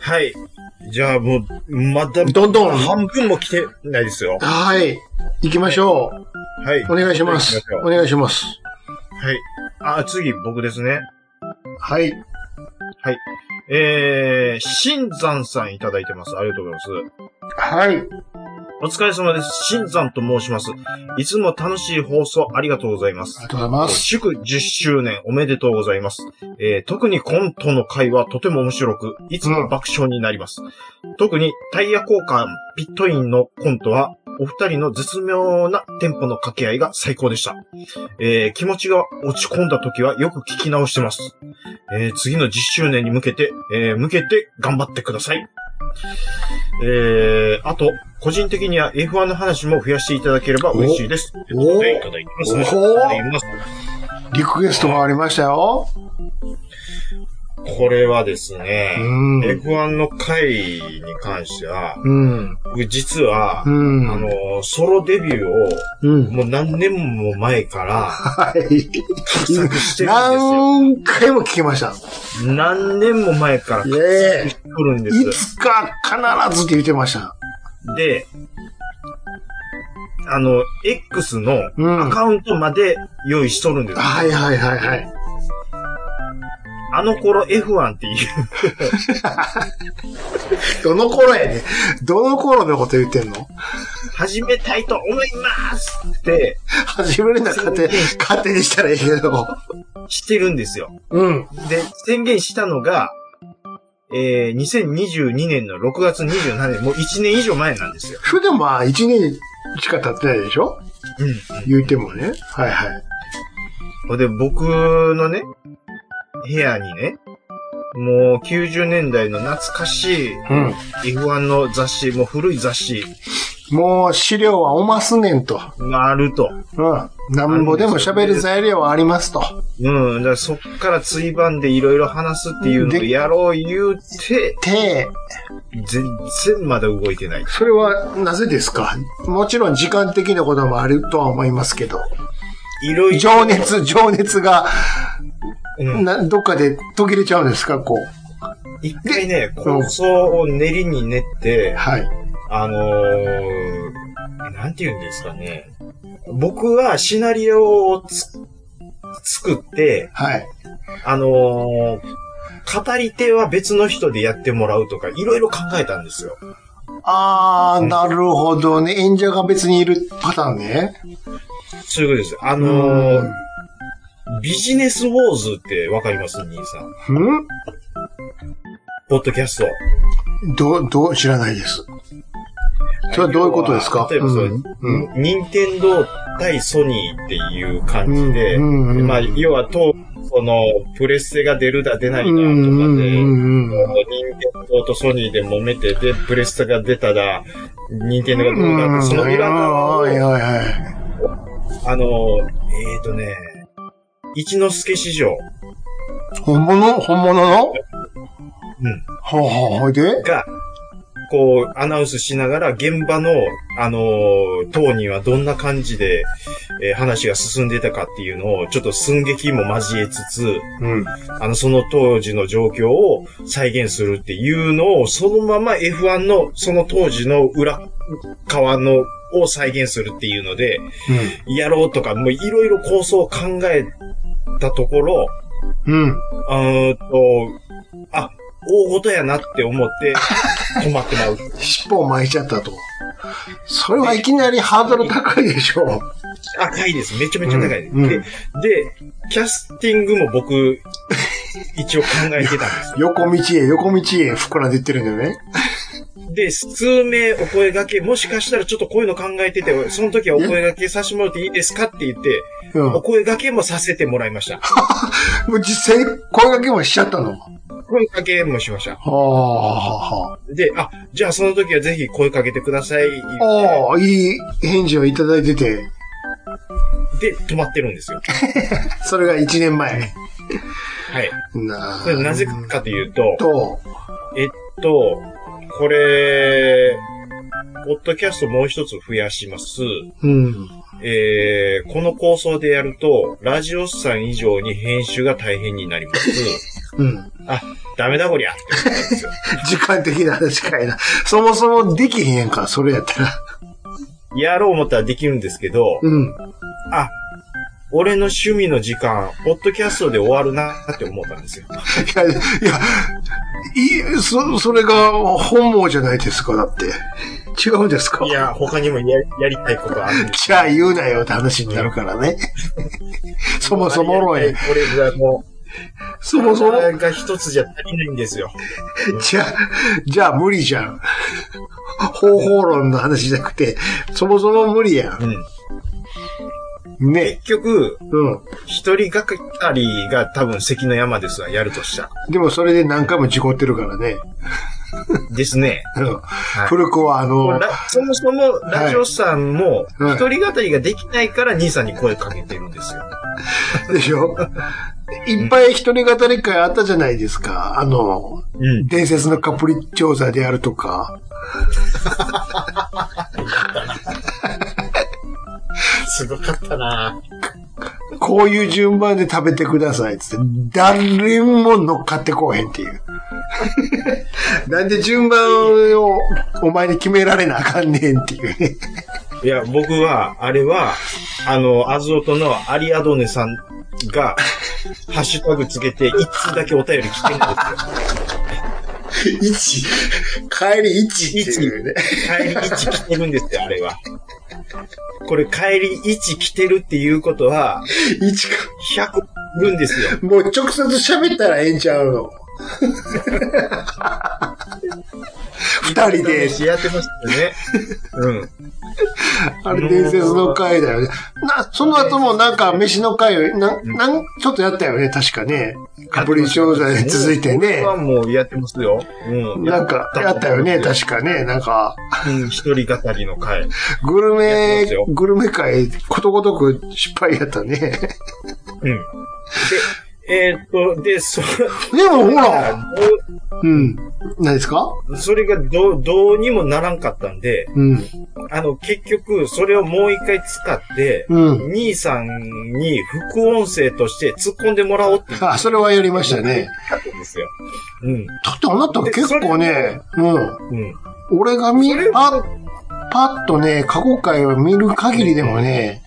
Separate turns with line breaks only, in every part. はい。じゃあもう、まだ、
どんどん
半分も来てないですよ。
はい。行きましょ
はい。
う。お願いします
行きましょ。う
お願いします。
はい。あ、次、僕ですね。
はい。
えー、新山さんいただいてます。ありがとうございます。
はい。
お疲れ様です。新山と申します。いつも楽しい放送ありがとうございま
あり
す
が。とうございます。
祝10周年おめでとうございます。えー特にコントの会はとても面白く、いつも爆笑になります。特にタイヤ交換ピットインのコントは、お二人の絶妙なテンポの掛け合いが最高でした。えー気持ちが落ち込んだ時はよく聞き直してます。えー次の10周年に向けて、えー向けて頑張ってください。えーあと、個人的には F1 の話も増やしていただければ嬉しいです。ということでいただいてます。あ
お
りがとうございます
リクエストがありましたよ。
これはです
う
ね、
ん。
F1 の回に関しては、
うん。
僕実は、
う
あ
ん。
の、ソロデビュー
うん
を、。もう何年も前から、
はい。
画策してるん
何回も聞きました。
ですよ。何年も前から
イ
画
ェー
策
イ
してるんで
い
す。
つか必ずって言ってました。
で、あの、X の
うん
アカウントまで用意しとるんですよ。
はいはいはいはい。
あの頃 F1 っていう、
どの頃やねどの頃のこと言ってんの
始めたいと思いますって
始めるのは勝手、勝手にしたらいいけど。
してるんですよ。
うん。
で、宣言したのが、えー、2022年の6月27日、もう1年以上前なんですよ。
それでもまあ、一年しか経ってないでしょ
うん。
言ってもね。はいはい。
ほんで、僕のね、部屋にね、もう90年代の懐かしい
うん。
F1 の雑誌、もう古い雑誌
もう資料はおますねんと。
があると。
うん。なんぼでも喋る材料はありますと。
うん。だからそっから追番でいろいろ話すっていうのをやろう言うて、
て、
全然まだ動いてない。
それはなぜですかもちろん時間的なこともあるとは思いますけど。
いろいろ。
情熱、情熱が、
うん。
などっかで途切れちゃうんですかこう。
一回ね、構想を練りに練って、
はい。
あのー、なんて言うんですかね。僕はシナリオをつ作って、
はい。
あのー、語り手は別の人でやってもらうとか、いろいろ考えたんですよ。
あー、
うん
なるほどね。演者が別にいるパターンね。
そういうことです。あ
う
の
ん
ー、ビジネスウォーズってわかります兄さん。
ん
ポッドキャスト。
ど、どう、知らないです。それはどういうことですか
例えばそう、
うんうん
任天堂対ソニーっていう感じで、
うんうんうん
まあ、要は当、その、プレステが出るだ出ないだとかで、
うんうん
任天堂とソニーで揉めて、で、プレステが出たら、任天堂がどうだって、その裏側を、
はい
あ
はいはい。
の、えっ、ー、とね、一之助市場
本物本物の
うん。
ほうほうほいで
が、こう、アナウンスしながら、現場の、あのー当人はどんな感じで、えー話が進んでたかっていうのを、ちょっと寸劇も交えつつ、
うん。
あの、その当時の状況を再現するっていうのを、そのまま F1 の、その当時の裏側の、を再現するっていうので、やろうとか、もういろいろ構想を考えたところ、
うん。うん。
うーんと、あ、大事やなって思 って、止まってまう。
尻尾を巻いちゃったと。それはいきなりハードル高いでしょう。
高いです。めちゃめちゃ高いです。
うんうん
でで、キャスティングも僕、一応考えてたんです。
横道へ、横道へ膨らんでいってるんだよね。
で、数名お声掛け、もしかしたらちょっとこういうの考えてて、その時はお声掛けさせてもらっていいですかって言って、
うん。
お
も
声掛けもさせてもらいました。
う実際に声掛けもしちゃったの。は
声掛けもしました。
あ、は
で、あ、じゃあその時はぜひ声かけてください。言っ
あ、はあ。ああ、いい返事をいただいてて、
てで、止まってるんですよ。
それが1年前。
はい。
な
これなぜかというと、
と、
えっと、これ、ポッドキャストもう一つ増やします。
うん。
えー、この構想でやると、ラジオスさん以上に編集が大変になり ます。
うん。
ダメだこりゃって言ったんですよ。
時間的な話かいな。そもそもできへんやんか、それやったら。
やろう思ったらできるんですけど、
うん。
あ、俺の趣味の時間、ポッドキャストで終わるなって思ったんですよ。
いや、いや、いい、そ、それが本望じゃないですか、だって。違うんですか
いや、他にもややりたいことあるんです
じゃあ言うなよって話になるから ね。そもそもおもろい。
これがもう、
そもそも
こ、れが一つじゃ足りないんですよ。
じゃあ、じゃあ無理じゃん。方法論の話じゃなくて、そもそも無理や
うん。
ん。ね。
結局、
うん。
一人がかりが多分関の山ですわ、やるとしたら。
でもそれで何回も事故ってるからね。
ですね。
うん
い
古くはあ
これ
の、
ラそもそも、ラジオさんも、
はい
一人語りができないから兄さんに声かけてるんですよ。
でしょいっぱい一人語り会あったじゃないですか。あの、
うん。
伝説のカプリチョーザであるとか。
すごかったな
こういう順番で食べてくださいっつって、誰も乗っかってこうへんっていう。 なんで順番をお前に決められなあかんねんっていうね。
いや、僕は、あれは、あの、アズオトのアリアドネさんが、ハッシュタグつけて、一通だけお便り来てるんで
一帰り一っていうね。
すよ。帰り1来てるんですよ、あれは。これ、帰り1来てるっていうことは、
一か。
100いるんですよ。
もう直接喋ったらええんちゃう の。二人で。
やってましたよね。
あれ伝説の回だよね。な、その後もなんか飯の回、な、なん、ちょっとやったよね、確かね。カプリ商材
うん。
に続いてね
僕。はもうやってますよ。うん。
なんか、やったよね、
か
確かね。なんか、
うん、一人語りの回。
グル
やってま
メ
すよ、
グルメ会、ことごとく失敗やったね。
うん。で、えーっと、で、そ、
でもほら、うん。何ですか
どうそれがどう、どうにもならんかったんで、
うん。
あの、結局、それをもう一回使って、
うん。
兄さんに副音声として突っ込んでもらおうって言っ
あ、それはやりましたね。
たんですよ。うん。
だってあなた結構ね、うん。
うん。
俺が見
それ
る、パッ、パッとね、過去回を見る限りでもね、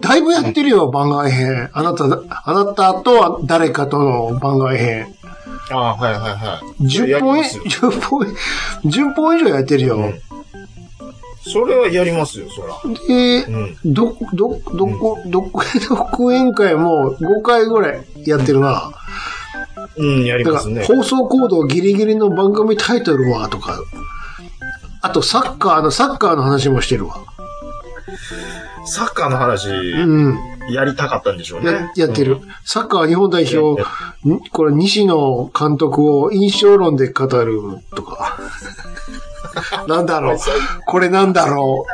だいぶやってるよ、番外編。あなた、あなたと誰かとの番外編。
ああ、はいはいはい。
10本
やり
以、
ますよ
10本以、10本以上やってるよ。
うんそれはやりますよ、そら。
で、
うん。
ど、ど、どこ、どこ、独演会も5回ぐらいやってるな。
うん、やり
だ
ま
か
すね
ら、。放送コードギリギリの番組タイトルは、とか。あと、サッカーの、サッカーの話もしてるわ。
サッカーの話、
うん。
やりたかったんでしょうね。
ややってる。サッカー日本代表
や、
んこれ西野監督を印象論で語るとか。 なんだろう。これなんだろ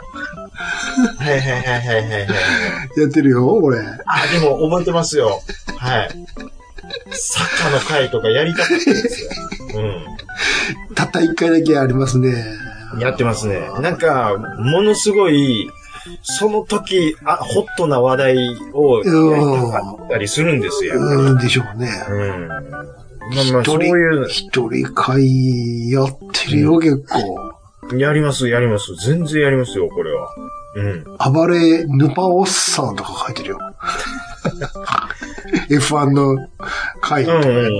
はいはいはいはいはいはい。
う。やってるよ、俺。
あ、でも覚えてますよ。はい。サッカーの回とかやりたかったんですよ。
たった一回だけありますね。
うん。やってますね。なんか、ものすごい、その時、あ、ホットな話題をやりたかったりするんですよ。やっぱ
うんでしょうね。
りうん。まあまあ、そういう、
一人会やってるよ、結構。
やります、やります。全然やりますよ、これは。うん。
暴れ、ヌパおっさんとか書いて るよ。F1 の会
うん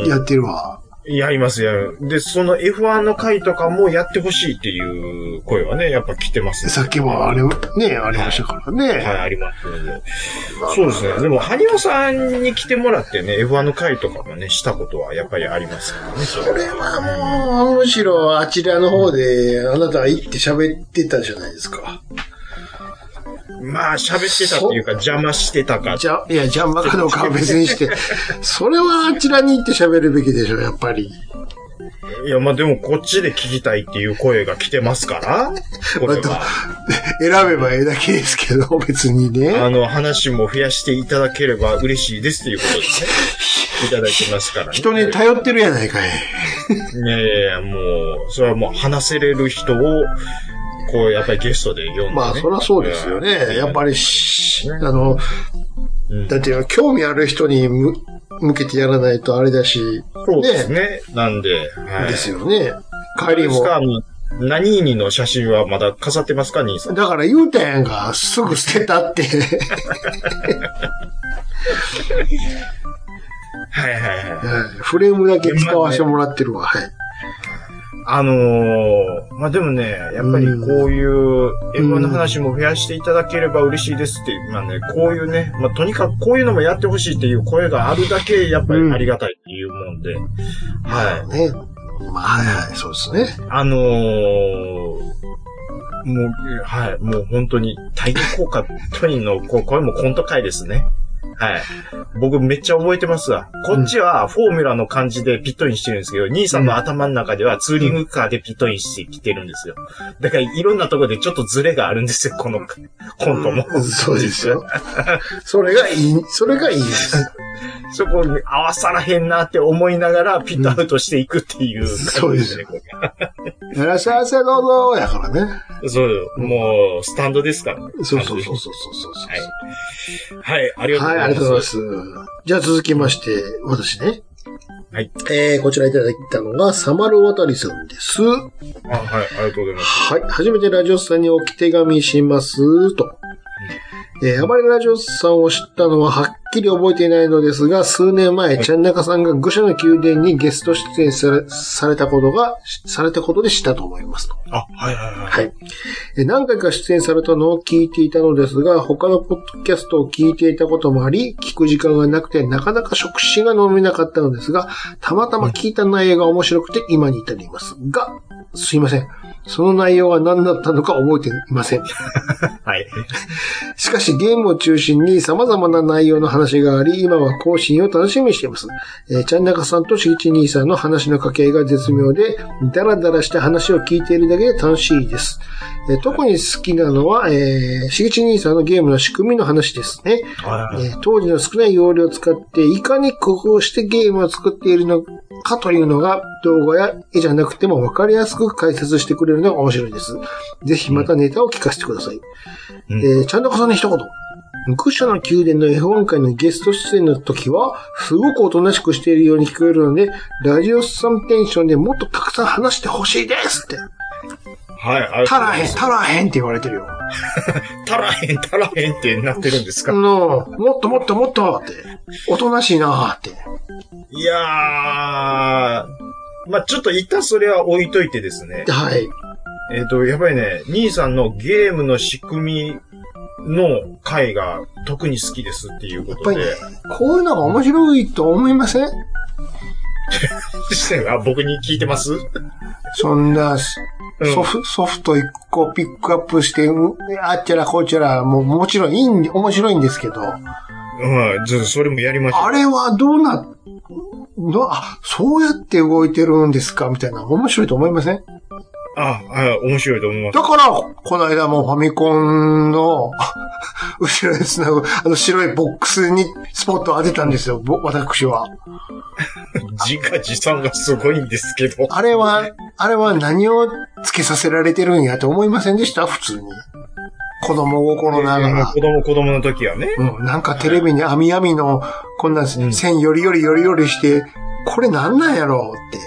うん
やってるわ。
やります、やる。で、その F1 の回とかもやってほしいっていう声はね、やっぱ来てますね
さっきもあれ、ね、ありましたからね。
はい、ありますので。そうですね。でも、はにわさんに来てもらってね、F1 の会とかもね、したことはやっぱりありますからね。そ
これはもう、むしろあちらの方で、あなたは行って喋ってたじゃないですか。
まあ、喋ってたっていうか、邪魔してたか。
じゃ、いや、邪魔かどうかは別にして、 それはあちらに行って喋るべきでしょ、やっぱり。
いや、まあでも、こっちで聞きたいっていう声が来てますから、これは。
選べばええだけですけど、別にね。
あの、話も増やしていただければ嬉しいですっていう ことですね。いただいてますからね。
人に頼ってるやないかい。
ねえ、もう、それはもう話せれる人をこう、やっぱりゲストで読んで、ね。
まあ、そりゃそうですよね。やっぱりし、あの、
うん
だっていうの興味ある人にむ向けてやらないとあれだし、
そうですね。なんで、はい。
ですよね。帰
あれ
り
です
も。
か何々の写真はまだ飾ってますか兄さん。
だから言うたやんか、すぐ捨てたって。
はいはいはい。
はいフレームだけ使わせてもらってるわ。はい。
あのー、まあ、でもね、やっぱりこういう英語の話も増やしていただければ嬉しいですっていう、まあね、こういうね、まあ、とにかくこういうのもやってほしいっていう声があるだけ、やっぱりありがたいっていうもんで、はい。
ね。まあ、はいはい、そうですね。
あのー、もう、はい、もう本当に、大義効果、トニーの、こうこれもコント会ですね。はい。僕めっちゃ覚えてますわ。こっちはフォーミュラの感じでピットインしてるんですけど、兄さんの頭の中ではツーリングカーでピットインしてきてるんですよ。だからいろんなところでちょっとズレがあるんですよ、このコントも。
そうですよ。 それがいい、それがいいです。
そこに合わさらへんなって思いながらピットアウトしていくっていう
そう
感
で
じ
す
ね。
よいらっしゃいませ、どうぞ、やからね。
そうよもう、スタンドですからね。
そうそうそうそうそうそうそう。
はい。はい、ありがとうご
はい、あ
ざ
り
い
が
ま
とう
す。
ございます。じゃあ続きまして、私ね。
はい。
えー、こちらいただいたのが、サマルワタリさんです。は
あはい、ありがとうございます。
い。初めてラジオスさんにおき手紙します、と。えー、あまりラジオスさんを知ったのははっきり覚えていないのですが、数年前、ちゃんなかさんが愚者の宮殿にゲスト出演されされたことが、されたことでしたと思いますと。
あ、はいはいはい。
はい。え何回か出演されたのを聞いていたのですが、他のポッドキャストを聞いていたこともあり、聞く時間がなくて、なかなか触手が飲めなかったのですが、たまたま聞いた内容が面白くて今に至りますが、すいません。その内容が何だったのか覚えていません。
はい。
しかしゲームを中心に様々な内容の話があり、今は更新を楽しみにしています。えー、ちゃんなかさんとしぎち兄さんの話の掛け合いが絶妙で、ダラダラした話を聞いているだけで楽しいです。えー特に好きなのは、えー、しぎち兄さんのゲームの仕組みの話ですね。
はい
えー当時の少ない容量を使って、いかに工夫してゲームを作っているのかというのが、動画や絵じゃなくても分かりやすく解説してくれるのが面白いです。ぜひまたネタを聞かせてください。
うん
えーちゃんとこさんに一言。愚者の宮殿の絵本会のゲスト出演の時は、すごくおとなしくしているように聞こえるので、ラジオスさんテンションでもっとたくさん話してほしいですって。
はい、ありがとうご
足ら
ざいま
へん、
す。
足らへんって言われてるよ。
足らへん、足らへんってなってるんですか、
の、もっともっともっとって。おとなしいなーって。
いやー、まあちょっと一旦それは置いといてですね。
はい。
えっ、と、やっぱりね、兄さんのゲームの仕組みの回が特に好きですっていうこ
やっぱ
と
りね
で。、
こういうのが面白いと思いません
あ僕に聞いてます
そんな、ソ
うん
フソフト一個ピックアップして、うあっちゃらこっちゃら、もうもちろんいいん、面白いんですけど、あ
うん、ずそれもやりました。
れはどうな、の、あ、そうやって動いてるんですかみたいな、面白いと思いません
あ、はい、面白いと思います。
だから、この間もファミコンの、 後ろにつなぐ、あの白いボックスにスポットを当てたんですよ、ぼ私は。
自画自賛がすごいんですけど。
あれは、あれは何をつけさせられてるんやと思いませんでした普通に。子供心ながら
子。供、子供の時はね。
うん、なんかテレビに網網の、こんなん
うん
線よりよりよりよりして、これなんなんやろうって。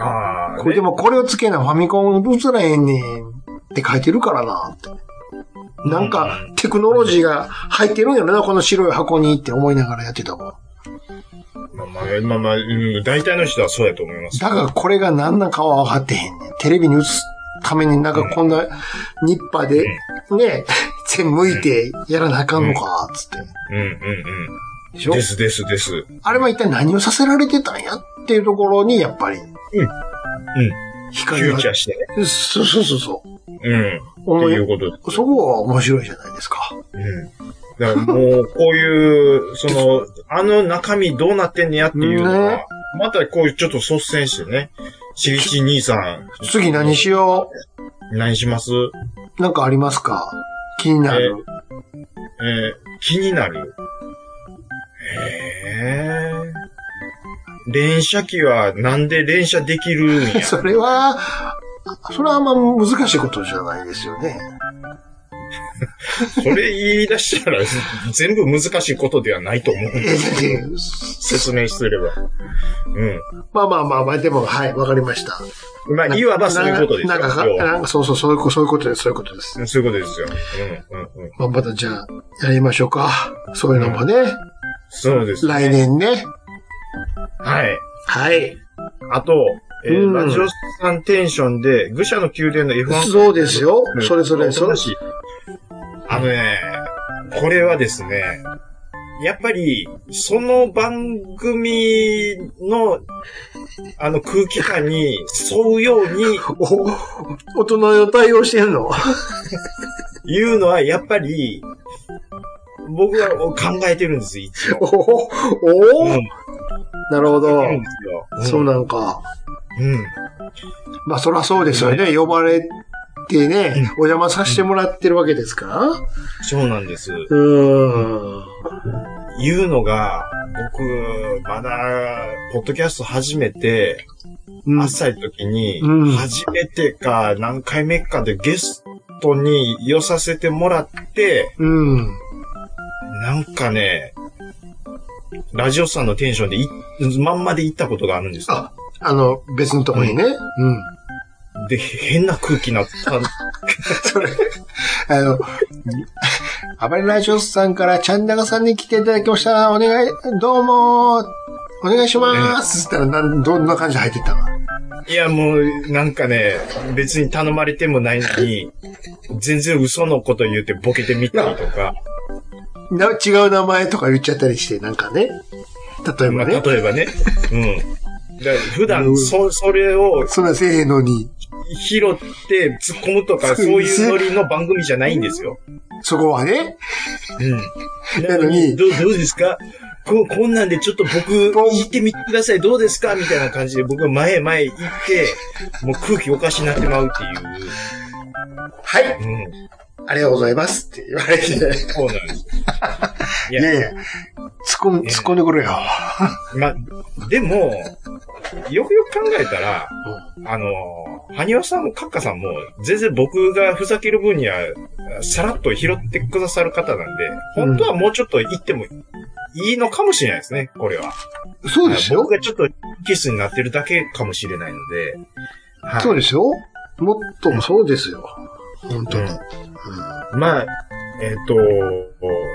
ああ、
これでもこれをつけなファミコン映らへんねんって書いてるからなって。なんか
う
テクノロジーが入ってるんやろな、この白い箱にって思いながらやってたもん。
まあまあ、まあまあ、うん、大体の人はそうやと思います。
だからこれが何なんかは分かってへんねん。テレビに映すためになんかこんなニッパーでね、全向いてやらなあかんのか、つって。
うん、うん、う
でし
ん。
ょ
です、です、です。
あれは一体何をさせられてたんやっていうところに、やっぱり。うん。うん。
フ
光
ュー
が
チャーしてね。
そうそうそうそう。
うん。っ
思
ていう
い、
ことで
そこは面白いじゃないですか。
うん。だからもう、こういう、その、あの中身どうなってんねやっていうの
ね
は、またこういうちょっと率先してね、しぎち兄さん、
次何しよ
何します
うなんかありますか気になる。
えー、気になる。へえ。連射機はなんで連射できるんや。
それは、それはあんま難しいことじゃないですよね。
それ言い出したら、全部難しいことではないと思うん
え
です。
だって
説明すれば。
まあまあまあまあ、でも、はい、わかりました。
うん。まあ、いわばそういうことです
な
よ。
んかか、
要は
なんかそうそう、そういうこと、そういうことです、そういうことです。
そういうことですよ。うん、うん、うん。
まあ、またじゃあ、やりましょうか。そういうのもね、
そうです。は
来年ね。
い。
はい。
あと、えー
うん
ラジオさんテンションで、愚者の宮殿の F1。
そうですよ。それそれ、
恐
それ
ろ。しい。あのね、これはですね、やっぱり、その番組の、あの空気感に沿うように
お大人の対応してるの。
言うのは、やっぱり、僕は考えてるんです、一応。
おお
う
お
ん、
なるほど。
うんですよ。
そうなんか。
うん。
まあ、そらそうですよね。呼ばれてね、お邪魔させてもらってるわけですから。
そうなんです。
うーん。
言うのが、僕、まだ、ポッドキャスト始めて、
うん
朝い時に
うん、
初めてか何回目かでゲストに寄させてもらって、
うん。
なんかね、ラジオさんのテンションでい、まんまで行ったことがあるんですよ。
あ、あの、別のとこにね。うん。
で、変な空気になった。
それ、 あの、暴れラジオスさんからチャンナガさんに来ていただきました。お願い、どうもお願いしますつったら、なん、どんな感じで入ってったの
いや、もう、なんかね、別に頼まれてもないのに、全然嘘のこと言うてボケてみたりとか、
な違う名前とか言っちゃったりして、なんかね。例え
まあ、
ば
例
ね。
えばね、うん。だから普段、そ、それを
そんなせえへんのに、
拾って突っ込むとか、そういうノリの番組じゃないんですよ。
そこはね、
うん。な
なの
の
に
に、どう、どうですかここんなんでちょっと僕、
ポン
行ってみてください、どうですかみたいな感じで僕は前へ前へ行って、もう空気おかしになってまうっていう。
はい、
うん。
ありがとうございますって言われて。い
そうなんです。い
や
や、
いや、突っ込む、突っ込んでくれよ。
ま、でも、よくよく考えたら、あの、羽生さんもカッカさんも、全然僕がふざける分には、さらっと拾ってくださる方なんで、本当はもうちょっと行ってもいいのかもしれないですね、これは。
そうですよ
僕。がちょっとキスになってるだけかもしれないので。はい。
そうですよ。もっともそうですよ。本当に。
うんまあ、えっ、と、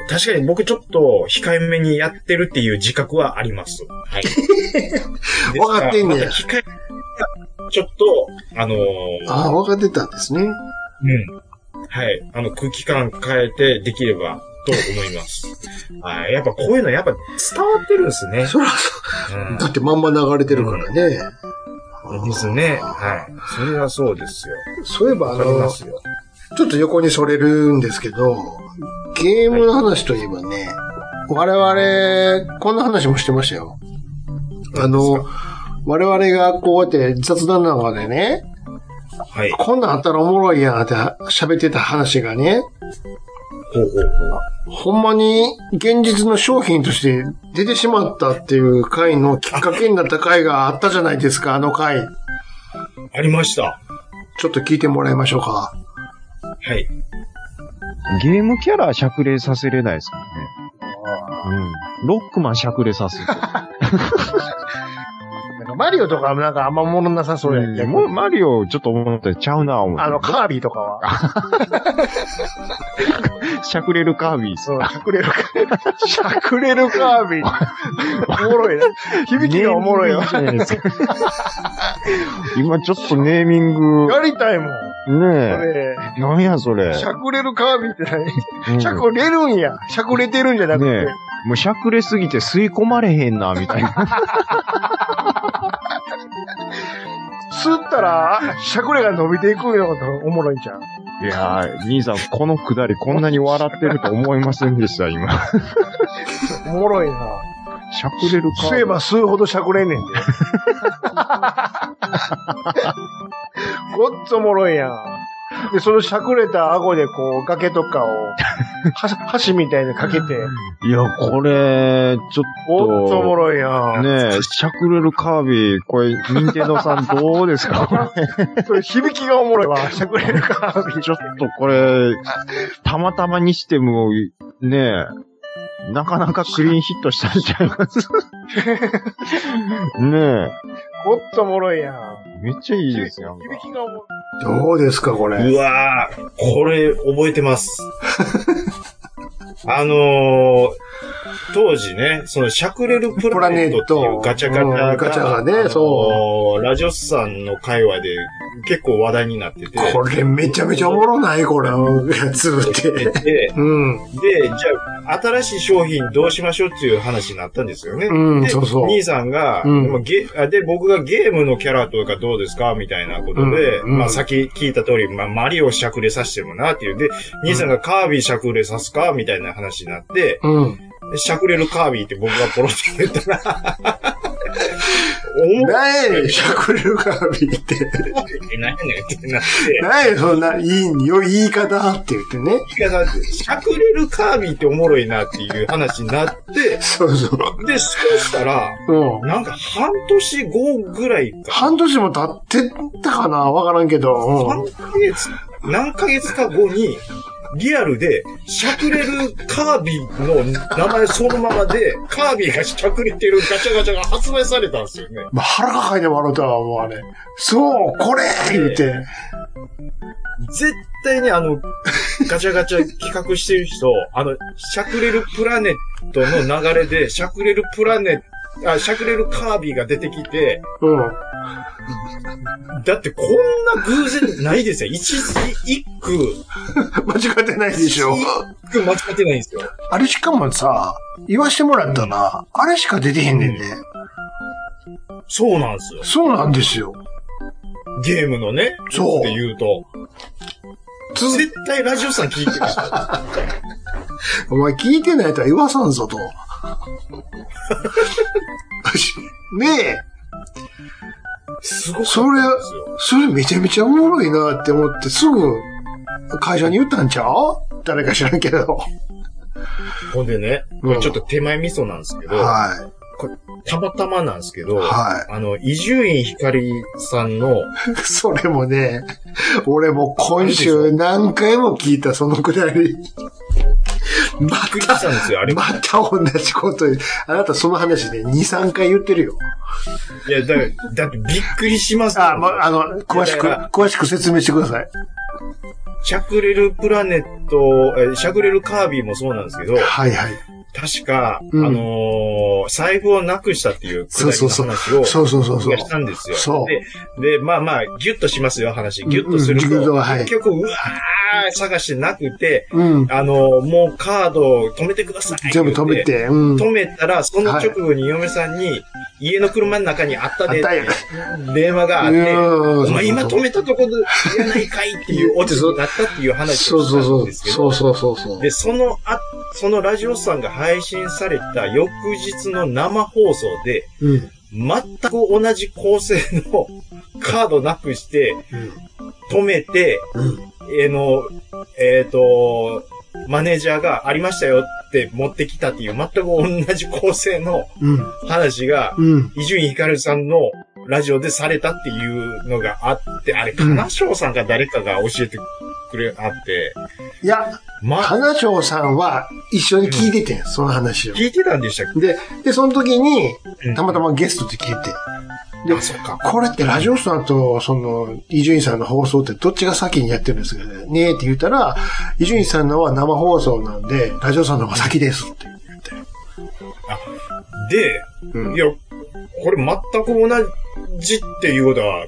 確かに僕ちょっと控えめにやってるっていう自覚はあります。はい。
わかってんねや
ですからまた控えちょっと、あのー
ああ、分かってたんですね。
うん。はい。あの、空気感変えてできればと思い ます。はい。やっぱこういうのやっぱ伝わってるんですね。
そらそ
うん
だってまんま流れてるからね。
ですね。はい。それはそうですよ。
そういえば、あ
わかりま
の、
すよ。
ちょっと横にそれるんですけど、ゲームの話といえばね、我々、こんな話もしてましたよ。あの、我々がこうやって雑談の中でね、
はい。ほ
こんなんあったらおもろいやんって喋ってた話が
う
ね、
ほうほう。
ほんまに現実の商品として出てしまったっていう回のきっかけになった回があったじゃないですか、あの回。
ありました。
ちょっと聞いてもらいましょうか。
はい。
ゲームキャラはしゃくれさせれないですからね。うん。ロックマンしゃくれさせる。
なんかマリオとかはなんかあんま物なさ そうやん。
うんもうマリオちょっと思ってちゃうな、思って。
あの、カービィとかは。
しゃくれるカービィ。
そう、しゃくれるカービィ。しゃくれるカービィ。 おもろいな。響きがおもろいよ
ネ。ーミングいいじゃないで すか今ちょっとネーミング、
やりたいもん。
ね
ね
え。なんやそ
え
れ。
しゃくれるカービィって何
うん
しゃくれるんや。しゃくれてるんじゃなく
ね
て。
え。もうしゃくれすぎて吸い込まれへんな、みたい な。
吸ったら、しゃくれが伸びていくようなおもろいんじゃん。
いやー、兄さん、このくだりこんなに笑ってると思いませんでした、今。
おもろいな。
しゃくれるカービィ。
吸えば吸うほどしゃくれんねんで。ごっつおもろいやん。
で、そのしゃくれた顎でこう、崖とかを、はし箸みたいにかけて、
いや、これ、ちょ
おっとおも
っ
ろいや
と、
ん。
ねえ、しゃくれるカービィ、これ、任天堂さんどうですかこれ
それ響きがおもろいわ、しゃくれるカービィ。
ちょっとこれ、たまたまにしても、ねえ、なかなかクリーンヒットしたんちゃいますね
おっとおもろいやん。
え、めっちゃいいですよ。
響きがおもろい。
どうですか、これ。
うわー、これ覚えて ます。あのー、当時ね、そのシャクレルプラネットっていうガチャガチャが、
うんガチャがね
あのー
そ
ラジオスさんの界隈で結構話題になってて、
これめちゃめちゃおもろないこれ、やつって。
で、
うん。
で、じゃあ、新しい商品どうしましょうっていう話になったんですよね。
うん、
で
そうそう。
兄さんが、
うん
でもゲあで、僕がゲームのキャラとかどうですかみたいなことで、
うんうん
まあ、先聞いた通り、まあ、マリオしゃくれさせてもなっていう。で、兄さんがカービィしゃくれさすかみたいな話になって、
うん。
でしゃくれるカービィって僕がポロって言ったら、 思っ
何やねん、しゃくれるカービィって。
てないねんってなって、
何やねん、そんな、いい、良い言い方って言ってね。
言い方でしゃくれるカービィっておもろいなっていう話になって、
そうそう。
で、そうしたら、
うん。
なんか半年後ぐらいか、
半年も経ってたかなわからんけど。
何ヶ月、何ヶ月か後に、リアルで、しゃくれるカービィの名前そのままで、カービィがしゃくれてるガチャガチャが発売されたんですよね。
まあ、腹抱えて笑うたわ、もうあれ。そう、これ言って。
絶対にあの、ガチャガチャ企画してる人、あの、しゃくれるプラネットの流れで、しゃくれるプラネあ、しゃくれるカービィが出てきて、
うん。
だってこんな偶然ないですよ。一字一句、
間違ってないでしょ。
一句間違ってないんですよ。
あれしかもさ、言わしてもらったな。あれしか出てへんねんで。
そうなんですよ。
そうなんですよ。
ゲームのね、
そう
って言うと、
つ
絶対ラジオさん聞いてる でしょ。
お前聞いてないとは言わさ んぞと。
すごかったんで
ねえ、
す
それ
よ。
それめちゃめちゃおもろいなって思ってすぐ会社に言ったんちゃう誰か知らんけど。
ほんでね、これちょっと手前味噌なんですけど、
は
たまたまなんですけ
い。
ど、
は
あの、伊集院光さんの、
い。それもね、俺も今週何回も聞いたそのくだり。ま
びっくりしたんですよ、あ
た、
れ。
また同じこと言う。あなたその話ね、2、3回言ってるよ。
いや、だだってびっくりしますよ
あ、ま、あの、詳しく、
いやいや
詳しく説明してください。
しゃくれるプラネット、えしゃくれるカービィもそうなんですけど、
はいはい。
確か、
うん
あのー財布をなくしたっていうくだりの話を、
そうそうそう
気
そう
が。したんですよ。
そう
で、で、まあまあ、ギュッとしますよ、話。ギュッとすると。
うんうんギュッとはい
結局、うわー、探してなくて、
うん。
あの、もうカードを止めてください。
全部止め。て、うん。
止めたら、その直後に嫁さんに、家の車の中にあったでって
あったよ
電話があって、お前今止
め
めたとこで、やないかいっていうオチになったっていう話
そ
を
うそ
し
う
た
そ
ん
う。
ですけど。
そうそうそうそう。
で、そのあ、そのラジオさんが配信された翌日の生放送で、
うん。
全く同じ構成のカードなくして、止めて、
うん。
えーの、えっ、と、マネージャーがありましたよって持ってきたっていう全く同じ構成の
うん。
話が、
うん。
伊集院光さんのラジオでされたっていうのがあって、あれ、金賞さんか誰かが教えてくれ、あって、
いや、
ま、
花椒さんは一緒に聞いててん、その話を。
聞いてたんでしたっ
で、で、その時に、
け
たまた
ま。
まゲストで聞いて。
で、そっか。
これってラジオさんと、その、伊集院さんの放送ってどっちが先にやってるんですかねって言ったら、伊集院さんのは生放送なんで、ラジオさんの方が先ですって言って。
で、
うん
いや、これ全く同じっていうことは、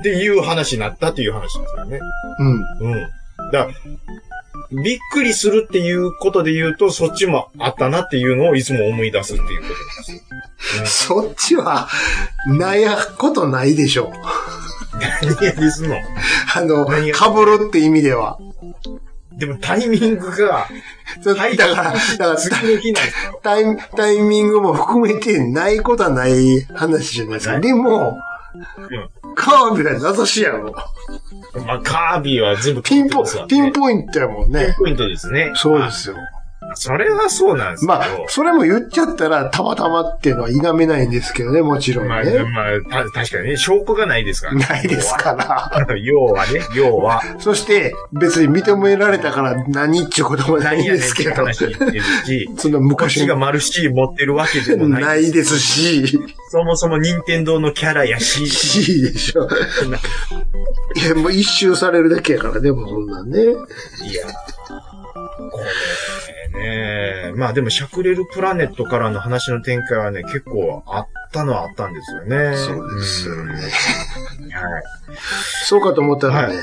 っていう話になったっていう話ですよね。
うん。
うん。だからびっくりするっていうことで言うと、そっちもあったなっていうのをいつも思い出すっていうことです。
そっちは、なやことないでしょ。
何やですの
あの、
何が
かぶるって意味では。
でもタイミングが、
だ
はい
だから、だからタ
次の日なんですよ。
タイタイミングも含めてないことはない話じゃないですか。
ない
でも、カービィなんて名指しやろ。
まあ、カービィは全部
ピンポ、ピン
ポ
ポイントやもんね。
ポイントですね。
そうですよ。
あそれはそうなんですけど。
まあ、それも言っちゃったら、たまたまっていうのは否めないんですけどね、もちろん
まあ、
ね。
まあ、た確かにね、証拠がないですから、ね。
ないですから。
要はね、要は。
そして、別に認められたから何っちゅうことも ない
何
ん
や
で
ねんっ
す
て
けど。
話に言ってるし、
その
こっ
昔
ちが
の。
マルシー持ってるわけでもない。
ないですし、
そもそも任天堂のキャラやし、
しでしょ。いや、もう一周されるだけやからね、もうそんなんね。
いや、これね、まあでもシャクレルプラネットからの話の展開はね、結構あったのはあったんですよね。
そうですよね。
うん。はい。
そうかと思ったらね、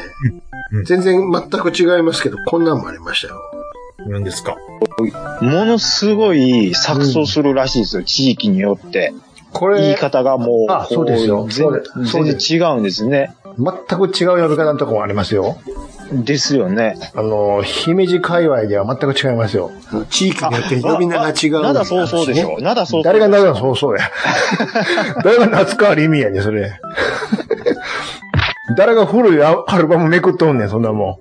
うんうん
全然全く違いますけど、こんなんもありましたよ。
何ですか
ものすごい錯綜するらしいですよ、地域によって。
こ
言い
れ、
方がもう、
あそうですよ
こう
そうですそ
全
うです
全然違うんですね。
全く違う呼び方のとこもありますよ。
ですよね。
あの、姫路界隈では全く違いますよ。
あの地域によって呼び名が違う、
なだそうそうでし。ょ。なだそうそう。
誰が長野そうそ うや。誰が夏川りみやねん、それ。誰が古いアルバムめくっとんねん、そんなも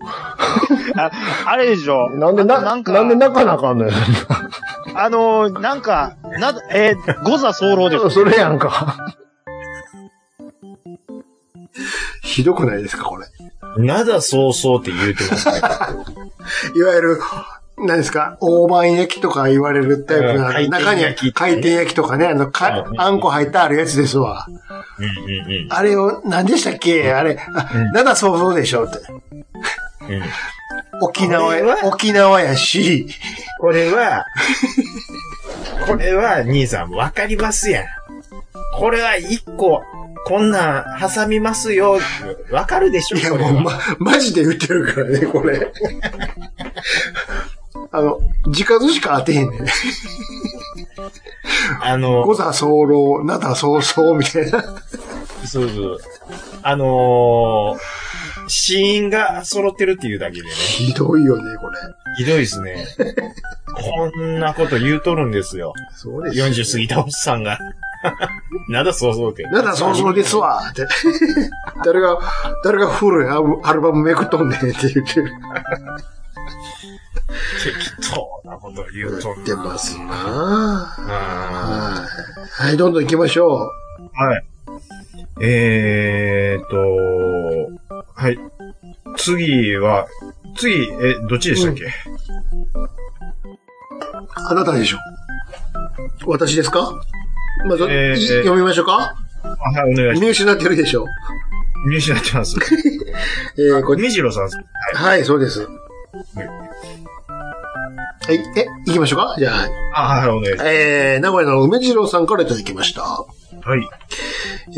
ああれでしょ。
ん。なんで
あ
な、
と
なん
か、
でなかなあかんのよ。
あのー、なんか、な、えー、ゴザ候でしょ。
それやんか。
ひどくないですか、これ。
なだそうそうって言うてますね。
いわゆる、何ですか、大判焼きとか言われるタイプな、
うん
中に
回転
は
焼き
回転焼きとかね、あの、か
う、ん
あんこ入ったあるやつですわ。
うんうん
あれを、何でしたっけあれ、あ
うん
なんだそうそうでしょって。
うんうん。
沖縄
これは
や、沖縄やし、
これ は、これは、兄さん、わかりますやん。これは一個、こんなん挟みますよ。わかるでしょ
いや
これ
も
は
うま、マジで言ってるからね、これ。あの、自数しか当てへんねん。
あの、
五座早漏、七早々みたいな。
そうそう。あのー、死因が揃ってるっていうだけでね、
ひどいよね、これ。
ひどいですね。こんなこと言うとるんですよ。
そうですよ。
40過ぎたおっさんが。 なんだそうそうって。
なんだそうそうです わって。誰が、誰が古いアルアルバムめくっとんねんって言ってる。
適当なこと言うと
言
る
ってますな
あ
はい。はい、どんどん行きましょう。
ーはい。えーっと、はい。次は、次、え、どっちでしたっけ、
あなたでしょ。私ですかまず、
えーえ
い
ー
読みましょうか
あはい、お願いしま
入手になってるでしょ。
す。入手になってます。
えー、これ
みじろさん。
はい、そうです。はい、え、行きましょうかじゃあ、はい
あ、はい、お願いしま
えー、名古屋の梅次郎さんからいただきました。
す。はい。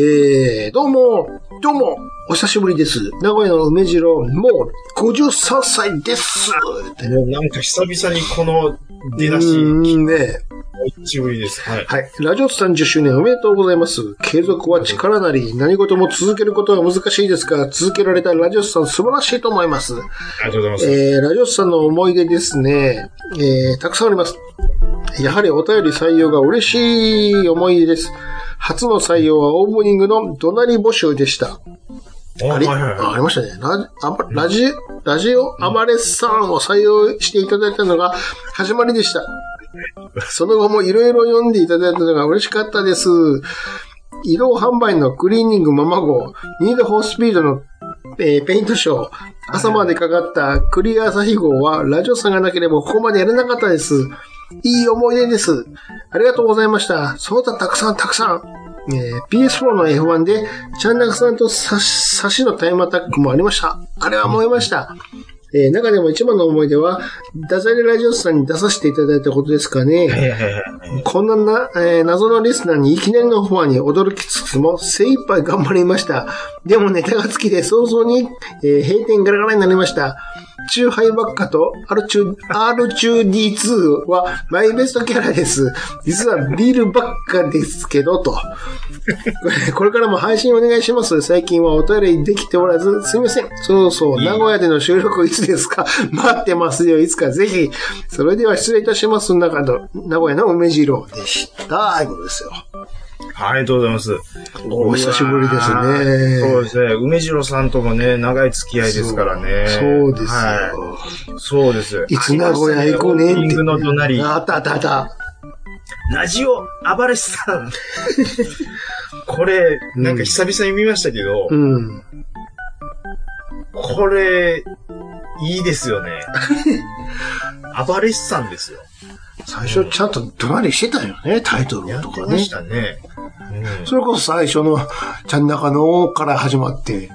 えー、どうも、どうも、お久しぶりです。名古屋の梅次郎、もう53歳です。って
もうなんか久々にこの出だし、
うーんね。
久しぶりです。はい。
はい。ラジオスさん10周年おめでとうございます。継続は力なり、何事も続けることは難しいですが、続けられたラジオスさん素晴らしいと思います。
ありがとうございます。
えー、ラジオスさんの思い出ですね、えー、たくさんあります。やはりお便り採用が嬉しい思い出です。初の採用はオープニングの怒鳴り募集でした。
お
あり、
はいはい
ああ
は
りましたね。ラジ、あラジ、ラジオアマレスさんを採用していただいたのが始まりでした。その後もいろいろ読んでいただいたのが嬉しかったです。移動販売のクリーニングママ号、ニードフォースピードの、えーペイントショー、朝までかかったクリア朝日号はラジオさんがなければここまでやれなかったです。いい思い出です。ありがとうございました。そうだ、たくさんたくさん。えー PS4 の F1 で、チャンナクさんとサシサシのタイムアタックもありました。あれは燃えました。えー中でも一番の思い出は、ダジャレラジオスさんに出させていただいたことですかね。
い。はいはいはい。
こんなな、えー謎のリスナーにいきなりのファンに驚きつつも精一杯頑張りました。でもネタが尽きて早々に、えー閉店ガラガラになりました。中ハイばっかと R 中、R2D2 はマイベストキャラです。実はビールばっかですけど、と。 これからも配信お願いします。最近はお便りできておらず、すみません。そうそう、
いい
名古屋での収録いつですか 待ってますよ、いつかぜひ。それでは失礼いたします。中の、名古屋の梅次郎でした。いうことですよ。
ありがとうございます。
お久しぶりですね。
そうですね。梅次郎さんともね、長い付き合いですからね。
そうですよ。
はい。そうです。
いつ名古屋行こうね
オープニングの隣、
あったあったあった。
ラジオ、暴れさん。 これ、なんか久々に見ましたけど、
うん。
これ、いいですよ ね。暴れさんですよ。
最初ちゃんとドラリしてたよね、タイト
や
ル
っ
と
て
か
ま
ね
し。たね。うん
それこそ最初の、ちゃん中のから始まって、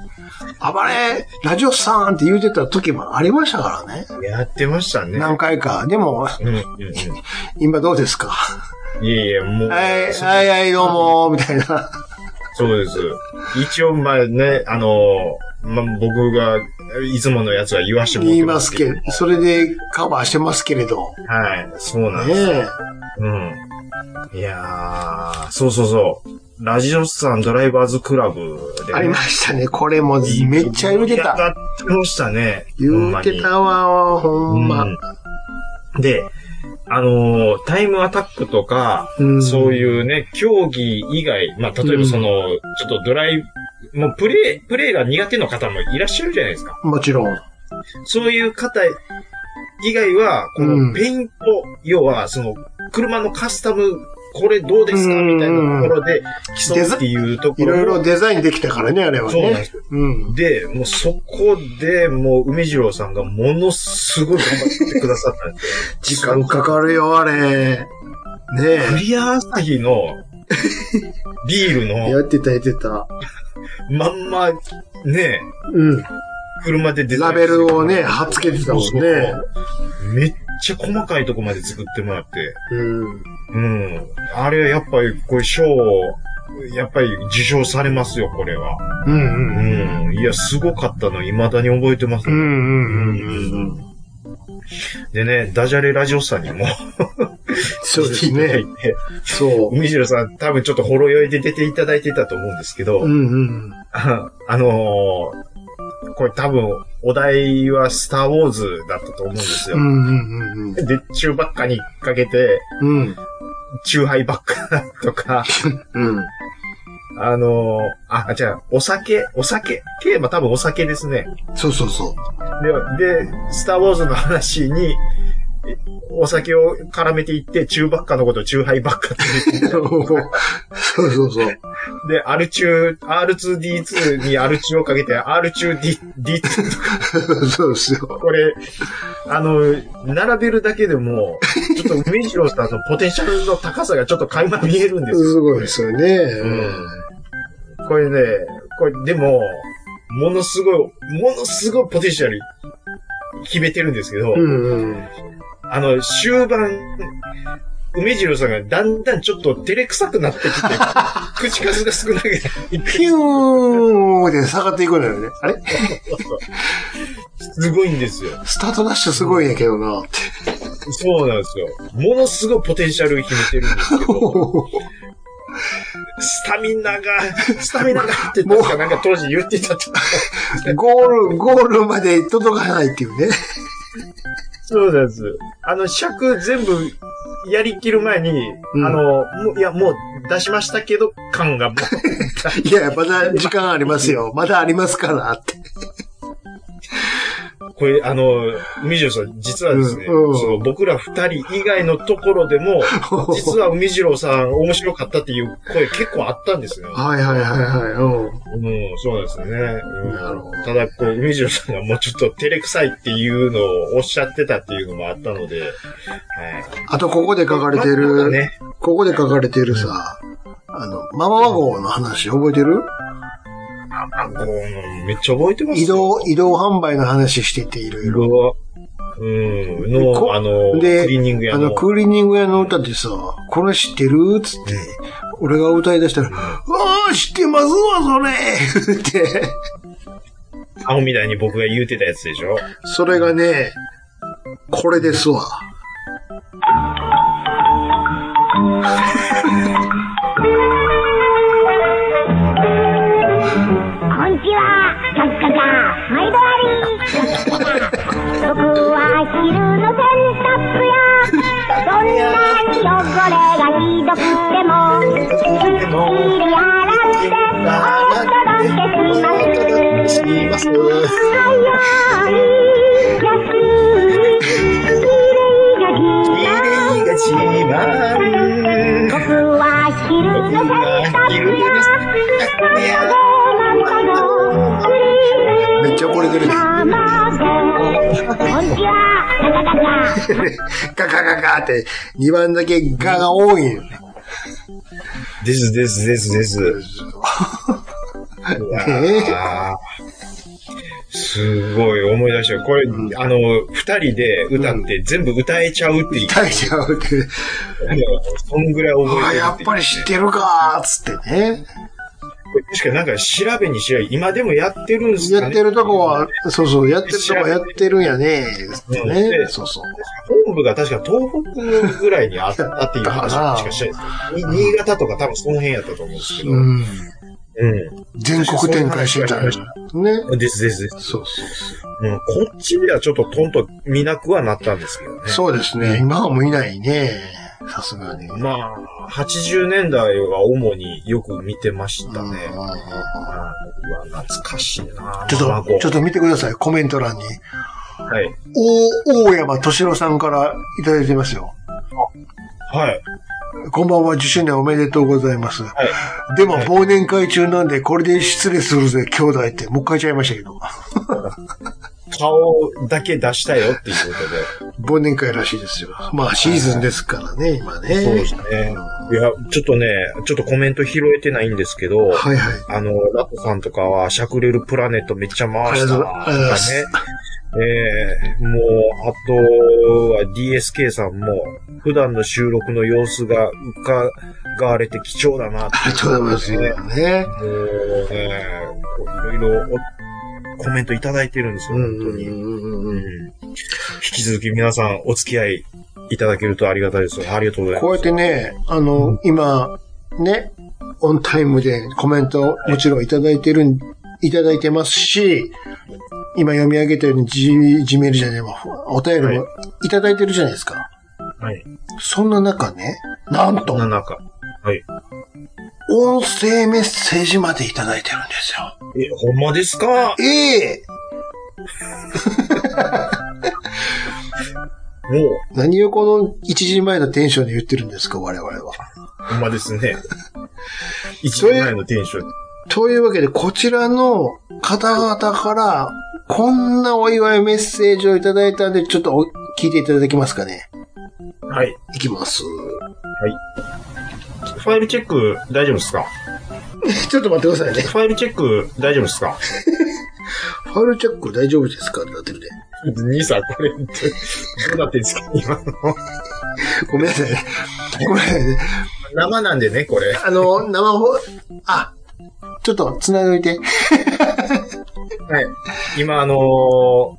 暴れラジオさんって言うてた時もありましたからね。
やってましたね。
何回か。でも、
うんうんう
今どうですか
ん、いえいえ、もう、
はい、はい、はい、どうも、みたいな。
そうです。一応、まあね、あのーまあ、僕が、いつものやつは言わしてもらっ
言い
て
ますけど、それでカバーしてますけれど。
はい、そうなんで
ね
す。
え。
うん。いやー、そうそうそう。ラジオスさんドライバーズクラブで、
ありましたね。これもめっちゃ言うてた。
やってましたね。
言うてたわ、ほ
ほ
ん
んま
ま
に。。うんで、あのータイムアタックとか、
うん
そういうね、競技以外、まあ、例えばその、ちょっとドライ、もうプレイ、プレイが苦手な方もいらっしゃるじゃないですか。
もちろん。
そういう方以外は、こ
うん
のペイント、要はその、車のカスタム、これどうですか
うん
みたいなところで競うっていうとこ
い
ろを
ろいろデザインできたからね、あれは
そうなんで
ね。
すよ。
うん。
で、もうそこで、もう梅次郎さんがものすごい頑張ってくださったんで
時間かかるよ、あれ。ね
クリア朝日 のビール
え。や
の
ってた、やってた。
まんまね、
うん。
車でデザイ
ラ
ン
ベルをね、貼っつけてたもん
そう
ね。
そうめっちゃ細かいとこまで作ってもらって。
うん。
うん。あれはやっぱり、これ賞を、やっぱり受賞されますよ、これは。
う
うん
うん。
ん。いや、すごかったの、未だに覚えてます。
うんうんうんうん。
でね、ダジャレラジオさんにも
そうです
来てい
ね。
ただいて、
そう。
海城さん、多分ちょっとほろ酔いで出ていただいてたと思うんですけど、
うんうん。
あ あのーこれ多分、お題はスターウォーズだったと思うんです
う
よ。
んうんうん
で、中ばっかにかけて、
うん。うん。
中杯ばっかとか、
うん。
あのーあ、じゃあ、お酒、お酒、テーマ多分お酒ですね。
そうそうそ
で、で、スターウォーズの話に、えお酒を絡めていって、中ばっかのことを中杯ばっかって言って
う。そうそうそう。
で、R 中、R2D2 に R 中をかけて、R 中 D、D2 とか、
そうですよ。
これ、あの、並べるだけでも、ちょっと梅次郎さんのポテンシャルの高さがちょっと垣間見えるんですよ。
すごいですよね。
うん。これね、これ、でも、ものすごい、ものすごいポテンシャル、決めてるんですけど、
うんうん。
あの、終盤、梅次郎さんがだんだんちょっと照れくさくなってき て、口数が少なくなって
ピューンで下がっていくのよね。あれ
すごいんですよ。
スタートダッシュすごいんやけどなって。
そうなんですよ。ものすごいポテンシャル秘めてるんですけど、 スタミナが、スタミナがって確かなんか当時言ってたと。
ゴール、ゴールまで届かないっていうね。
そうなんです。あの、尺全部やりきる前に、
うん
あの、もういや、もう出しましたけど、感がもう、
いや、まだ時間ありますよ。まだありますからって。
これ、あの、海城さん、実はですね、
うんうん
その僕ら二人以外のところでも、実は海城さん面白かったっていう声結構あったんですよ。
はいはいはいはい。うん。
うん、そうなんですよね。うん
なるほど
ただ、こう、海城さんがもうちょっと照れくさいっていうのをおっしゃってたっていうのもあったので、はい。
あと、ここで書かれて
まあなんか
る、
ね。
ここで書かれてるさ、あの、ママ号の話覚えてる
あ、こう、めっちゃ覚えてますよ
移動、移動販売の話してていろいろ。
うん、の、
こ
あの、ク
で
リーニング屋
あ
の。
の、クーリーニング屋の歌ってさ、これ知ってるつって、俺が歌い出したら、ああ、知ってますわ、それって、
青みたいに僕が言うてたやつでしょ
それがね、これですわ。
こんにちは、カッカカ、毎度あり。僕は昼の洗濯や、どんなに汚れがひどくても、好き
ます。
めっちゃ溺れてる。ガガガガって、2番だけガが多いよね。
ですですですです。
え
あーすごい思い出した。これ、あの、二人で歌って全部歌えちゃうって言っ
大丈夫って。
て、そんぐらい覚え
あ、
てる
や
っ
って
いう
ぱり知ってるかーっつってね。
確かになんか調べに調べ、今でもやってるんですかね
やってるとこは、そうそう、やってるとこはやってるんやねーっつってね。そうそう。
本部が確か東北ぐらいにあったっていう話しかしてないですけどに新潟とか多分その辺やったと思うんですけど。
うん。
う
全国展開してたんだね。
ん。ですですです。
そうそうそ
うん。こっちではちょっとトンと見なくはなったんですけどね
う。。そうですね。今はもういないね。さすがに。
まあ、80年代は主によく見てました
うん
ね。あーうわ、懐かしいな
ちょっと、ちょっと見てください。コメント欄に。
と。はい。
お、大山敏郎さんからいただいてますよ。
はい。
こんばんは、受信年おめでとうございます。
い
でも、忘年会中なんで、これで失礼するぜ、兄弟って、もう一回ちゃいましたけど。
顔だけ出したよっていうことで。
忘年会らしいですよ。まあ、シーズンですからね、今ね。
そうですね。いや、ちょっとね、ちょっとコメント拾えてないんですけど、
はいはい。
あの、ラコさんとかは、しゃくれるプラネットめっちゃ回したな
ありがとうございます
とかね。ええもう、あとは DSK さんも、普段の収録の様子が伺われて貴重だなって
ありがとうございます。今ね。
もう、えーいろいろおコメントいただいてるんですよ、
う
本
ん
当
うん
に。
うん
う
うんん。
引き続き皆さんお付き合いいただけるとありがたいです。ありがとうござい
こう
ま
や
す。
ってね、あの、今、ね、オンタイムでコメントもちろんいただいてるん、いただいてますし、今読み上げたように G, G メールじゃねえわ、お便りもいただいてるじゃないですか。
はい。
そんな中ね、なんと
こん、な中。
音声メッセージまでいただいてるんですよ。
え、ほんまですか
ええ
もう、
何をこの1時前のテンションで言ってるんですか、我々は。
ほんまです ね。一年前のテンション。
というわけで、こちらの方々から、こんなお祝いメッセージをいただいたんで、ちょっとお聞いていただけますかね。
はい。
いきます。
ファイルチェック大丈夫ですか
ちょっと待ってくださいね。
ファイルチェック大丈夫ですか
ファイルチェック大丈夫ですかってなってるで。
兄さん、これ、どうなってんですか今の。
ごめんなさいね。 ごめんなさいね。
生なんでね、これ。
あの、生放、あ、ちょっと繋いどいて。
はい。今、あのー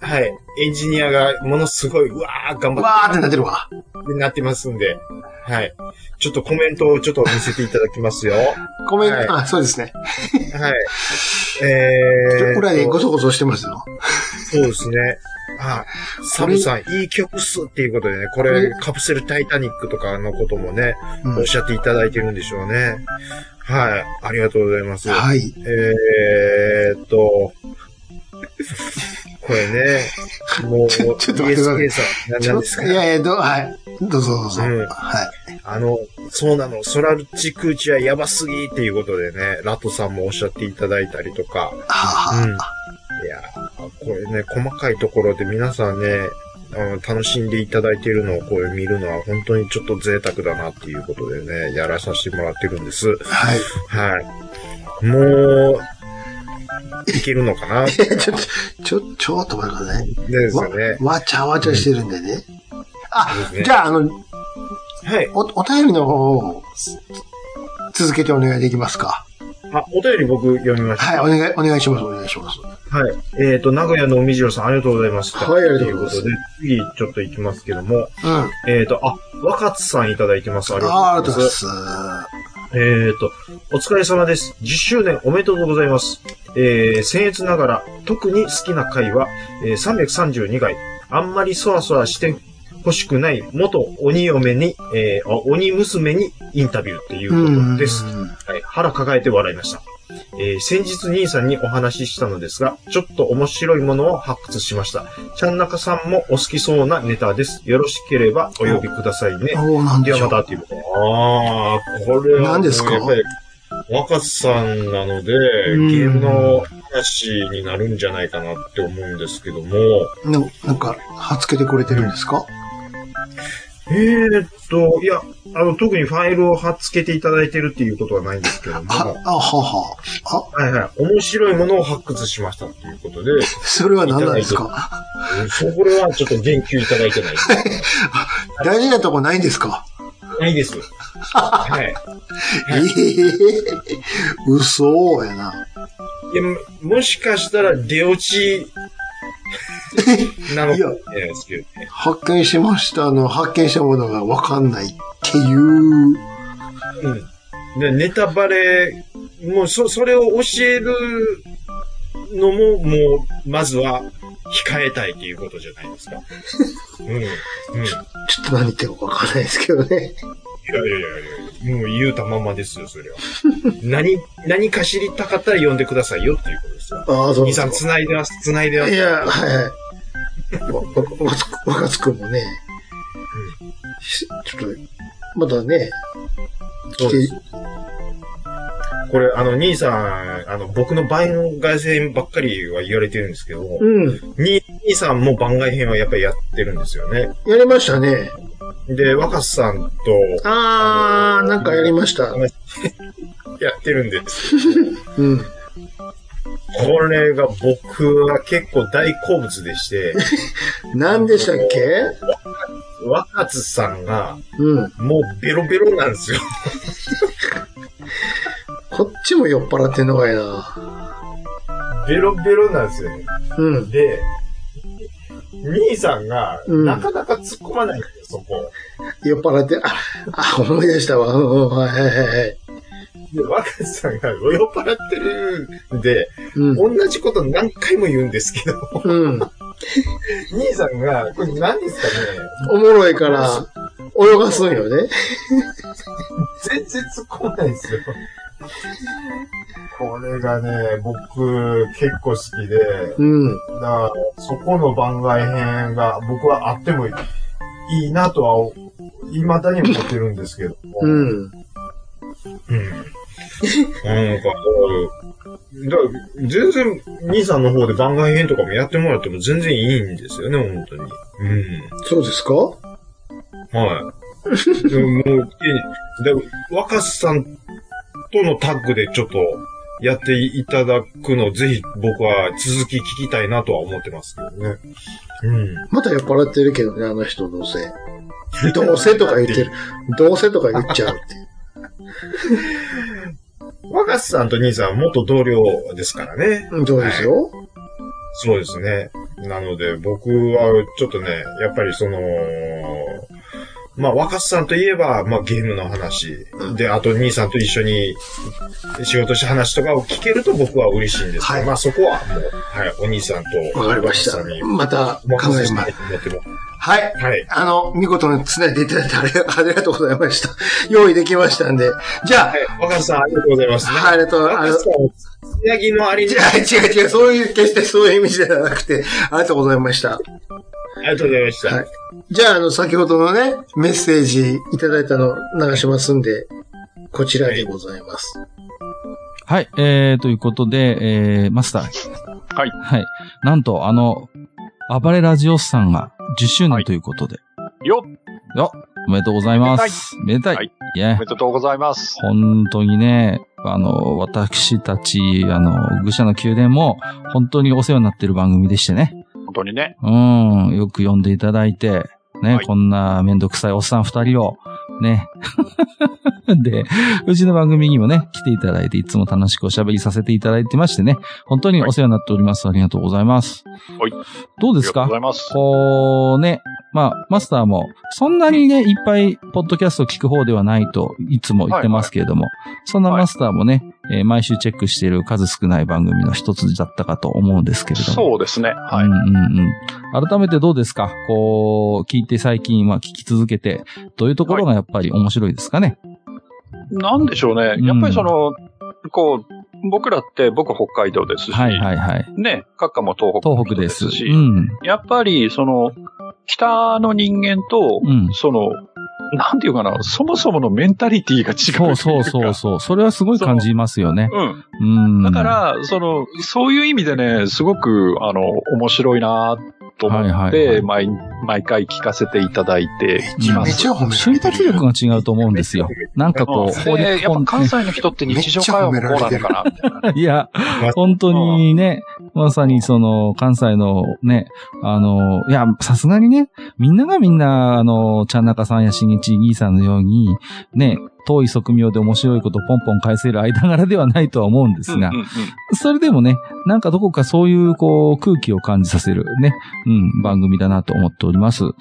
はい。エンジニアがものすごい、うわー、頑張
わーってなってるわ。
ってなってますんで。はい。ちょっとコメントをちょっと見せていただきますよ。は
ごめん、
はい
あ、そうですね。
い。えー。
裏でごそごそしてますよ。
そうですね。あ、サムさん、いい曲っすっていうことでね、これ、カプセルタイタニックとかのこともね、
うん
おっしゃっていただいてるんでしょうね。はい。ありがとうございます。
はい。
えーっと、これね、もう、
ちょちょっと待ってください
ESK さん、ななんですか
いやいや、ど、はい。どうぞどうぞ。
うん
はい。
あの、そうなの、ソラルチ空地はやばすぎっていうことでね、ラトさんもおっしゃっていただいたりとか、
はあ、は
うん。いやーこれね、細かいところで皆さんね、あの楽しんでいただいているのをこれ見るのは本当にちょっと贅沢だなっていうことでね、やらさせてもらってるんです。
あはい。
はい。もう、いけるのか なです
ちょっと、ちょ、ちょっと待ってください。
よね。
わちゃわちゃしてるんでね。あ、
ですね
じゃあ、あの、
はい。
お、お便りの方を、つ続けてお願いできますか。
あ、お便り僕読みました。
はい、お願い、お願いします、お願いします。
はい。えっ、と、名古屋のおみじろさんありがとうございました。
はいありがとうございます
ということで、次ちょっと行きますけども、
うん。あ
えっ、と、あ、若津さんいただいてます。ありがとうございます。
あー、ありがとうございます。
えー、と、お疲れ様です。10周年おめでとうございます。えー、僭越ながら、特に好きな回は、えー332回、あんまりそわそわして欲しくない元鬼嫁に、えーあ鬼娘にインタビューっていううこと
ん。
です。はい、腹抱えて笑いました。えー先日兄さんにお話ししたのですが、ちょっと面白いものを発掘しました。ちゃんなかさんもお好きそうなネタです。よろしければお呼びくださいね。
おうなん
で
で
は
しょ
ま
う。
たっていうことで。ああ、これはもう
何ですか
やっぱり若さんなので、
ん
ゲームの話になるんじゃないかなって思うんですけども、
ななんか、はっつけてくれてるんですか
えー、っと、いや、あの、特にファイルを貼っつけていただいてるっていうことはないんですけども、
は
は、
あ、はは。あ、
いはい、面白いものを発掘しましたっていうことで、
それは何なんですか
うんそこれはちょっと言及いただいてないです。
大事なとこないんですか
ないです。はい。
ええ嘘やな。
いや、ももしかしたら出落ちなのかもしれないですけどね。
発見しましたの、発見したものがわかんないっていう。
うん。でネタバレ、もうそ、それを教えるのも、もう、まずは、控えたいっていうことじゃない ですか。うん。うん。いや
ちょっと何言ってるかわかんないですけどね。
いやいやいや、もう言うたままですよ、それは。 何、何か知りたかったら呼んでくださいよっていうことですよ。
ああ、そう
兄
です
さん、繋いでます、繋いでま
い
す。
や、はいはい。わわ若つく、若つくんもね、しちょっと、まだね、
そう
来
で
て
す、これ、あの、兄さん、あの、僕の番外編ばっかりは言われてるんですけど、
うん、
に兄さんも番外編はやっぱりやってるんですよね。
やりましたね。
で、若狭さんと
あー、なんかやりました。
やってるんです。
うん。
これが僕は結構大好物でして、
何でしたっけ
若津さんが
うん。
もうベロベロなんですよ。
こっちも酔っ払ってんのかいな。
ベロベロなんですよね。
うん。
で、兄さんが
うん
なかなか突っ込まないんですよ、そこ。
酔っ払って、あ、あ、思い出したわ。うんうん、はいはいはいはい。
で、若津さんが酔っ払ってるんで、
うん。
同じこと何回も言うんですけど、
うん。
兄さんが、これ何ですかね
おもろいから、泳がすんよね。
全然突っ込まないんですよ。これがね、僕結構好きで、
うん。
だからそこの番外編が僕はあってもいいなとは、未だに思ってるんですけども。
う
うん。
ん。
なんか、だから全然、兄さんの方で番外編とかもやってもらっても全然いいんですよね、本当に。うん。
そうですか
はい。でももう、で若さんとのタッグでちょっとやっていただくの、ぜひ僕は続き聞きたいなとは思ってますけどね。うん。
また酔っ払ってるけどね、あの人、どうせ。どうせとか言ってる。 どうせとか言っちゃうって。
若さんと兄さんは元同僚ですからね。
うんそうですよ。
そうですね。なので、僕はちょっとね、やっぱりその、まあ、若狭さんといえば、まあ、ゲームの話。で、あと、兄さんと一緒に仕事した話とかを聞けると僕は嬉しいんですけど、
はい
まあ、そこはもう、はい、お兄さんと。
わかりまし
若狭さんに
た。また考え
ま。
ますす。
は
はい。
い。
あの、見事に繋いでいただいてありありが とうございました。用意できましたんで。じゃあ、
はい。若狭さん、ありがとうございます、ね。
はいありがとうござい
若
ます
狭さん、つなぎのあり
違う違う違う、そういう、決してそういう意味じゃなくて、ありがとうございました。
ありがとうございました。
はいじゃあ、あの、先ほどのね、メッセージいただいたの流しますんで、こちらでございます。
はい、えー、ということで、えー、マスター。
はい
はい。なんと、あの、暴れラジオスさんが10周年ということで。
よっ
よっおめでとうございます。めでたい。
はい
いや
おめでとうございます。
本当にね、あの、私たち、あの、愚者の宮殿も、本当にお世話になってる番組でしてね。
本当にね。
うん、よく読んでいただいて、ね、
はい
こんなめんどくさいおっさん二人を、ね。 で、うちの番組にもね、来ていただいて、いつも楽しくおしゃべりさせていただいてましてね、本当にお世話になっております。ありがとうございます。
はい。
どう
あ
で
りがとう
すか
ございます。
こうね、まあ、マスターも、そんなにね、いっぱい、ポッドキャストを聞く方ではないと、いつも言ってますけれども、そんなマスターもね、えー毎週チェックしている数少ない番組の一つだったかと思うんですけれども。
そうですね。は
う
い
ん。うんうん。改めてどうですかこう、聞いて最近、まあ聞き続けて、どういうところがやっぱり面白いですかね、
なんでしょうね。やっぱりその、こう、
僕らって、僕北海道ですし、
はいはいはい。
ね、閣下も東北の
東
人
北です。う
し、
ん。
やっぱり、その、北の人間と、
うん。
その、なんていうかな、そもそものメンタリティが違。
そううそうそうそう。それはすごい感じますよね。
うん。
うん。
だか、ら、その、そういう意味でね、すごく、あの、面白いなと思って、
はいはいはい
毎、毎回聞かせていただいていま
め
す。
ちゃ褒めら
瞬
れて
発
る。
力が違うと思うんですよ。なんかこう、
うん
放り
でやっ
込
ぱ
ん
関西の人って日常会話もこうなのかな、みた いな。
いや、本当にね、まさにその、関西のね、あの、いや、さすがにね、みんながみんな、あの、ちゃんなかさんやしげち兄さんのように、ね、遠い側面で面白いことポンポン返せる間柄ではないとは思うんですが
うん、うんうん
それでもね、なんかどこかそういう、こう、空気を感じさせるね、うん、番組だなと思っております。はい。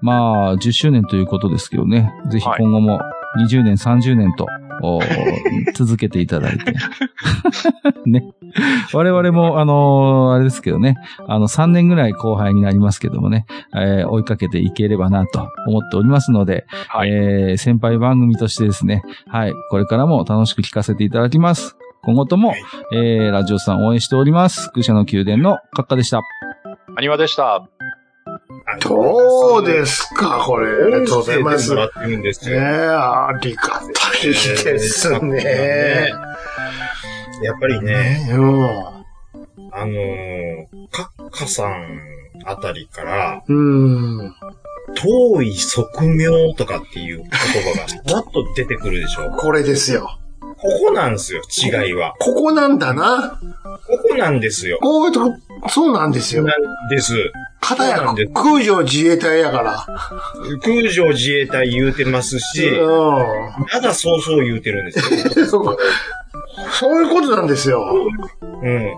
まあ、10周年ということですけどね、ぜひ今後も20年、30年と、お 続けていただいて。 ね。我々も、あのーあれですけどね、あの、3年ぐらい後輩になりますけどもね、えー追いかけていければなと思っておりますので、
はい
えー先輩番組としてですね、はい、これからも楽しく聞かせていただきます。今後とも、えー、ラジオさん応援しております。空車の宮殿の閣下でした。
アニマでした。
どうですか、これ。ありがとうございます。
音声でもらっ
ね
てるんです
え、
よ。
ありがたいですね。
やっぱりね、
ねうん
あのー、カッカさんあたりから、
うん。
遠い側面とかっていう言葉が、もっと出てくるでしょ。
これですよ。
ここなんですよ、違いは。
ここなんだな。
ここなんですよ。
こういうとこ、そうなんですよ。
なんです。
片
そうな
や
んです
空上自衛隊やから。
空上自衛隊言うてますし、
う
まだそうそう言うてるんですよ。
ん。そこ、そういうことなんですよ。
うん。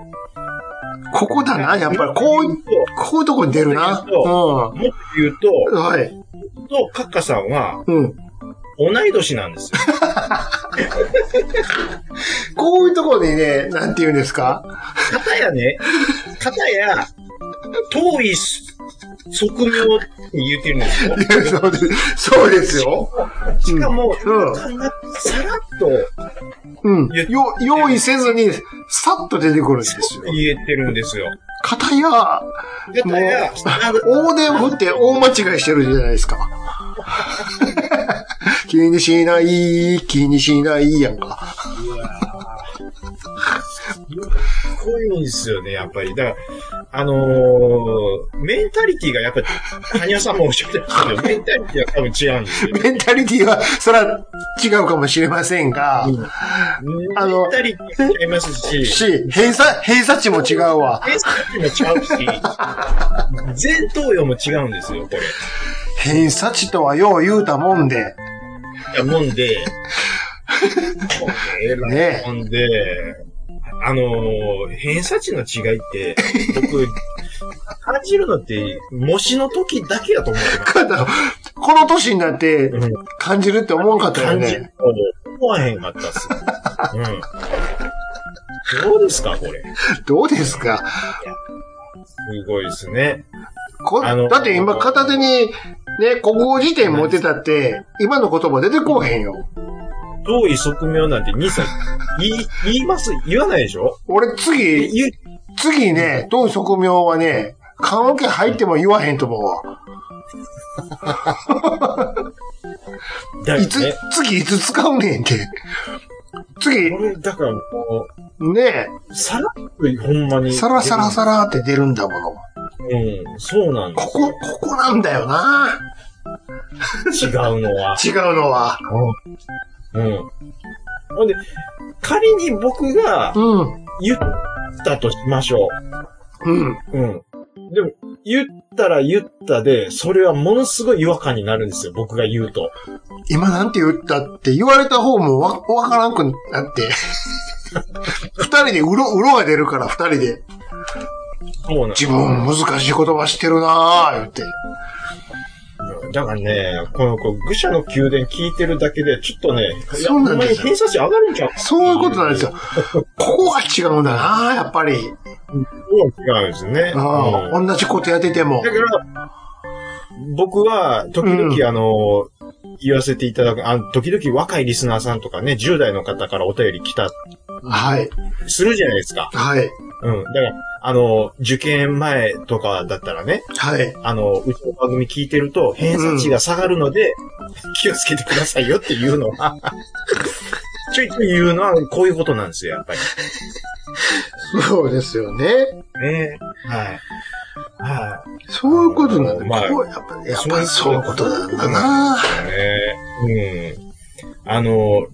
ここだな、やっぱり。こうい
もっ
う、こういうとこに出るな。う
と言うと、
ん。はい。
と、カッカさんは、
うん。
同い年なんですよ。
こういうとこにね、なんて言うんですか
片やね、片や、遠い側面って言ってるんですよ。
そうですそうですよ。
しかも、
うん
さらっと
うん。よ、用意せずに、さっと出てくるんですよ。
言えてるんですよ。
片や、
片や、あの
大手振って大間違いしてるじゃないですか。 気にしない、気にしないやんか。
こういうんですよね、やっぱり。だから、あのー、メンタリティがやっぱり、羽生さんもおっしゃってた けど、メンタリティが多分違うんですよ。
メンタリティは、そら、違うかもしれませんが、あの
メンタリティも違いますし、
し、偏差、偏差値も違うわ。
偏差値も違うし、前頭葉も違うんですよ、これ。
偏差値とはよう言うたもんで、
いや、もんで、 もうね
ね
もんで、あのー偏差値の違いって、僕、感じるのって、模試の時だけやと思ってます。
この年になって
うん
感じるって思わんかったよ
感じ
ね
る。と思わへんかったっす。うん。どうですか、これ。
どうですか
すごいですね。
こ
あの
だって今片手に、ね、国語辞典持ってたって、今の言葉出てこうへんよ。
どういう側面なんて兄さん、言い、言います言わないでしょ
俺次、
言う、
次ね、どういう側面はね、棺桶入っても言わへんと思うわ。
だよ
いつ
ね。、
次いつ使うねんって。次、
これ、だからも
ね
う、さらっと、ほんまに。
サラサラサラって出るんだもの。
うん、そうなんで
ここ、ここなんだよな。
す。違うのは。
違うのは。
うん。ほんで、仮に僕が
うん。
言ったとしましょ
うん。
う。うん。でも、言ったら言ったで、それはものすごい違和感になるんですよ、僕が言うと。
今なんて言ったって言われた方もわ、わからんくなって。 二人でうろ、うろが出るから、二人で。
そうなん
自分難しい言葉してるなぁ、言って。
だからね、この、こう愚者の宮殿聞いてるだけで、ちょっとね、いや
そうなん
ほ
ですよ
まに偏差値上がるんちゃう
そういうことなんですよ。ここが違うんだなぁ、やっぱり。
そう違うんですね。うん
うん。同じことやってても
だ。から、僕は、時々、
うん
あの、言わせていただく、あ時々若いリスナーさんとかね、10代の方からお便り来た
はい。
するじゃないですか。
はい。
うん。だから、あの、受験前とかだったらね、
はい。
あの、うちの番組聞いてると、偏差値が下がるので、気をつけてくださいよっていうの は、ちょいちょい言うのは、こういうことなんですよ、やっぱり。
そうですよね。
ねはい。は
そういうことなんだ。
まあ
こうやっぱ、やっ
そういうこと
ぱそういうことなんだな。
い。ねうん。あの、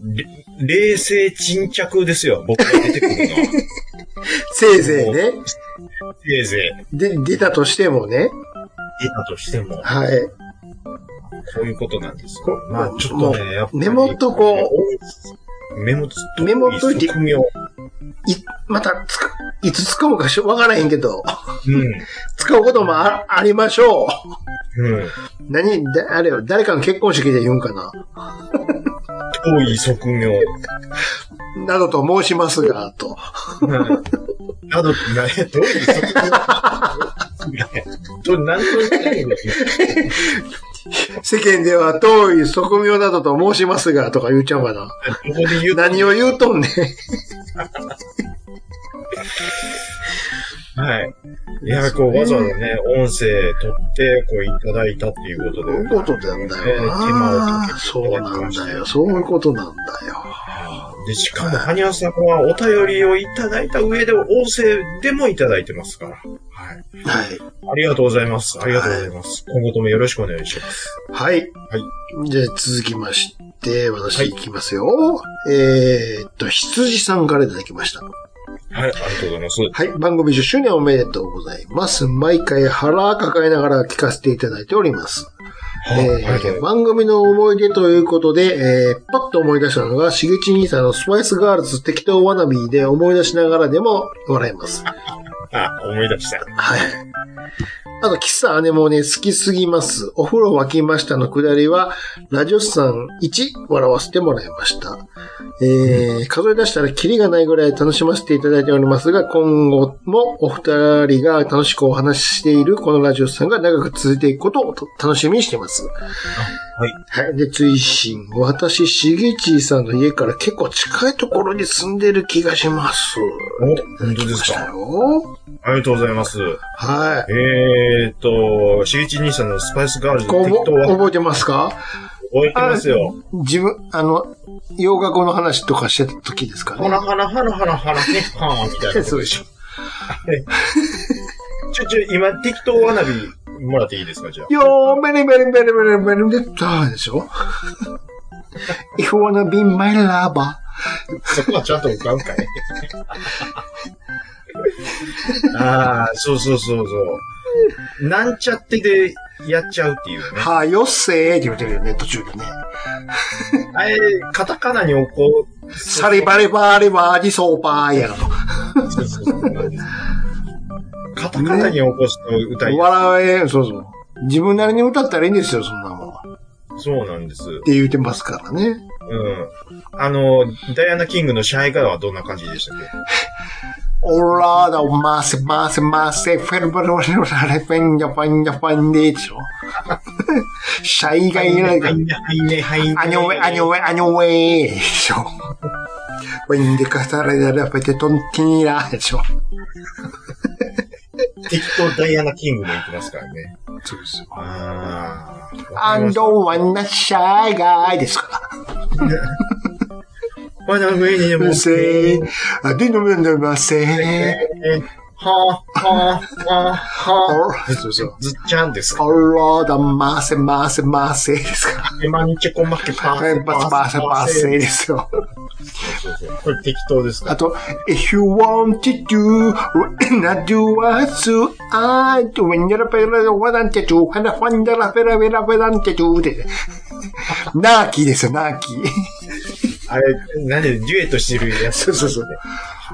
れ冷静沈着ですよ、僕が出てくるのは。
せいぜいね。
せいぜ
で、出たとしてもね。
い、出たとしても、
はい。
こういうことなんです
こ
よ。まあ、ちょっとね、やっぱり
メモっとこ
メモっと
メモっといて
組みを。
またつか、いつ使うかしわからへんけど、
うん。
使うこともあありましょう。
うん。
何だ、あれよ、誰かの結婚式で言うんかな。
遠い側面
などと申しますが、と。
など、な、どういう側面ど、なんと言っていいんですね
世間では遠い側面などと申しますが、とか言っちゃうかな。
どこで言う
何を言うとんねん。
はい。いや、こう、わざわざね、音声取って、こう、いただいたっていうこと
そういう
で。
ことなんだよ
えー手間をかけ
な。
て
そうなんだよ。そういうことなんだよ。
で、しかも、ハニワさんはお便りをいただいた上で、音声でもいただいてますから。はい。
はい。
ありがとうございます。ありがとうございます。今後ともよろしくお願いします。
はい。
は
じゃあ続きまし
は
て、
い
私いきますよ。えーっと、羊さんからいただきました。
はい、ありがとうございます。
はい。番組10周年おめでとうございます。毎回腹抱えながら聞かせていただいております。
はい
え
ありがとうござい
ー
ま
番組の思い出ということで、えーパッと思い出したのが、しげち兄さんのスパイスガールズ適当わなびで思い出しながらでも笑えます。
す。あ、思い出した。
はい。あと、喫茶姉もね、好きすぎます。お風呂沸きましたのくだりは、ラジオスさん1、笑わせてもらいました。えー、数え出したらキリがないぐらい楽しませていただいておりますが、今後もお二人が楽しくお話ししているこのラジオスさんが長く続いていくことをと楽しみにしてます。はい。はい。で、追伸。私、しげちーさんの家から結構近いところに住んでる気がします。
お、本当です
だ
か。
よ。
ありがとうございます。
はい。
えーっと、しげち兄さんのスパイスガールズ
こう
適
も
当は
覚えてますか
置いてますよ。
自分、あの、洋楽の話とかしてた時ですか
ほ
ね。
らはらはらはらは らね、はーみたいな。
そうでしょ。
ちょ、ちょ、今、適当わなびもらっていいですか、じゃあ。
よー、ベリベリベリベリベリベリでしょ ?If you wanna be my lover.
そこはちゃんと歌う かい。ああ、そうそうそうそう。なんちゃってでやっちゃうっていうね。
はよっせーって言ってるよね、途中でね。
あれ、カタカナに起こ
サリバリバリバリソーパーやの。
う。そうそうそうなんですカタカナに起こすと歌い、
笑え、そうそう。自分なりに歌ったらいいんですよ、そんなもん。っ
そうなんです。
て言ってますからね。
うん。あの、ダイアナ・キングの支配からはどんな感じでしたっけ
オラーだ、マセマセマセ、フェルバルバルバルフェンジャファンジャファンで、でしょシャイがいないから
は、いね、はいね、はいね。
アニョウェ、アニョウェ、アニョウェでしょ。ウィンデカサラダラペテトンティーラでしょ。
適当ダイアナ・キングも行きますからね。
そうですよ。
ああ。
アンドワンナシャイガイですか
これの上にで
ら。
も
う。せー、あ、でのめんだませ
はあ、はあ、はあ、
ー。
はあ。
おら、そうそう。
ずっちゃんですか
オラーだ、ませませませですか
マニチェコマケパ
ら。
ーセ
バスバスバスですよ。
そうそうこれ適当ですか
あと、if you wanted to, when I do what to, I do, when you're a better than what I did to, when I find a better than what I did to, で。ナーキーですよ、ナーキー。
あれ、なんでデュエットしてるやつ
そうそうそう。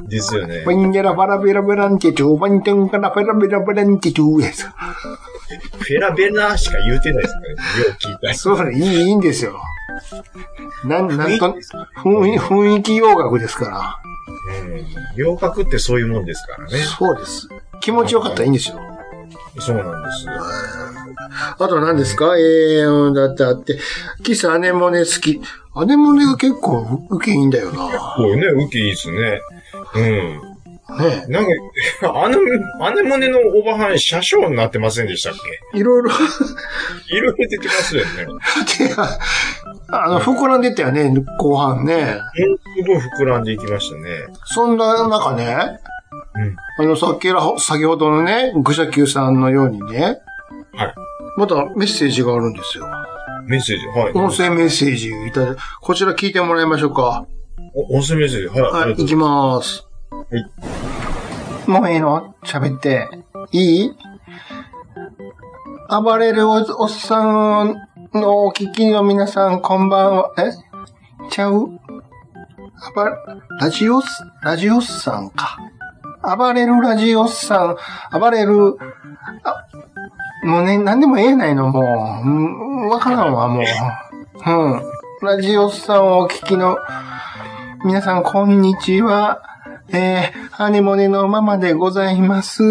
ですよね。
when you're a better than what I did to, when you're a better than what I did to, です。
フェラベナーしか言うてないですからね。よう聞いたら。
そう、いい、いいんですよ。なん、な
雰
ん
囲気
と
です、
雰囲雰囲気洋楽ですか
うん。洋楽ってそういうもんですからね
ら。。そうです。気持ちよかったらいいんですよ。
そうなんです。
あと何ですかえー、だってあって、キス姉もね好き。姉もねが結構受けいいんだよな。
こうね、ウキいいですね。うん。
ね
なんか、 あの、あの胸のおばはん、車掌になってませんでしたっ
いろいろ、だ
けいろいろ出てますよね。
って、あ あの、膨らんでったよね、後半ね。
すごい膨らんでいきましたね。
そんな中ね、
うん
あの、さっきら、先ほどのね、愚者級さんのようにね、
はい
またメッセージがあるんですよ。
メッセージ、はい。
音声メッセージいただこちら聞いてもらいましょうか。
お音声メッセージ、はい。
はい、
ありがとご
いう
ざ
き
いま
ま
は
す。
い
もういいの喋って。いい暴れるおおっさんのお聞きの皆さん、こんばんは。えちゃう暴れ、ラジオス、ラジオスさんか。暴れるラジオスさん、暴れる、あ、もうね、なんでもええないの、もううん。わからんわ、もう。うん。ラジオスさんをお聞きの皆さん、こんにちは。えー、アネモネのママでございます。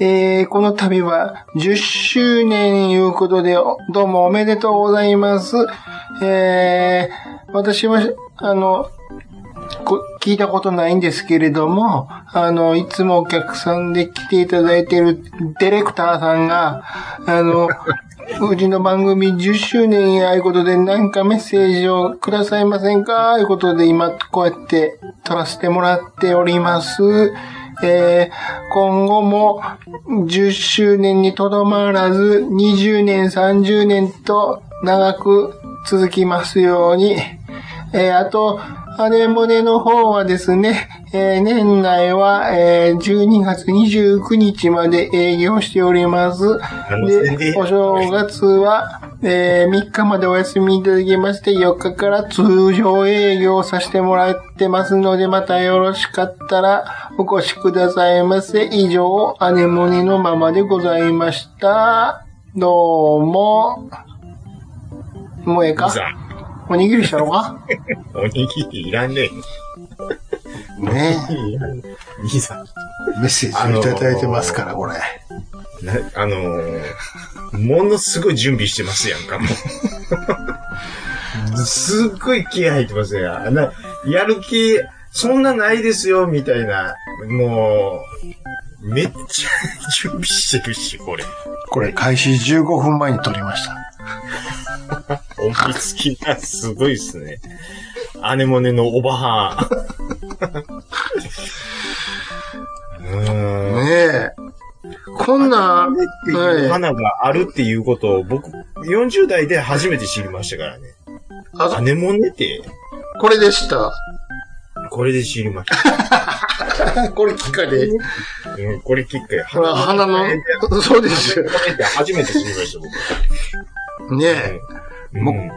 えー、この度は10周年いうことで、おどうもおめでとうございます。えー、私は、あの、こ聞いたことないんですけれども、あの、いつもお客さんで来ていただいてるディレクターさんが、あの、うちの番組10周年やいうことで何かメッセージをくださいませんかいうことで今こうやって撮らせてもらっております。えー今後も10周年にとどまらず20年30年と長く続きますように。えーあと、アネモネの方はですね、えー年内は、えー12月29日まで営業しております。で、お正月は、えー3日までお休みいただきまして、4日から通常営業させてもらってますので、またよろしかったらお越しくださいませ。以上、アネモネのままでございました。どうも。もうええか
す。
おにぎりしたのか
おにぎりいらんね
ね
え。兄さん。
メッセージをいただいてますから、これ。
なあのー、ものすごい準備してますやんか、もう。すっごい気合入ってますね。あなやる気、そんなないですよ、みたいな。もう、めっちゃ準備してるし、これ。
これ、開始15分前に撮りました。
思いつきがすごいっすね。姉もねのおばはん。う ーん。
ねえ。こんな、
っていう花があるっていうことを僕、40代で初めて知りましたからね。
あ
アネモネって、
これでした。
これで知りました。
これきっかけで。
うん、これきっかけ。
ほら、花の
アネモネ、
そうですよ。
って初めて知りました、
ねえ。
僕。
もう
うん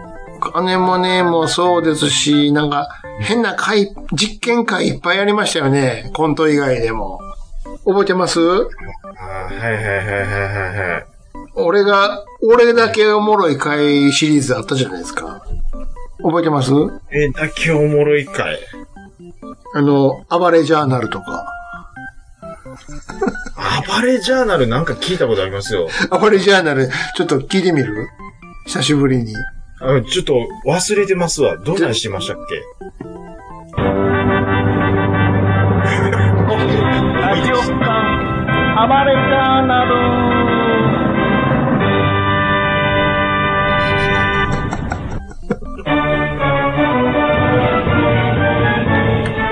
金もね、もうそうですし、なんか、変な回、実験会いっぱいありましたよね。コント以外でも。覚えてます
あーはいはいはいはいはいはい。
俺が、俺だけおもろい回シリーズあったじゃないですか。覚えてます
えー、だけおもろいかい。
あの、暴れジャーナルとか。
暴れジャーナルなんか聞いたことありますよ。
暴れジャーナル、ちょっと聞いてみる久しぶりに。
あちょっと忘れてますわ。どんなんしてましたっけ
ラジオ館、暴れたなど。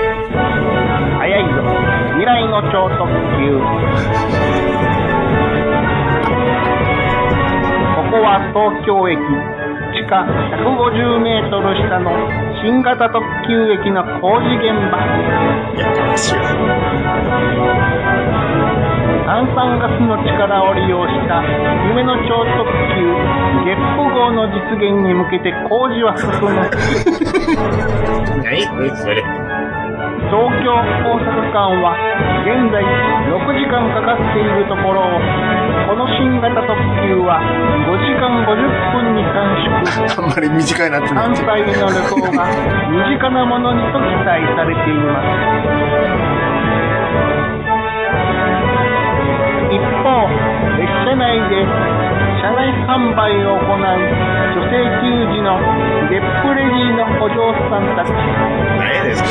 早いぞ。未来の超特急。ここは東京駅。地下150メートル下の新型特急駅の工事現場。
いや、違う。
炭酸ガスの力を利用した夢の超特急月歩号の実現に向けて工事は進む
何それ。
東京大阪間は現在6時間かかっているところをこの新型特急は5時間50分に短
あ
縮
んまり短いなってな
関
っち
西
ゃう
の旅行が身近なものにと期待されています一方列車内で車内販売を行う助成給仕のゲップレジのお嬢さんたち
何やねんそれ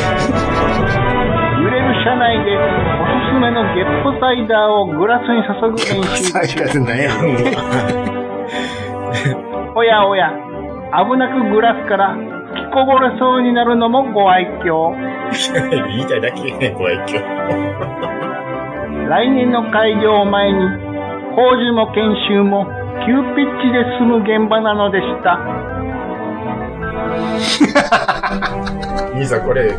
揺れる車内でおすすめのゲップサイダーをグラスに注ぐ練習
サイダーって何やねん。
おやおや危なくグラスから吹きこぼれそうになるのもご愛嬌
言いたいだけやねん、これ今日。
来年の開業を前に工事も研修も急ピッチで済む現場なのでした
兄さん、これ、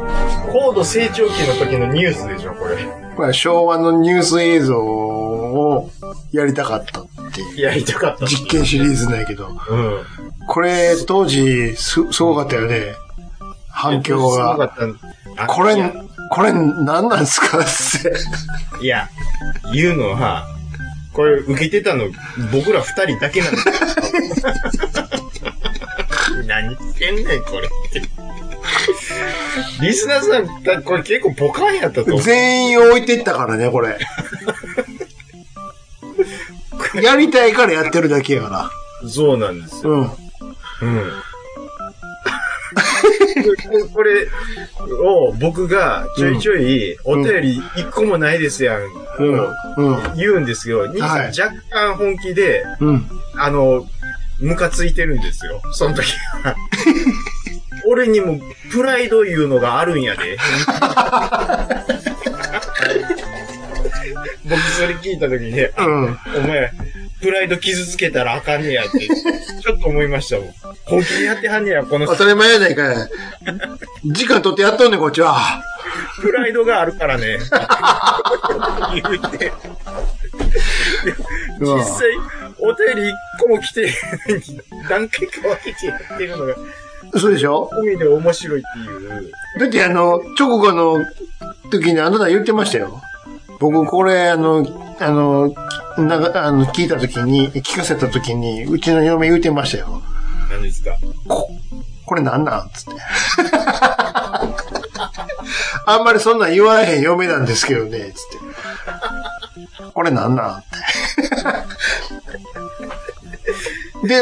高度成長期の時のニュースでしょ、これ。
まあ、昭和のニュース映像をやりたかったっていう。
やりたかったし
実験シリーズなんやけど。
うん。
これ、当時、す、すごかったよね。反響
すご
が。
かった。あ
こ
い
れ
や、
これ、なんなんす かって。
いや、言うのは、これ受けてたの、僕ら二人だけなん だ何言ってんねん、これって。リスナーさんだ、これ結構ポカンやったと思う。
全員置いてったからね、これ。やりたいからやってるだけやか
そうなんです
ら。
よ。
うん。
うん。これを僕がちょいちょいお便り一個もないですやん、
うん。うん。
言うんですけど、兄さん
はい
若干本気で、
うん。
あの、ムカついてるんですよ。その 時は。俺にもプライドいうのがあるんや で。僕それ聞いた時にね、
うん。
お前、プライド傷つけたらあかんねやって、ちょっと思いましたもん。本気でやってはんねや、この
当たり前やないかい。時間取ってやっとんねん、こっちは。
プライドがあるから ね。言うて。
うん
実際、お便り一個も来てないのに、何回か分けてやってるのが、
そうでしょ
海で面白いっていう。
だってあの、直後の時にあなた言ってましたよ。僕これあの、あの、なんかあの聞いた時に、聞かせた時に、うちの嫁言ってましたよ。
何ですか
これなんなんつって。 あんまりそんなん言わへん嫁なんですけどね、つって。これなんなんって。 で、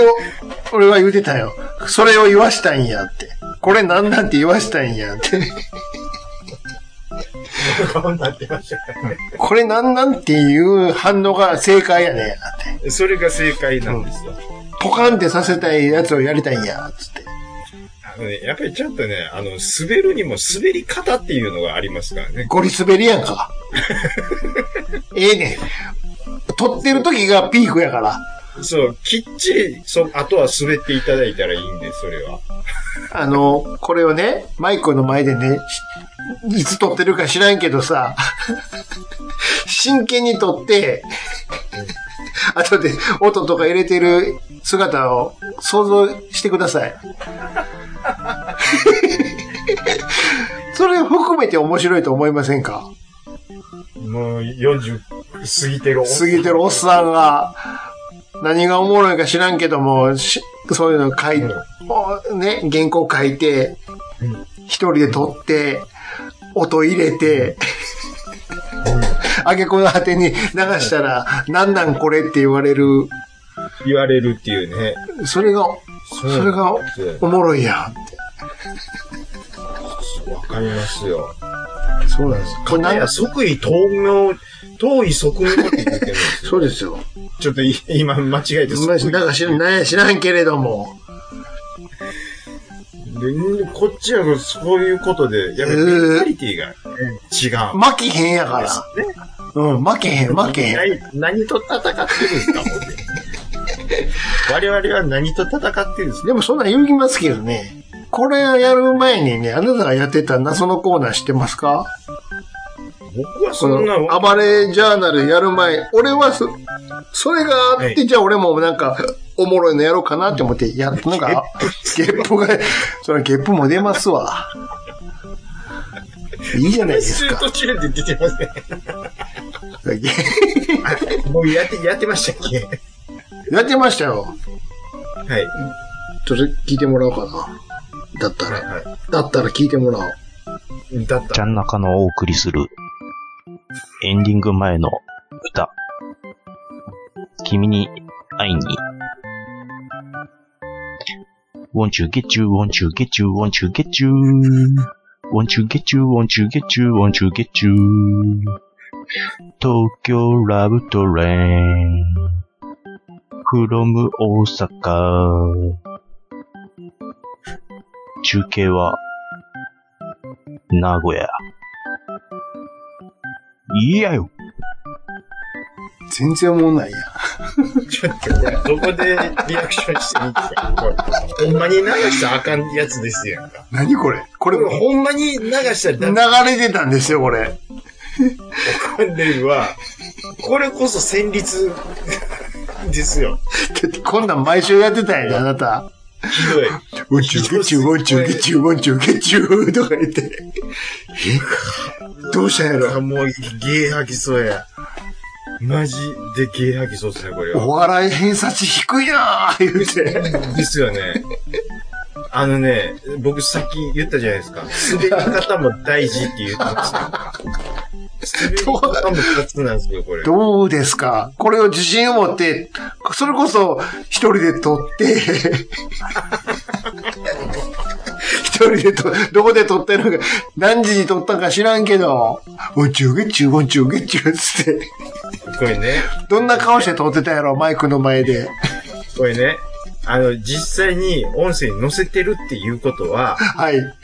お俺は言うてたよ。それを言わしたいんやって。これなんなんって言わしたいんやって。
顔になってましたからね。
これなんなんっていう反応が正解やねんやって。
それが正解なんですよ。
ポカンってさせたいやつをやりたいんや、つって。
あのね、やっぱりちょっとね、あの、滑るにも滑り方っていうのがありますからね。
ゴリ滑りやんか。ええねん。撮ってる時がピークやから。
そう、きっちり、そう、あとは滑っていただいたらいいんで、それは。
あの、これをね、マイクの前でね、しいつ撮ってるか知らんけどさ、真剣に撮って、後で音とか入れてる姿を想像してください。それを含めて面白いと思いませんか
もう、40過ぎてる。
過ぎてるおっさんが、何がおもろいか知らんけども、しそういうの書い、ね、原稿書いて、一人で撮って、音入れて、あげこの果てに流したら、なんなんこれって言われる、
言われるっていうね。
それが、
そ
それがおもろいやんって。
わかりますよ。
そうなんです。これ
なん
な
や、
ん
即位東明、遠い即位って言ってるんですよ。
そうですよ。
ちょっとい今間違えて
まあなんか知らん、なんや知らんけれども。
でこっちはそういうことで、やっぱり
えー
メンタリティが違う。
負けへんやから。うん、負けへん、負けへん。
何何と戦ってるんです か、ほんで我々は何と戦ってるんですか
でもそんなん言いますけどね。これをやる前にね、あなたがやってた謎のコーナー知ってますか
僕は
こ
そんな
の、暴れジャーナルやる前、俺はそ、それがあって、
はい
じゃあ俺もなんか、おもろいのやろうかなって思って、やったのが、ゲップが、それゲップも出ますわ。いいじゃないですか。
途中で出てますね。
ゲ
もうやって、やってましたっけ
やってましたよ。
はい。
ちょっと聞いてもらおうかな。だったら、
は
だったら聞いてもらおう。
い。だった
ちゃん中のお送りする、エンディング前の歌。君に会いに。 won't you get you, won't you get you, won't you get you, won't you get you, won't you get you, won't you get you, 東京ラブトレイン from 大阪中継は名古屋いやよ
全然思んないや。
ちょっとこれ、どこでリアクションしていいですかこれほんまに流したらあかんやつですやんか。
何これこ
こ
れ、
れ ほんまに流したらダ
流
メ
れてたんですよ、これ。
これは、これこそ戦慄ですよ。
だってこんなん毎週やってたんやで、あなた。
ひどい。
ウンチュウゲチュウ、ウンチュウゲチュウ、ウンチュウゲチュウとか言って。どうしたんやろ
もう、ゲー吐きそうや。マジでゲー吐きそうですね、これは
お。笑い偏差値低いなぁ、言うて。
ですよね。あのね、僕さっき言ったじゃないですか。滑り方も大事って言ってました。滑り方も二つなんですよ、これ。
どうですかこれを自信を持って、それこそ一人で撮って、一人でと、どこで撮ってるのか、何時に撮ったか知らんけど、おんちゅうげっちゅう、おんちゅうげっちゅうっつって、
これね、
どんな顔して撮ってたやろ、マイクの前で。
これね、あの、実際に音声に載せてるっていうことは、
はい。う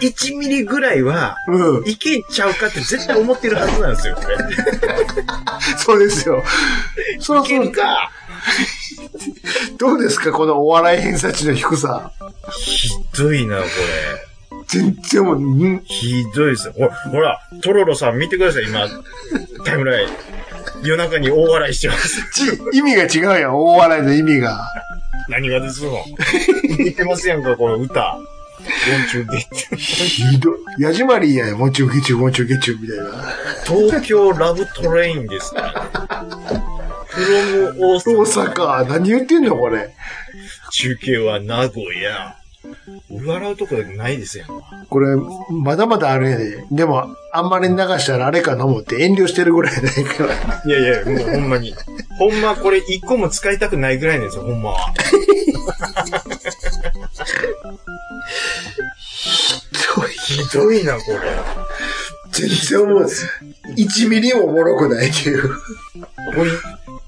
1ミリぐらいは、
ん。
いけちゃうかって絶対思ってるはずなんですよ、これ。
そうですよ。そろ
い
そ
け
ろ
る、か
どうですかこのお笑い偏差値の低さ。
ひどいな、これ。
全然もう、ん
ひどいですよ。ほら、ほら、トロロさん見てください、今。タイムライン。夜中に大笑いしてます。
ち意味が違うやん、大笑いの意味が。
何がですの似てますやんか、この歌。昆虫で
ひどい。ヤジマリーやん、もちゅうけちゅう、もちゅうけちゅうみたいな。
東京ラブトレインですから。フロム大
大
阪
阪、何言ってんのこれ。
中継は名古屋。笑うとこないですやんか。
これ、まだまだあるんやで。でも、あんまり流したらあれか飲むって遠慮してるぐらいやないから。
いやいや、もうほんまに。ほんまこれ一個も使いたくないぐらいなんですよ、ほんまは。ひどいな、これ。
全然思うんです。1ミリもおもろくないっていう。
こ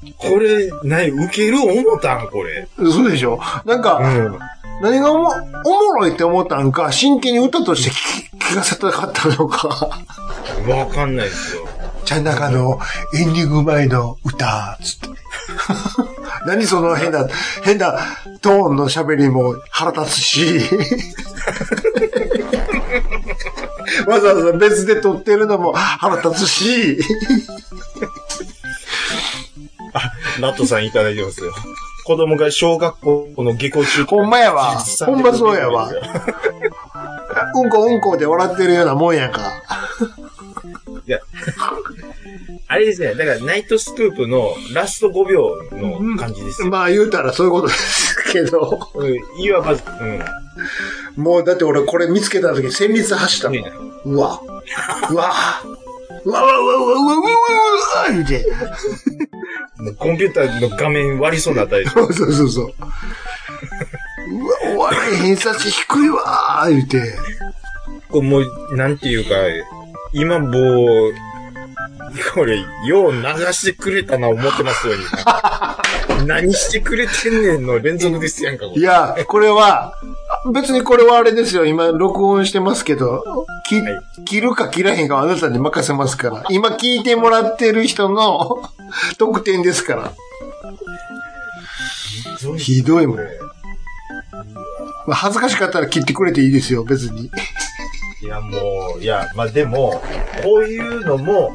れ、これ、何、ウケる思ったんこれ。
そうでしょなんか、
ん。
何がおもおもろいって思ったのか、真剣に歌として聞き聞かせたかったのか。
わかんないですよ。
ちゃん中のエンディング前の歌、つって。 何その変な、変なトーンの喋りも腹立つ し。わざわざ別で撮ってるのも腹立つし。
ナットさんいただいてますよ。子供が小学校の下校中
ほんまやわ
実際に
ほんまそうやわうんこうんこで笑ってるようなもんやんか。
あれですね、だからナイトスクープのラスト5秒の感じですよ。
まあ言うたらそういうことですけど。
うん、いわば、うん。
もうだって俺これ見つけた時先日走ったの。うわ。うわ。うわうわうわうわうわうわうわうわ言うて。
もうコンピューターの画面割りそうになったり
そうそうそうそう。うわ、お笑い偏差値低いわー言うて。
これもう、なんていうか、今もう、これ、よう流してくれたな思ってますよ、 今何してくれてんねんの連続ですやんか、こ
い
れ。
や、これは、あ別にこれはあれですよ。今、録音してますけど、き
はい
切るか切らへんかはあなたに任せますから。今聞いてもらってる人の特典ですから。ひどいもん
これ
まあ恥ずかしかったら切ってくれていいですよ、別に。
いや、もう、いや、まあ、でも、こういうのも、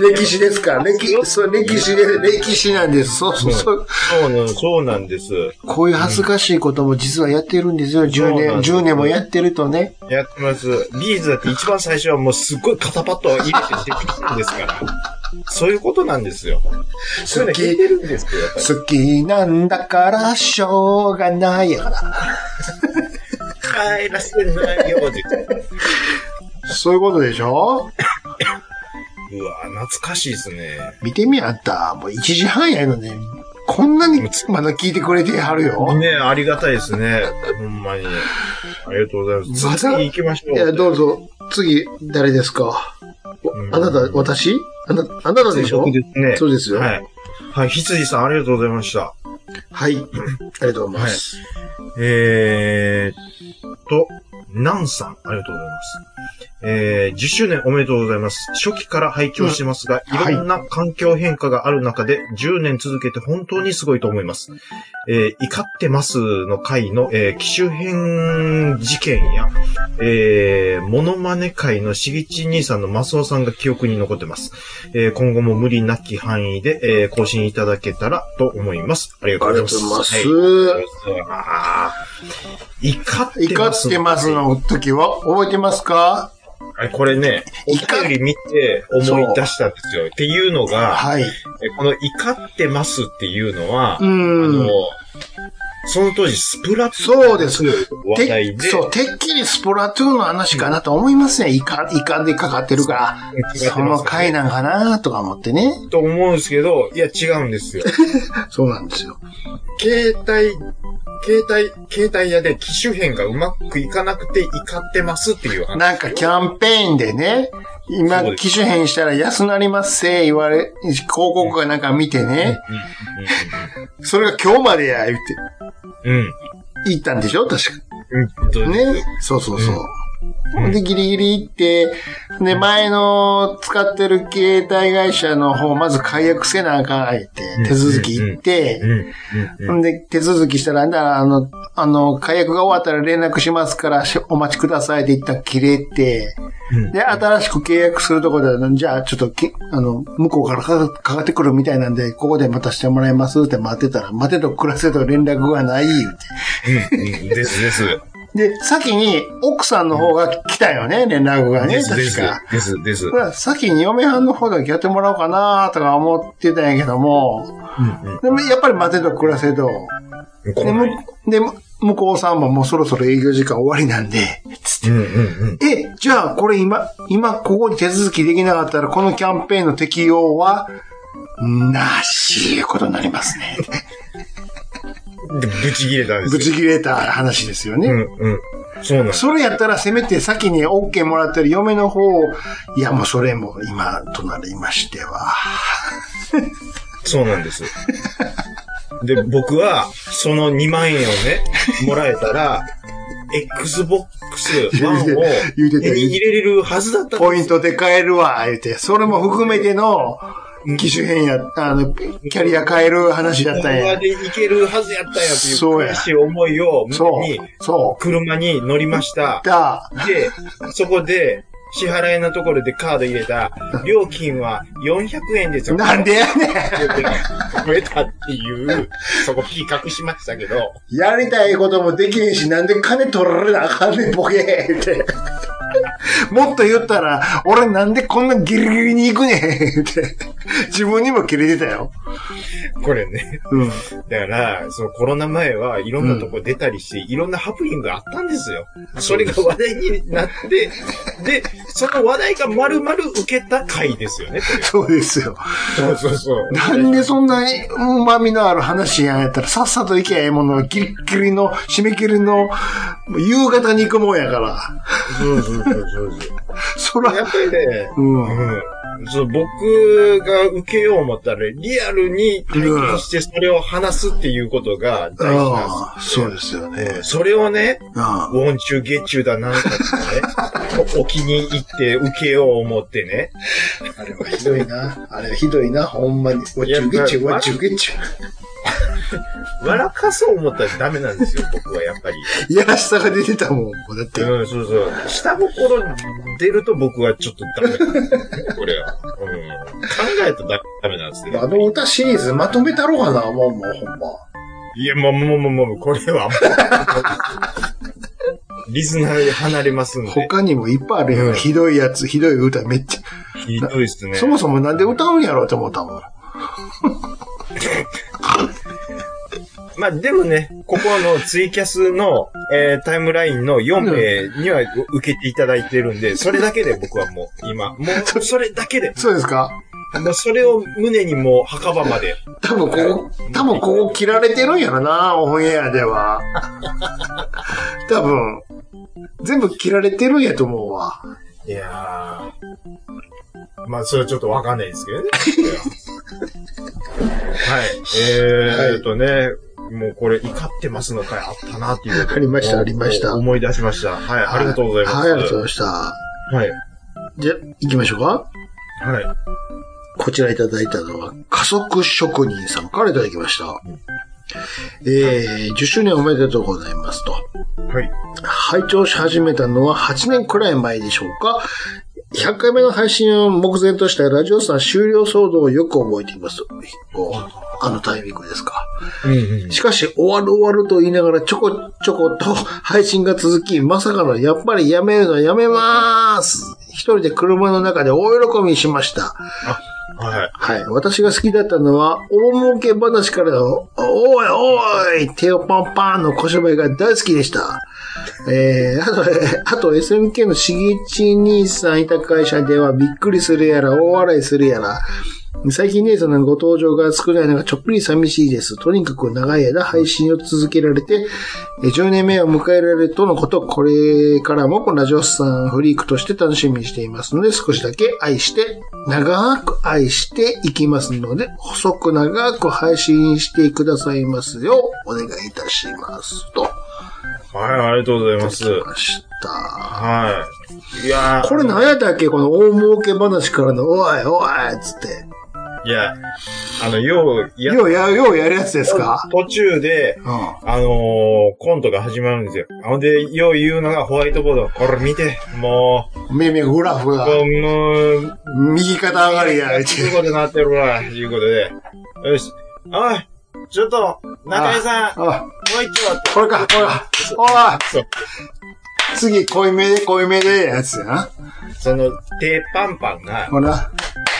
歴史ですから、歴史、そう、歴史で、歴史なんです。そうそうそう。
そうなんそうなんです。
こういう恥ずかしいことも実はやってるんですよ。10
そうなん
年、
です
10年もやってるとね。
やってます。ビーズだって一番最初はもうすっごい肩パッドを入れて出てきたんですから。そういうことなんですよ。そういうの聞いてるんですけど、やっぱり。
好きなんだからしょうがないやから。
帰らせないようで。
そういうことでしょ
うわ懐かしいですね。
見てみあんた。もう1時半やのね。こんなにまだ聞いてくれてはるよ。
ねありがたいですね。ほんまに。ありがとうございます。
また
次行きましょう。
いや、どうぞ。次、誰ですか
うん
あなた、私あなあなたでしょ
僕ですね。
そうですよ。
は
はい。
い。はい、羊さんありがとうございました。
ありがとうございます。
えーっと、ナンさん、ありがとうございます。えー10周年おめでとうございます。初期から拝聴してますが、
うんはい
いろんな環境変化がある中で、10年続けて本当にすごいと思います。えー怒ってますの回の、えー機種編事件や、えー、モノマネ界のしぎち兄さんのマスオさんが記憶に残ってます。えー今後も無理なき範囲で、えー更新いただけたらと思います。ありがと
あ
う
り
ご
がと
ざ
う
いま。
ございますす
はい。あー怒って
怒
ます。
ってますの時は覚えてますか
はいこれね、お
怒っ
便り見て思い出したんですよ。っていうのが、
はい。
えこの怒ってますっていうのは、
う
あの
ん。、
その当時スプラトゥーン
そうです。
話題
て
で、
そう、てっきりスプラトゥーンの話かなと思いますね。イカ、イカでかかってるから、その回なんかなとか思ってね。
と思うんですけど、いや違うんですよ。
そうなんですよ。
携帯、携帯、携帯屋で機種変がうまくいかなくて怒ってますっていう話。
なんかキャンペーンでね、今
そうで、す
機種変したら安なりますせ、言われ、広告がなんか見てね、それが今日までや、言って、
うん。うん。
言ったんでしょ確か
うん。
ね。そうそうそう。
うん
で、ギリギリ行って、で、前の使ってる携帯会社の方、まず解約せなあかん、言って
うん、
手続き行って
う、ん。うん。うん
んで、手続きしたら、なあの、あの、解約が終わったら連絡しますから、しお待ちくださいって一旦切れて、
うん
で、新しく契約するところで、じゃあ、ちょっとけ、あの、向こうからかかかかってくるみたいなんで、ここでまたしてもらいますって待ってたら、待てと暮らせと連絡がない、言う
うん。ですです。
て。で、先に奥さんの方が来たよね、連絡がね、
ですで
確
す
か。。
ですです。
まあ先に嫁はんの方だけやってもらおうかなとか思ってたんやけども、
うん
でもやっぱり待てと暮らせと、
うん。
で、
こ
む
ない。
でむ向こうさんももうそろそろ営業時間終わりなんで、つって
うんうんうん。
え、じゃあこれ今、今ここに手続きできなかったらこのキャンペーンの適用は、なし、いうことになりますね。
で、ぶち切れたんです
ぶ
よ。
ち切れた話ですよ
う
ね。
んうん。そうなんです。
それやったらせめて先に OK もらってる嫁の方を、いやもうそれも今となりましては。
そうなんです。で、僕は、その2万円をね、もらえたら、Xbox One を
言うてた言うてた
手に入れれるはずだ ったんですよ
ポイントで買えるわ、言うて。それも含めての、機種変や、あの、キャリア変える話だったん
車
や。
で行けるはずやったんやという
そうや
悔しい思いを胸
そう
に、、
そ
車に乗りました
う。。だ、
で、そこで、支払いのところでカード入れた、料金は400円ですよ。
なんでやねん。
増えたっていう、そこ P 隠しましたけど、
やりたいこともできねえし、なんで金取られなあかんねん、ボケーって。もっと言ったら、俺なんでこんなギリギリに行くねんって。自分にも切れてたよ。
これね。
うん。
だから、そのコロナ前はいろんなとこ出たりして、いろんなハプニングがあったんですよ。それが話題になって、で、その話題が丸々受けた回ですよね、こ
そうですよ。
れ。そうそうそう。
なんでそんなに旨味のある話やんやったら、さっさと行けばええものをギリギリの、締め切りの、夕方に行くもんやから。
そうそうそうそうそう。
そ
や
ら、
っぱりね、
うん。
うん。そう、僕が受けよう思ったら、リアルに体験してそれを話すっていうことが大事なん
ああ、そうですよ
ですよ。
ね。
それをね、
あ
ウォンチュゲチュだなんかってね、お気に入って受けよう思ってね。
ああれはひどいな。あれはひどいな、ほんまに。わちゅうげちゅう、わちゅうげちゅう。
笑かそう思ったらダメなんですよ、僕はやっぱり。
いやらしさが出てたもん、だって。
うん、そうそう。下心出ると僕はちょっとダメなんですよ、これは。うん。考えたらダメなんですよ。
あの歌シリーズまとめたろうかな、もうもうほんま。
いや、もう、もう、もう、もう、これはもう。リスナーで離れますんで。
他にもいっぱいあるよ。
うん
ひどいやつ、ひどい歌めっちゃ。
ひどいですね。
そもそもなんで歌うんやろうって思ったもん。
まあ、でもね、ここのツイキャスの、えータイムラインの4名には 受けていただいてるんで、それだけで僕はもう、今、もう、それだけで、
そうですか
もうそれを胸にもう墓場まで。
多分ここ、多分ここ切られてるんやろな、オンエアでは。多分、全部切られてるんやと思うわ。
いやー。まあ、それはちょっとわかんないですけ どね。はい。えーっとね、もうこれ怒ってますの回あったなっていう。
ありました、ありました。はい、
思い出しました。はい、ありがとうございます。
ありがとうございました。
はい。
じゃあ、行きましょうか。
はい。
こちらいただいたのは、加速職人さんからいただきました。えー、10周年おめでとうございますと。
はい。
拝聴し始めたのは8年くらい前でしょうか。100回目の配信を目前としたラジオさん終了騒動をよく覚えています。おあのタイミングですか。しかし、終わる終わると言いながらちょこちょこと配信が続き、まさかのやっぱりやめるのやめまーす。一人で車の中で大喜びしました。
はい。
はい。私が好きだったのは、大儲け話からの、おいおい、手をパンパンの小芝居が大好きでした。えー、あと、 あと SMK のしげち兄さんいた会社ではびっくりするやら、大笑いするやら、最近姉さんのご登場が少ないのがちょっぴり寂しいです。とにかく長い間配信を続けられて、えー10年目を迎えられるとのこと、これからもこのラジオスさんフリークとして楽しみにしていますので、少しだけ愛して、長く愛していきますので、細く長く配信してくださいますよう、お願いいたします。と、
はい、ありがとうございま
い
す
た。だきました。
はい。いやー
これ何やったっけこの大儲け話からの、おいおいっつって。
いや、あの、よう、や
ようや、ようやるやつですか
途中で、
うん。
あのー、コントが始まるんですよ。ほんで、よう言うのがホワイトボード。これ見て、も
耳グラフ
う、
が、
こうもう、
右肩上がりや、言う
す
て
ごいことなってるわ、いうことで。よし。おいちょっと、中井さん、も
あ、
う一丁って。
これか、これか。お
そ
いう次、濃いめで、濃いめで、やつやな。
その、手パンパンが、
ほら。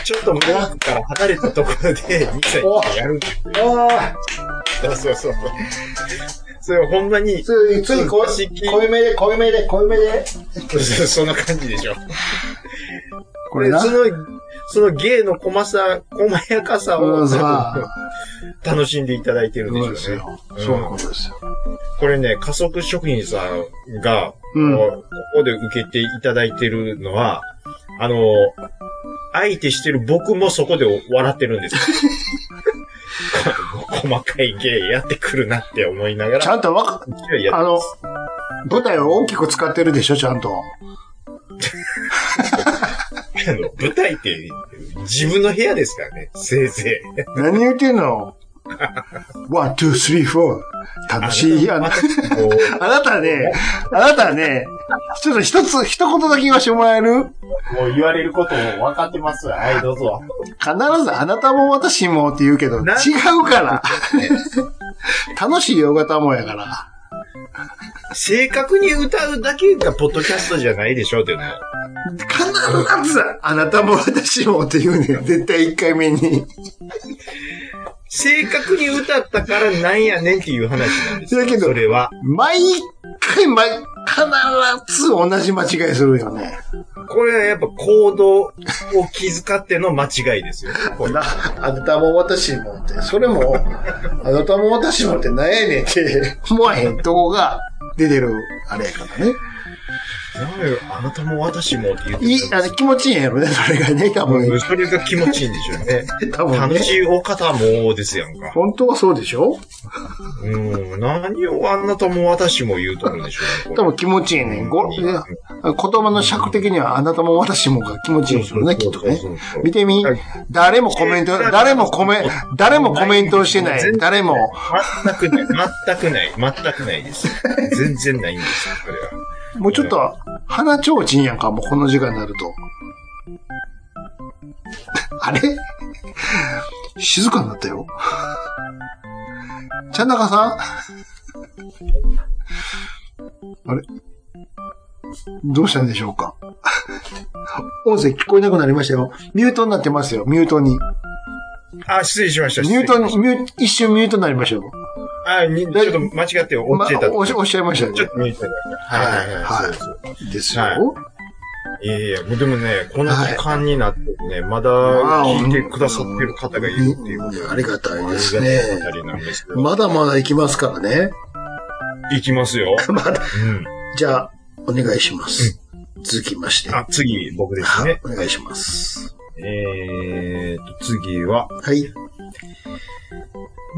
ちょっとマイクから離れたところで、ミキサーにやるんだよ。
お
そうそうそう。それほんまに、
次、次、濃い
式
濃いめで、濃いめで、濃いめで。
そんな感じでしょ。
これな。
その、その芸の細さ、細やかさ
う
を
ん、さ
楽しんでいただいてるん
そう
で
で
し
す
ょうね。
よ。
ん
そういうことですよ。
これね、加速職人さんが、
うん
ここで受けていただいてるのは、あの、相手してる僕もそこで笑ってるん ですよ。細かい芸やってくるなって思いなが
ちゃ
ら、
んとわか、
いや
あの、舞台を大きく使ってるでしょ、ちゃんと。
あの、舞台って自分の部屋ですからね、せいぜい。
何言ってんのワン、ツー、スリー、フォー。楽しい。あ の
またこう
あなたね、あなたね、ちょっと一つ、一言だけ言わしてもらえる
もう言われることも分かってます。はい、どうぞ。
必ずあなたも私もって言うけど、違う
な
から。楽しい洋方もやから。
正確に歌うだけがポッドキャストじゃないでしょうっていうのは。
必ずあなたも私もって言うねん。絶対一回目に。
正確に歌ったからなんやねんっていう話なんです
だけ
よ。
ど
それは。
毎回、毎、必ず同じ間違いするよね。
これはやっぱ行動を気遣っての間違いですよ。これ
な、あなたも私もって、それも、あなたも私もってなんやねんって思わへんとこが出てる、あれやからね。
なんやあなたも私もって言って
いい
く、れ
あ
ます
の、気持ちいいんやろね、それがね、多分。
それが気持ちいいんでしょうね。
多分
楽
ね。
しいお方もですやんか。
本当はそうでしょ
うん。何をあなたも私も言うとるんでしょうね。
多分気持ちいいね。ごね言葉の尺的にはあなたも私もが気持ちいいんでしょうね、きっとね。見てみ
はい。
誰もコメント、誰もコメ、誰もコメントをしてない。誰も。
全くない。全くない。全くないです。全然ないんですよ、これは。
もうちょっと、鼻ちょうちんやんか、もうこの時間になると。 あれ静かになったよ。ちゃん なかさんあれどうしたんでしょうか 音声聞こえなくなりましたよ。ミュートになってますよ、ミュートに。
あ、失礼しました。
ミ
失
ュ
礼
ートに、ミュー一瞬ミュートになりましたよ。
あ、にちょっと間違って落
ま
ちてた。
おっしおっしゃいましたよ
ちょっ
ね。
と見えてた。はいはいはい。
はい
そうそう
ですよ。
はいいやいや、もうでもね、この時間になってね、まだ聞いてくださってる方がいるっていうことで
ありがたいですね
ありがたいことなんですけど
まだまだ行きますからね。
いきますよ。
まだ、
うん。
じゃあ、お願いします。続きまして。
あ、次、僕です
はい
ね。
お願いします。
えーと、次は、
はい。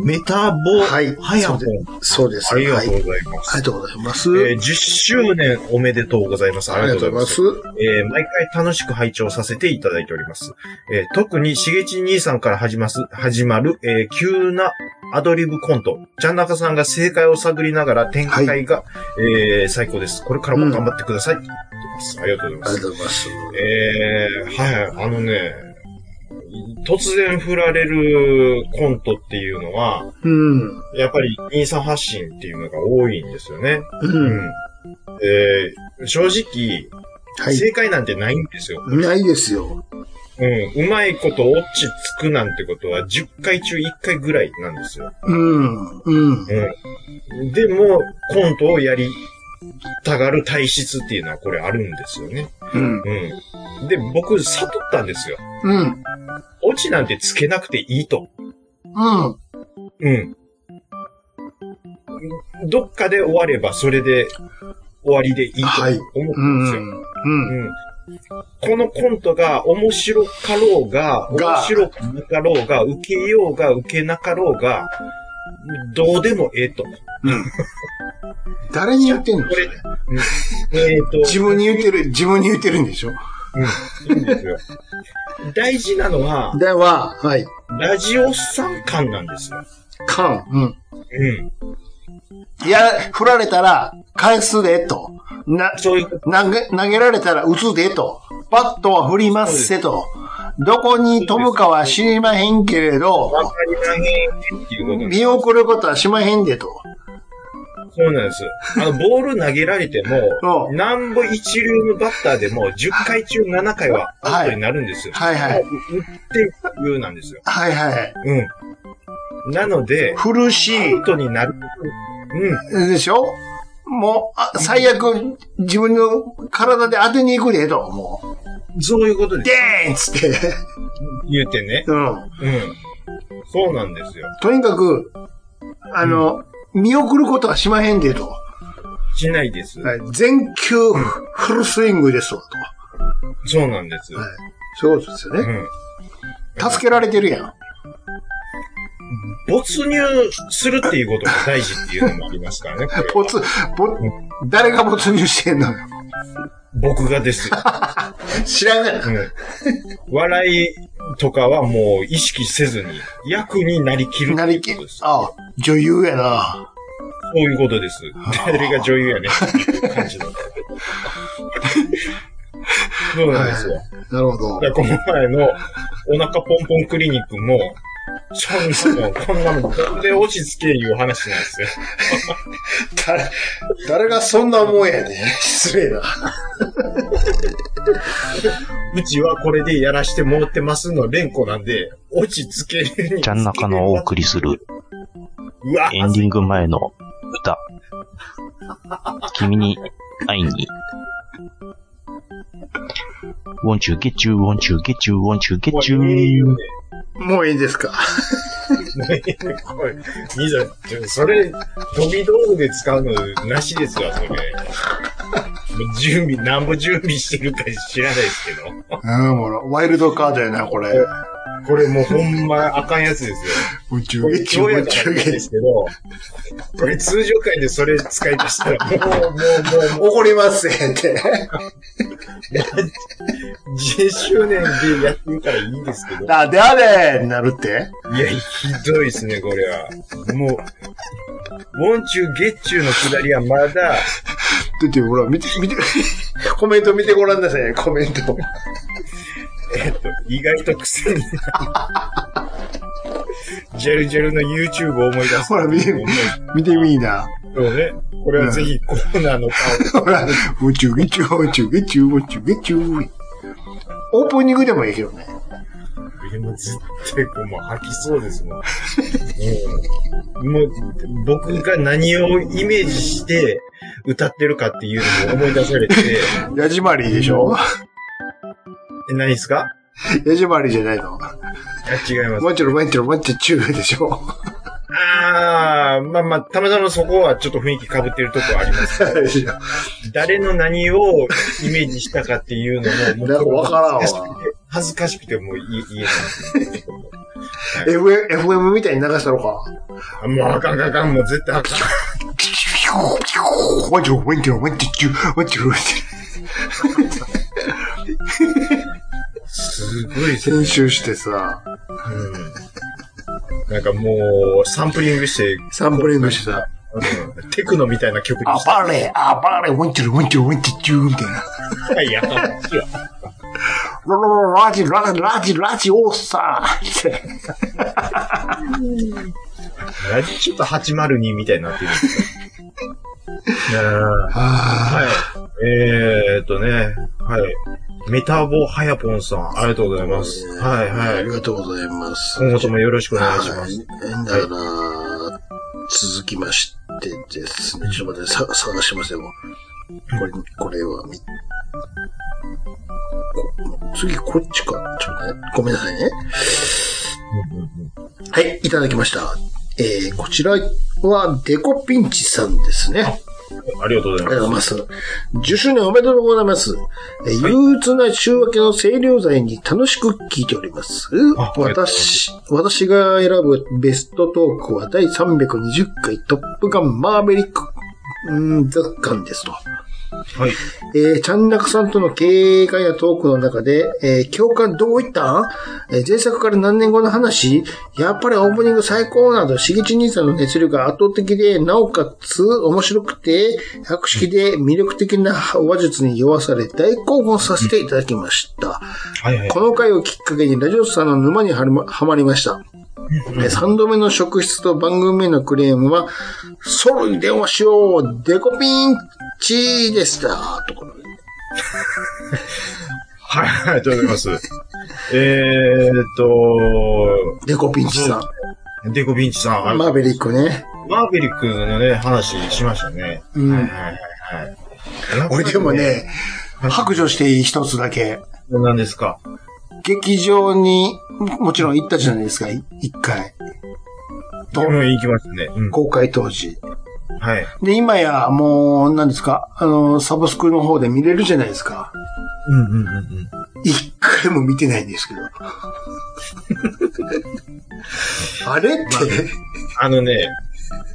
メタボ、
はい
はやぽん。
そうです。
ありが
はい。
とう
あ
ございます。
りがとうございます。
えー10周年おめでとうございます。あ
あ
り
り
が
が
と
と
う
う
ご
ご
ざ
ざ
い
い
ま
ますす。。
えー毎回楽しく拝聴させていただいております。えー特に、しげち兄さんから始ます、始まる、えー急なアドリブコント。ちゃんなかさんが正解を探りながら展開が、えー最高です。これからも頑張ってください。と言ってますありがとうご
あ
ざい
り
ま
が
す。
とうございます。
えーはい、あのね、突然振られるコントっていうのは、
うん。
やっぱり兄さん発信っていうのが多いんですよね。
う
うん
ん。。
えー正直、
はい。
正解なんてないんですよ。
ないですよ。
うん。うまいこと落ち着くなんてことは10回中1回ぐらいなんですよ。
うん。うん。
でも、コントをやりたがる体質っていうのはこれあるんですよね。
うん。
うん。で、僕、悟ったんですよ。
うん。
落ちなんてつけなくていいと。
うん。
うん。どっかで終わればそれで終わりでいいと思
う
うんですよ。
ん。う
う
ん。
んこのコントが面白かろうが、
が
面白くなかろうが、受けようが、受けなかろうが、どうでもええと。
誰に言ってんの
これ、えっ、と、
自分に言ってる、自分に言ってるんでしょ
いいんですよ。大事なのは、
では、はい。
ラジオさん感なんですよ。
かん。うん。
うん。
いや、振られたら、返すで、と。な、
そういうこと、
投げ、投げられたら打つでと。バットは振りますせと。どこに飛ぶかは知りまへんけれど、
わかりまへんっていうことなんです
見送ることはしまへんでと。
そうなんです。あの、ボール投げられても、
う
なんぼ一流のバッターでも、10回中7回はアウトになるんですよ。
はいはい。
打ってるなんですよ。
はいはい。
うん。なので、
振るし、
アウトになる。うん。
でしょもう、あ最悪、自分の体で当てに行くでと。も
そういうこと
う、
で
でーんっつって。
言ってね。
うん。
うん。そうなんですよ。
とにかく、あの、見送ることはしまへんでと。
しないです。
はい全球フルスイングですわと。
そうなんです。
はいそういうことですよ
う
ね。
ん。
助けられてるやん。
没入するっていうことが大事っていうのもありますからね。これは
ボツ、ボ、誰が没入してんのよ。
僕がですよ。
知らない。
うん。笑いとかはもう意識せずに、役になりきるって
な
いう
り
こ
き
とです、。
ああ、女優やな。
そういうことです。誰が女優やねんっていう感 じの。そうなんですよ。
なるほど。
だからこの前のお腹ポンポンクリニックも、そんなの、こんなの、なんで落ち着けいう話なんですよ。
誰、誰がそんな思いやねん。失礼な。
うちはこれでやらしてもってますの連呼なんで、落ち着けに。
ちゃん中のお送りする
うわ、
エンディング前の歌。君に会いに。Won't you get you, won't you get you, won't you
も
get
ういい
you.
よね。
もういいですか。
おい兄さんちょ、それ、飛び道具で使うのなしですわ、それ。もう準備、なんぼ準備してるか知らないですけど。
うん、もう、ワイルドカードやな、これ。
これもうほんまあかんやつですよ。
宇宙
これ
宇宙
今日や
宇
からい
宙
いんですけど、これ通常会でそれ使い出したら、もう、もう、も
怒りますって。
う、10周年でやってるからいいんですけど、い
あ、であれになるって
や、ひどいですね、これは。もう、ウォンチュー、ゲッチューのくだりはまだ、
だって、ほら、見て、見て、 コメント見てごらんなさい、コメント。
えっと、意外と癖になる。ジェルジェルの YouTube を思い出す。
ほら見てみ
そ
見てみいな。
うね。これはぜひコーナーの顔で
ほら、宇宙宇宙宇宙宇宙宇宙宇宙。オープニングでもいいけどね。
もう絶対こうもう吐きそうですもん。うんもう、僕が何をイメージして、歌ってるかっていうのも思い出されて、
ヤジマリーでしょ
え何ですか
ヤジマリーじゃないの。
あ違います。
マンチョロマンチョロマンチョチューでしょ
ああ、まあまあ、たまたまそこはちょっと雰囲気被ってるとこはあります。誰の何をイメージしたかっていうのも、
なんかわからんわ
恥ずかしくて恥ずかしくてもう言え言えない。
FM, FM みたいに流したのか。
あもうあかんあかんあかん、もう絶対あかん。
マンチョロマンチョロマンチョチュー、マンチョロマンチョ
すごいです
ロ。編集してさ、
なんかもう、サンプリングして、
サンプリングしてさ、
うんテクノみたいな曲に
あ
し
ばれ、あばれ、マンチョロマンチョロマンチョチューみたいな。
たいやかんですよ
ララララジ、ラジ、ラジ、ラジ、オーサーって。
ラジちょっと802みたいにな ってるんですよ。ねえ
あ
はい。えー、っとね、はい。メタボはやぽんさん、ありがとうございます。はい、
あ、
は
あ
い
り。がとうございます。
今後ともよろしくお願いしま
は
す。
い。だから、続きましてですね。ちょっと待って、さ探しますよ。これ、これはみ、こ次こっちか。ちょっとね、ごめんなさいね。はい、いただきました。 えー、こちらは、デコピンチさんですね。
ありがとうござい
あ
ま
り
す。
がとうございます。10周年おめでとうございます。えー憂鬱な週明けの清涼剤に楽しく聞いております。
あありがとうございま
私、私が選ぶベストトークは第320回トップガンマーベリック、うん雑感ですと。
はい。
えー、ちゃんなかさんとの経営会やトークの中で、えー共感どういったんえー前作から何年後の話やっぱりオープニング最高など、しげち兄さんの熱量が圧倒的で、なおかつ面白くて、博識で魅力的な話術に酔わされ、大興奮させていただきました。
はい、はい。
この回をきっかけにラジオスさんの沼にはまはまりました。3度目の職質と番組へのクレームは、ソロに電話しようデコピンチでしたところで
はい、ありがとうございます。えーっと、
デコピンチさん。
デコビンチさん、あり
マーベリックね。
マーベリックのね、話しましたね。
うん
はいはいはいはい。
俺でも、ね、白状していい一つだけ。
何ですか
劇場に、もちろん行ったじゃないですか、い一回。と
うん、行きますね。うん。
公開当時。
はい。
で、今や、もう、何ですか、あの、サブスクの方で見れるじゃないですか。
うんうんうんうん。
一回も見てないんですけど。 あれって、
あのね、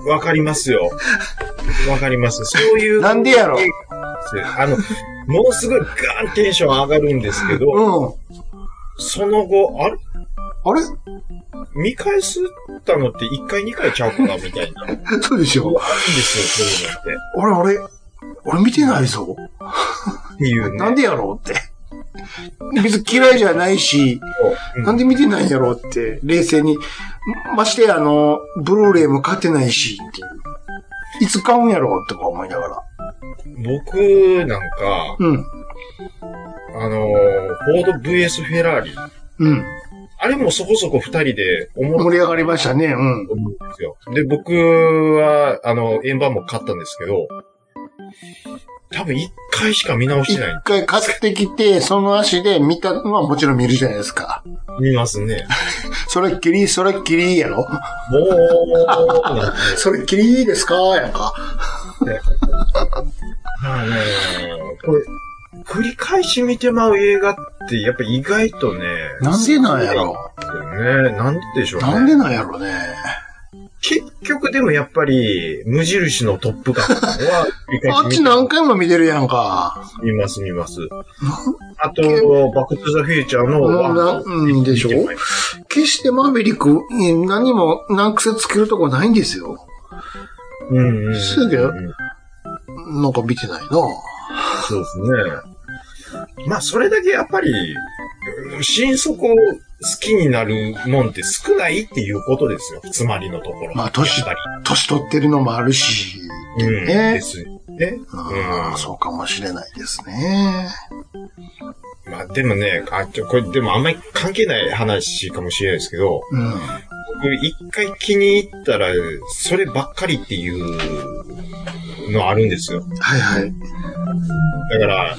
わかります よ。わかります。そういう。
なんでやろ
あの、ものすごいガーンテンション上がるんですけど、
うん。
その後、あれ
あれ
見返すったのって1回2回ちゃうかなみたいな。あるんで
そうでしょ
すよ、そういうのっ
あれ、俺、俺見てないぞ。
て。っていうね。
なんでやろうって。別に嫌いじゃないし、
うん
なんで見てないんやろうって、冷静に。ましてや、あの、ブルーレイも買ってないし、っていう。いつ買うんやろうとか思いながら。
僕なんか、
うん。
あのー、フォード VS フェラーリ。
うん。
あれもそこそこ2人で思
盛
う
り上がりましたね。うん。
思うんですよ。で、僕は、あの、円盤も買ったんですけど、多分1回しか見直し
一
てない。
回買ってきて、その足で見たのはもちろん見るじゃないですか。
見ますね。
それっきり、それっきりやろ
もう、なんて
それっきりですかやんか。
あのこれ、繰り返し見てまう映画って、やっぱ意外とね、
なんでなんやろ
ね、なんででしょうね。
なんでなんやろね。
結局でもやっぱり、無印のトップガンは、繰り返し
あっ
見
ち
て
何回も見てるやんか。
見ます、見ます。あと、バックトゥザフューチャーの
もうな
ワン
うんでしょ
見てます
決してマーベリック、うん何も難癖つけるとこないんですよ。
うんうんうん。
そうだよ
ん
なんか見てないな。
そうですね。まあ、それだけやっぱり、うん心底を好きになるもんって少ないっていうことですよ。つまりのところ。
まあ年
やっぱり
年取ってるのもあるし。
うん。
ね
ですね。
うん、そうかもしれないですね。
まあでもね、あ、ちょ、これでもあんまり関係ない話かもしれないですけど、
うん。
僕一回気に入ったら、そればっかりっていうのあるんですよ。
はいはい。
だから、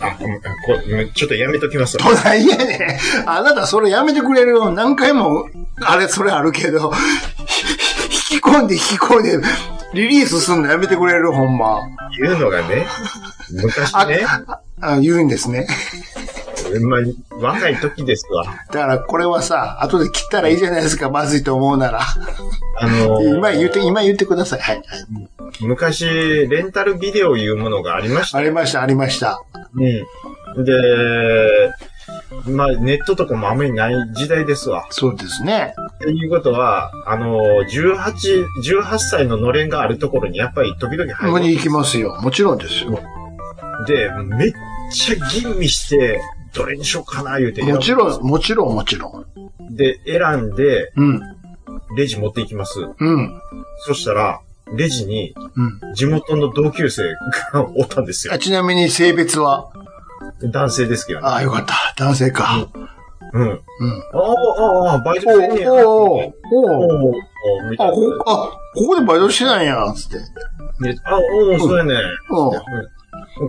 あ、ここちょっとやめときますわ。
どないやねんあなたそれやめてくれるよ。何回も、あれそれあるけど、ひ引き込んで引き込んで、リリースすんのやめてくれる、ほんま。
言うのがね、昔ね、
あ言うんですね。
まあ、若い時ですわ。
だからこれはさ、後で切ったらいいじゃないですか、まずいと思うなら。
あの、
今言って、今言ってください。はい。
昔、レンタルビデオいうものがありました
ありました、ありました。
うん。で、まあ、ネットとかもあんまりない時代ですわ。
そうですね。
ということは、あの、18、18歳ののれんがあるところにやっぱり時々
ここに
入
行きますよ。もちろんですよ。
って、めっちゃ吟味して、どれにしようかな言うて選ぶ
もちろん、もちろん、もちろん。
で、選んで、
うん、
レジ持っていきます。
うん、
そしたら、レジに
うん。
地元の同級生がおったんですよ
あ。ちなみに性別は
男性ですけどね。
ああ、よかった。男性か。
うん。
うん。
ああ、ああ、バイト
お
してんねや。
おお
お
おお
おみた
あ、
いな
こ、あ、ここでバイトしてたんや、つって。
であ、おお、そうやね。
う
うん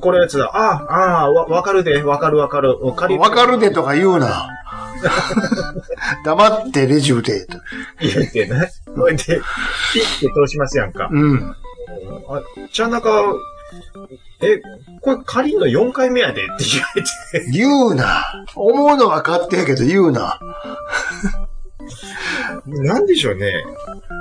これやつだ。ああ、ああ、わ、わかるで。わかるわかる。わか
ん。
る。
わかるでとか言うな。 黙ってレジ打て。と
言ってね。ほいで、ピッて通しますやんか。
うん。
あ、じゃあなんか、え、これ借りんの4回目やでって言われて。
言うな。思うのは勝手やけど言うな。
なんでしょうね。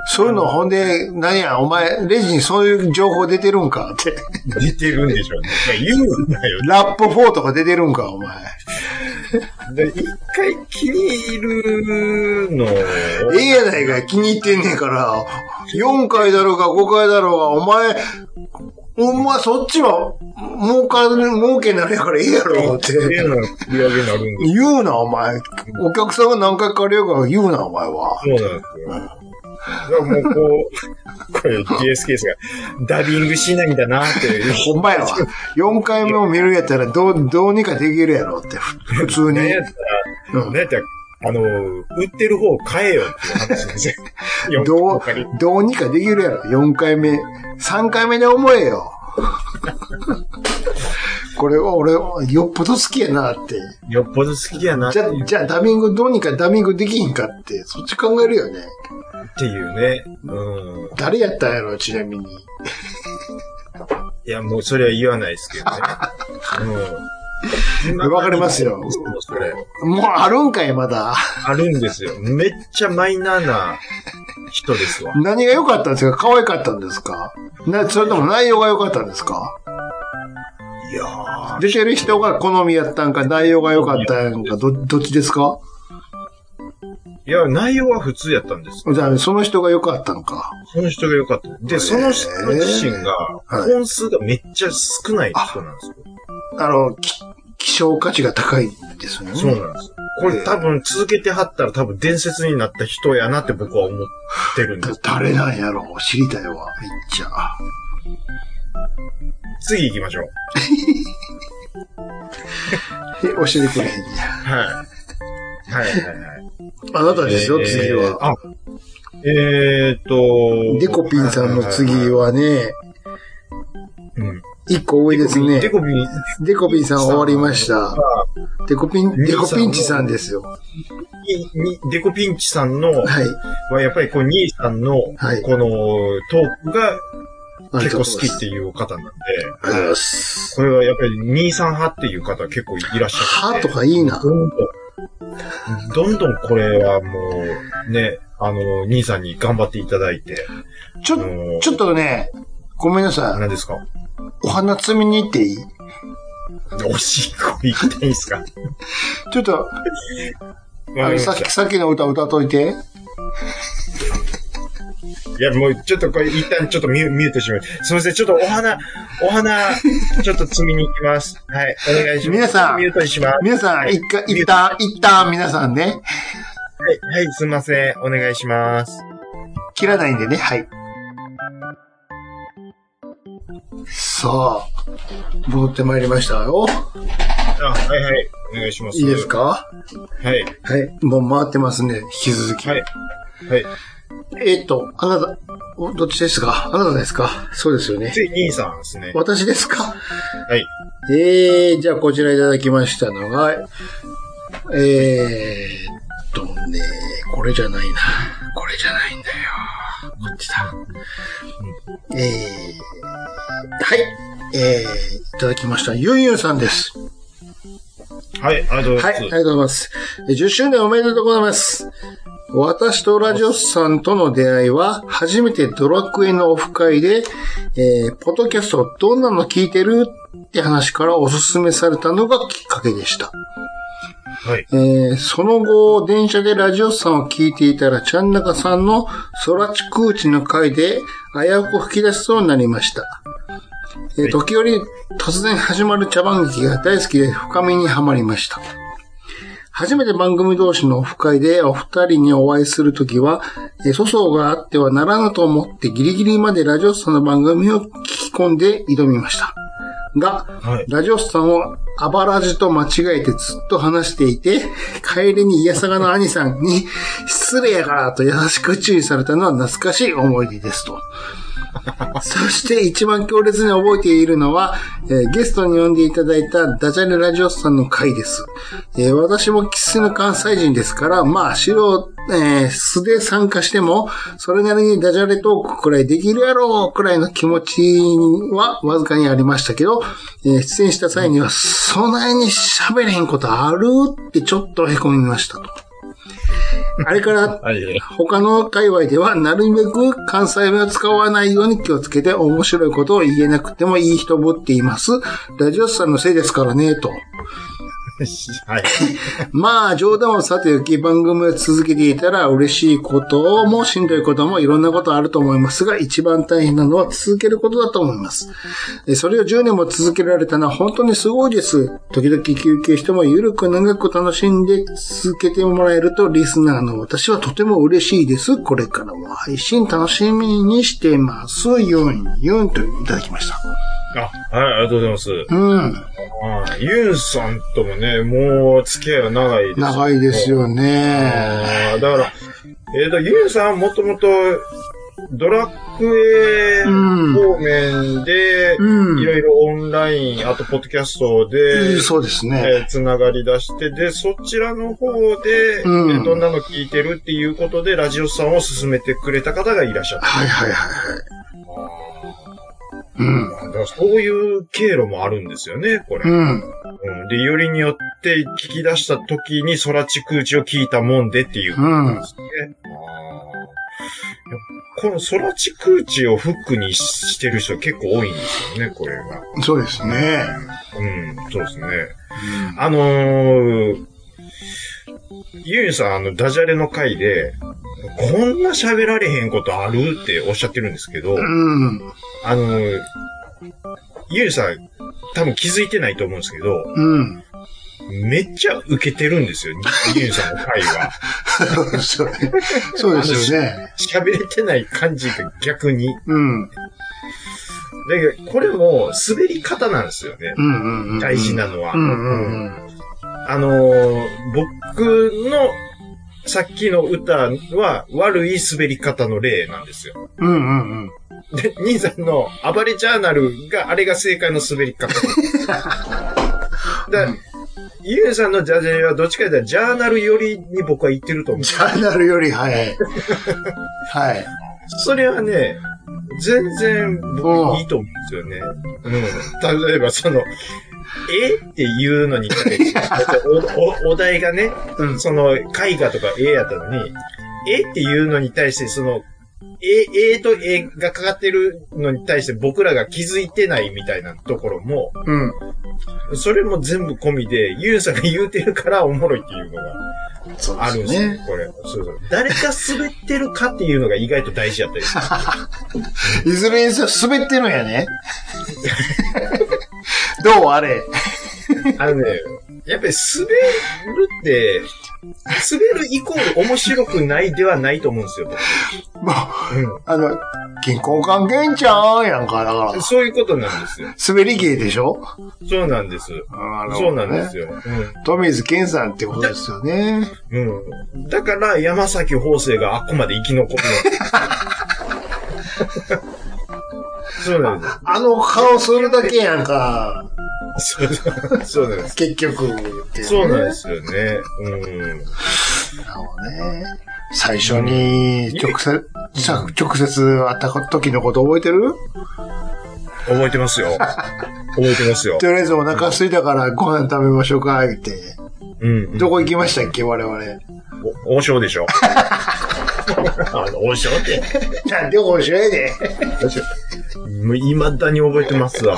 そういうのほんで、なんや、お前、レジにそういう情報出てるんかって。
出てるんでしょうね。いや言うんだよ。
ラップ4とか出てるんか、お前。
で一回気に入るのを
ええやないか、気に入ってんねんから、4回だろうが5回だろうが、お前、お前そっちは、儲かる、儲けになるやからええやろって。
っていうのが売り上げになるんで
言うな、お前。お客さんが何回借りようか言うな、お前は。
そうなんですよ。だからもうこう、これ GSK ですが、ダビングしないんだなっていう。
ほんまやわ。4回目も見るやったら、どう、どうにかできるやろって、ふ普通に
なん。やったら、なんやったら、あの、売ってる方を買えよっていう話ですよ。四
ど
個
う
借り、
どうにかできるやろ。4回目。3回目で思えよ。これは俺、よっぽど好きやなって。
よっぽど好きやなって
じ
い
ゃ
う、
じゃあダビングどうにかダビングできひんかって、そっち考えるよね。
っていうね。うん。
誰やったんやろ、ちなみに。
いや、もうそれは言わないです けどね。うん。
わかりますよ
そうそれ。
もうあるんかい、まだ。
あるんですよ。めっちゃマイナーな人ですわ。
何が良かったんですか可愛かったんですかな、それとも内容が良かったんですか
いやー。
出てる人が好みやったんか、内容が良かったんか、ど、どっちですか
いや、内容は普通やったんです。
じゃあ、その人が良かったんか。
その人が良かった。で、その人自身が、
はい
本数がめっちゃ少ない人なんですよ。
あの、き希少価値が高いですよね。
そうなんですよ。これ多分続けてはったら多分伝説になった人やなって僕は思ってるんです。
だ誰なんやろう知りたいわ、めっちゃ。
次行きましょう。
え、教えてくれへんねや
はい。はいはいはい。
あなたですよ、
えー
次は。。
あ、えーっと。
デコピンさんの次
いいい。
はね、
うん
一個多いですね
デ。コピン、
デコピンさん終わりました。デコピン、
ミ
デ
ル
コ
さん
ピンチさんですよ。は
ににデコピンチさんの、
い。
はやっぱりこう兄さんの、こ
はい
のトークが結構好きって
いう。
いう方なんで、
ありがとうございます。
これはやっぱり兄さん派っていう方結構いらっしゃ
歯
るんで。
とかいいな。
どんどん、どんどんこれはもう、ね、あの、兄さんに頑張っていただいて。
ち
あ
ょ、
の
ちょっとね、ごめんなさい。
何ですか
お花摘みに行っていい
おしっこ行きたいんですか
ちょっと、あのさっき、さっきの歌歌っといて。
いや、もうちょっとこれ一旦ちょっとミュミュートします。すみません、ちょっとお花、お花、ちょっと摘みに行きます。はい、お願いします。
皆さん
ミュートにします。
皆さん、一回、一旦、一旦皆さんね、
はい、はい、すみません。お願いします。
切らないんでね、はい。さあ、戻ってまいりましたよ。
あ、はいはい。お願いします。
いいですか
はい。
はい。もう回ってますね、引き続き。
はい。はい。
えっと、あなた、おどっちですかあなたですかそうですよね。
つい兄さんですね。
私ですか
はい。
えー、じゃあこちらいただきましたのが、えーっとね、これじゃないな。これじゃないんだよ。こっちだ。えー、はい。えー、いただきました。ゆんゆんさんです。
はい、ありがとうござ
はい、
い
あ
ます。
りがとうございます。え10周年おめでとうございます。私とラジオスさんとの出会いは、初めてドラクエのオフ会で、えーポッドキャストどんなの聞いてるって話からおすすめされたのがきっかけでした。
はい。
えーその後、電車でラジオスさんを聞いていたら、ちゃんなかさんの空地空地の回で、危うく吹き出しそうになりました。えー
はい
時折、突然始まる茶番劇が大好きで深みにはまりました。初めて番組同士のオフ会でお二人にお会いするときは、えー粗相があってはならぬと思ってギリギリまでラジオスさんの番組を聞き込んで挑みました。が、
はい。
ラジオスさんをアバラジと間違えてずっと話していて、帰りにイヤサガの兄さんに、失礼やからと優しく注意されたのは懐かしい思い出ですと。そして一番強烈に覚えているのは、えーゲストに呼んでいただいたダジャレラジオスさんの回です。えー私も喫水の関西人ですから、まあ、素人、えー素で参加しても、それなりにダジャレトークくらいできるやろうくらいの気持ちはわずかにありましたけど、えー出演した際には、そないに喋れへんことあるってちょっと凹みましたと。あれから
ありがとうござい
他の界隈ではなるべく関西弁を使わないように気をつけて面白いことを言えなくてもいい人ぶっています。ラジオスさんのせいですからね、と。
ます。はい。
まあ、冗談をさておき、番組を続けていたら嬉しいこともしんどいこともいろんなことあると思いますが、一番大変なのは続けることだと思います。えそれを10年も続けられたのは本当にすごいです。時々休憩してもゆるく長く楽しんで続けてもらえると、リスナーの私はとても嬉しいです。これからも配信楽しみにしてます。ユンユンといただきました。
あ、はい、ありがとうございます。
うん。
あユンさんともね、もう付き合いが長いです。
長いですよね。
あーだから、えっ、と、ユンさんはもともと、ドラクエ
うん
方面で、
うん
いろいろオンライン、あとポッドキャストで、
そうですね。
えーつながり出して、で、そちらの方で、
うん
えーどんなの聞いてるっていうことで、ラジオさんを勧めてくれた方がいらっしゃった。
はいはいはいはい。うん。
だからそういう経路もあるんですよね、これ。
うん。
うんで、よりによって聞き出した時に空地空地を聞いたもんでっていうことなんですね。あーいやこの空地空地をフックにしてる人結構多いんですよね、これが。
そうですね。
うん、そうですね。あのー、ゆうゆうさん、あの、ダジャレの回で、こんな喋られへんことあるっておっしゃってるんですけど、
うん。
あのー、ゆうゆうさん、多分気づいてないと思うんですけど、
うん。
めっちゃ受けてるんですよ、ゆうさんの回 は。
そうそうですよね。
喋れてない感じが逆に。だ
うん。うん
けど、これも滑り方なんですよね。
うんうん。
大事なのは。
うんうんうん。
あのー僕のさっきの歌は悪い滑り方の例なんですよ。
うんうんうん。
で、兄さんの暴れジャーナルがあれが正解の滑り 方。だゆうさんのジャージャレはどっちかというとジャーナル寄りに僕は言ってると思う
ジ。ャーナルより早い。はい。
それはね、全然
うん
僕いいと思うんですよね。うん。例えばその、えっていうのに対して、おおお題がね、
うん
その、絵画とか絵やったのに、えっていうのに対して、その、え、えとえがかかってるのに対して僕らが気づいてないみたいなところも、
うん。
それも全部込みで、ゆうさんが言うてるからおもろいっていうのが
そうで
あるんですすよ、
ね。
これ。そうそう。誰が滑ってるかっていうのが意外と大事やったりする。
いずれにせよ滑ってるんやね。 どうあれ。
あのね、やっぱり滑るって、滑るイコール面白くないではないと思うんですよ、僕
もう、あの、銀行関係ちゃんやんか、だから。
そういうことなんですよ。
滑り芸でしょ
そうなんです。そうなんです
よ。
よ。
富水健さんってことですよね。
うん。うん。だから、山崎法政があっこまで生き残るそうなんで
あの顔するだけやんか。
す。そうそうなんです。
結局。
そうなんですよね。うん。
ね。最初に、直接、実は直接会った時のこと覚えてる
覚えてますよ。覚えてますよ。
とりあえずお腹空いたからご飯食べましょうか、言って。
うん。
どこ行きましたっけ、我々。
お王将でしょあの王将って。
なんで面白いね。
もう未だに覚えてますわ。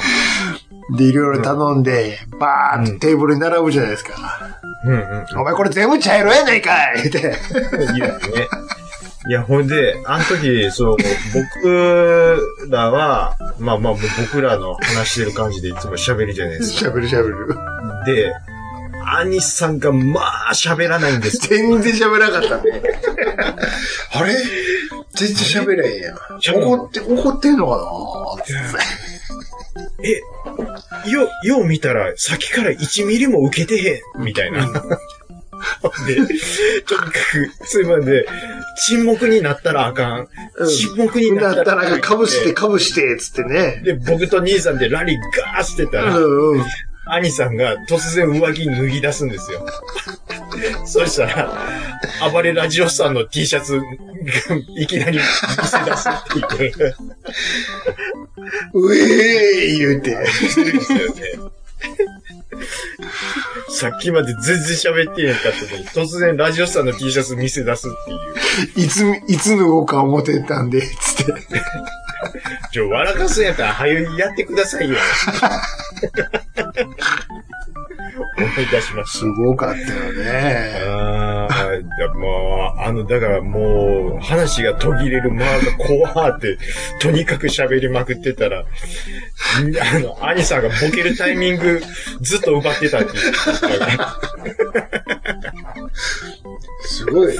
で、いろいろ頼んで、バーっとテーブルに並ぶじゃないですか。
うんうん。
お前これ全部茶色やないか いって。
いや、ね。いや、ほんで、あの時、そう、僕らは、まあまあ、僕らの話してる感じでいつも喋るじゃないですか。
喋る喋る。
で、アニさんが、まあ、喋らないんですよ。
全然喋らなかったね。 あれ全然喋れへんやん。怒って、怒ってんのかな
よ、よう見たら、先から1ミリも受けてへん、みたいな。で、とにかく、すいませんで、沈黙になったらあかん。
うん
沈黙になっ
だったた
らあ
ら、かぶして、かぶして、つってね。
で、僕と兄さんでラリーガーしてた
う
ら、
んうん。
兄さんが突然上着脱ぎ出すんですよ。そしたら、暴れラジオさんの T シャツがいきなり見せ出すっていう。
うえーい言うて。
してるんですよね。 さっきまで全然喋ってへんかったのに、突然ラジオさんの T シャツ見せ出すっていう。
いつ、いつ脱ごうか思ってたんで、つって。
ちょ、笑かすんやったら早にやってくださいよ。 思い出しまし
すごかったよ
た。
ね。
ああ、もう、あの、だからもう、話が途切れる間が怖って、とにかく喋りまくってたら、あの、兄さんがボケるタイミングずっと奪ってたっていう。
すごい。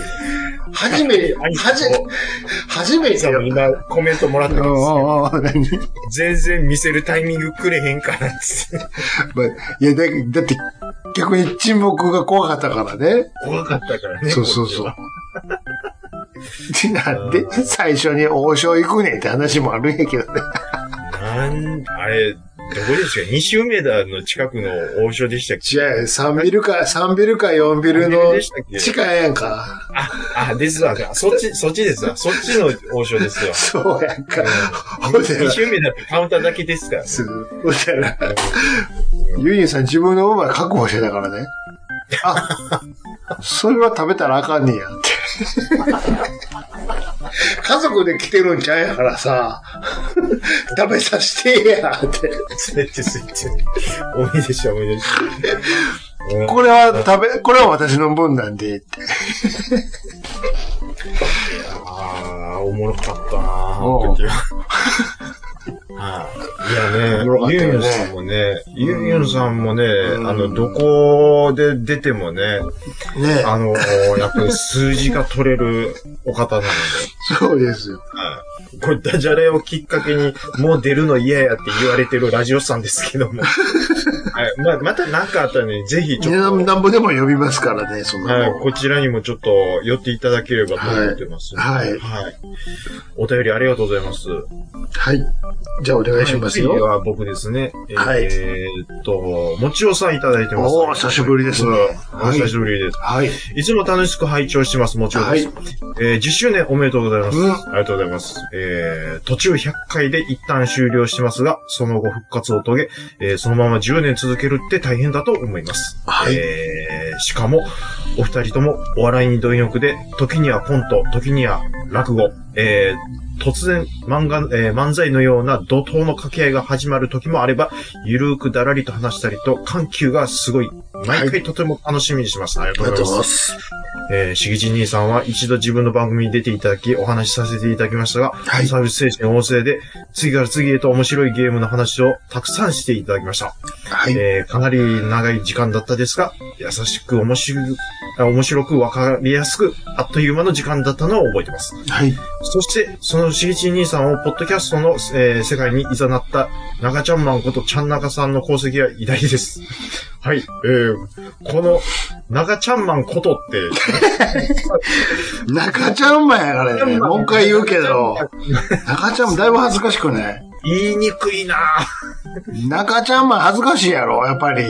初めて、
兄
はじ
さんも、
初めて
さ
や
んも
っ
今コメントもらって
た。うんう
ます。
んうん何
全然見せるタイミングくれへんからっつって。
まあいや、だだって、逆に沈黙が怖かったからね。
怖かったからね。
そうそうそう
こっちは。
でなんで、最初に王将行くねんって話もあるんやけどね。
なん、あれ、どこでしたか西梅田の近くの王将でしたっけ
じゃあ、3ビルか、三ビルか4ビル
三ビル
の
でしたっけ
地下やんか。
あ、あ、ですわ。そっち、そっちですわ。そっちの王将です わ。
そうやんか。ほんで
西梅田ってカウンターだけですから。
すぐ。そしたら、ユニさん自分の馬確保してたからね。あ、それは食べたらあかんねやって。家族で来てるんちゃうやからさ、食べさせてやって。
そうやってそうや って。思い出した思い出 した。うん
これは食べ、これは私の分なんでって。
ああ、おもろかったなあ
おう
あの時 は。はいいや
おもろかっ
ね、
た
ユン
よ
ユン
ね
さんもね、ユンユンさんもね、
うん
あの、どこで出てもね、
ね
あの、やっぱり数字が取れるお方なので、
そうですよ。
はいこれダジャレをきっかけに、もう出るの嫌やって言われてるラジオさんですけ ども。はい、ま、また何かあったらね、ぜひち
ねな
ょっ
んなんぼでも呼びますからね、そん
と、
な
はい
の、
こちらにもちょっと寄っていただければと思ってます、
はいはい
はい。お便りありがとうございます。
はい。じゃあお願いします
はい次
よ。
は僕ですね。
はい
えーっと、もちおさんいただいてます。
おー久しぶりですね
うんお久しぶりです。
はい。
いつも楽しく拝聴してます、もちろん
は
で
い
す。。えー10周年おめでとうございます。
うん
ありがとうございます。えー途中100回で一旦終了してますが、その後復活を遂げ、えーそのまま10年続けるって大変だと思います。
はい
えーしかも、お二人ともお笑いに貪欲で、時にはコント、時には落語、えー突然漫画、えー漫才のような怒涛の掛け合いが始まる時もあれば、ゆるーくだらりと話したりと、緩急がすごい。毎回とても楽しみにします。あり
あ
が
り
とうござ
がと
い
うご
ま
ざい
す
ま。す。
えー、しぎじ兄さんは一度自分の番組に出ていただき、お話しさせていただきましたが、
はい
サービス精神旺盛で、次から次へと面白いゲームの話をたくさんしていただきました。
はい。
えー、かなり長い時間だったですが、優しく面白いあ面白くわかりやすく、あっという間の時間だったのを覚えてます。
はい。
そして、そのしげち兄さんをポッドキャストの、えー世界に誘った、中ちゃんマンことちゃん中さんの功績は偉大です。はい。えー、この、長ちゃんマンことって、
中ちゃんまやからね。もう一回言うけど。中ちゃんもだいぶ恥ずかしくね。
言いにくいなぁ。
中ちゃんま恥ずかしいやろ、やっぱり。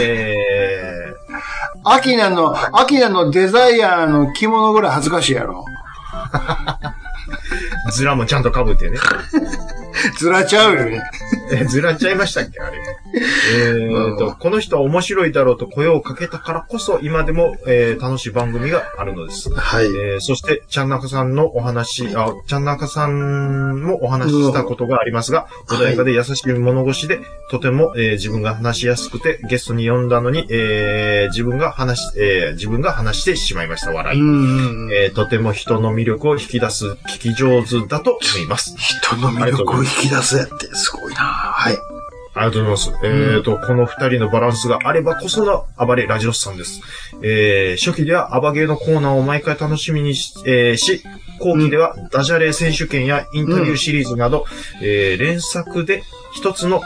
え
アキナの、アキナのデザイアの着物ぐらい恥ずかしいやろ。
ー、ズラもちゃんと被ってね。
ずらちゃうよね。
えーずらっちゃいましたっけあれ。えーと、この人は面白いだろうと声をかけたからこそ、今でも、えー楽しい番組があるのです。
はい。
えーそして、ちゃんなかさんのお話、あ、ちゃんなかさんもお話ししたことがありますが、
うん
穏やかで優しい物腰で、とても、えー自分が話しやすくて、ゲストに呼んだのに、えー自分が話し、えー自分が話してしまいました、笑い。
うん。
えーとても人の魅力を引き出す、聞き上手だと思います。
人の魅力を引き出すやって、すごいなはい。
ありがとうございます。えー、と、この二人のバランスがあればこその暴れラジオスさんです。えー、初期ではアバゲーのコーナーを毎回楽しみにし、えーし後期ではダジャレ選手権やインタビューシリーズなど、えー、連作で一つの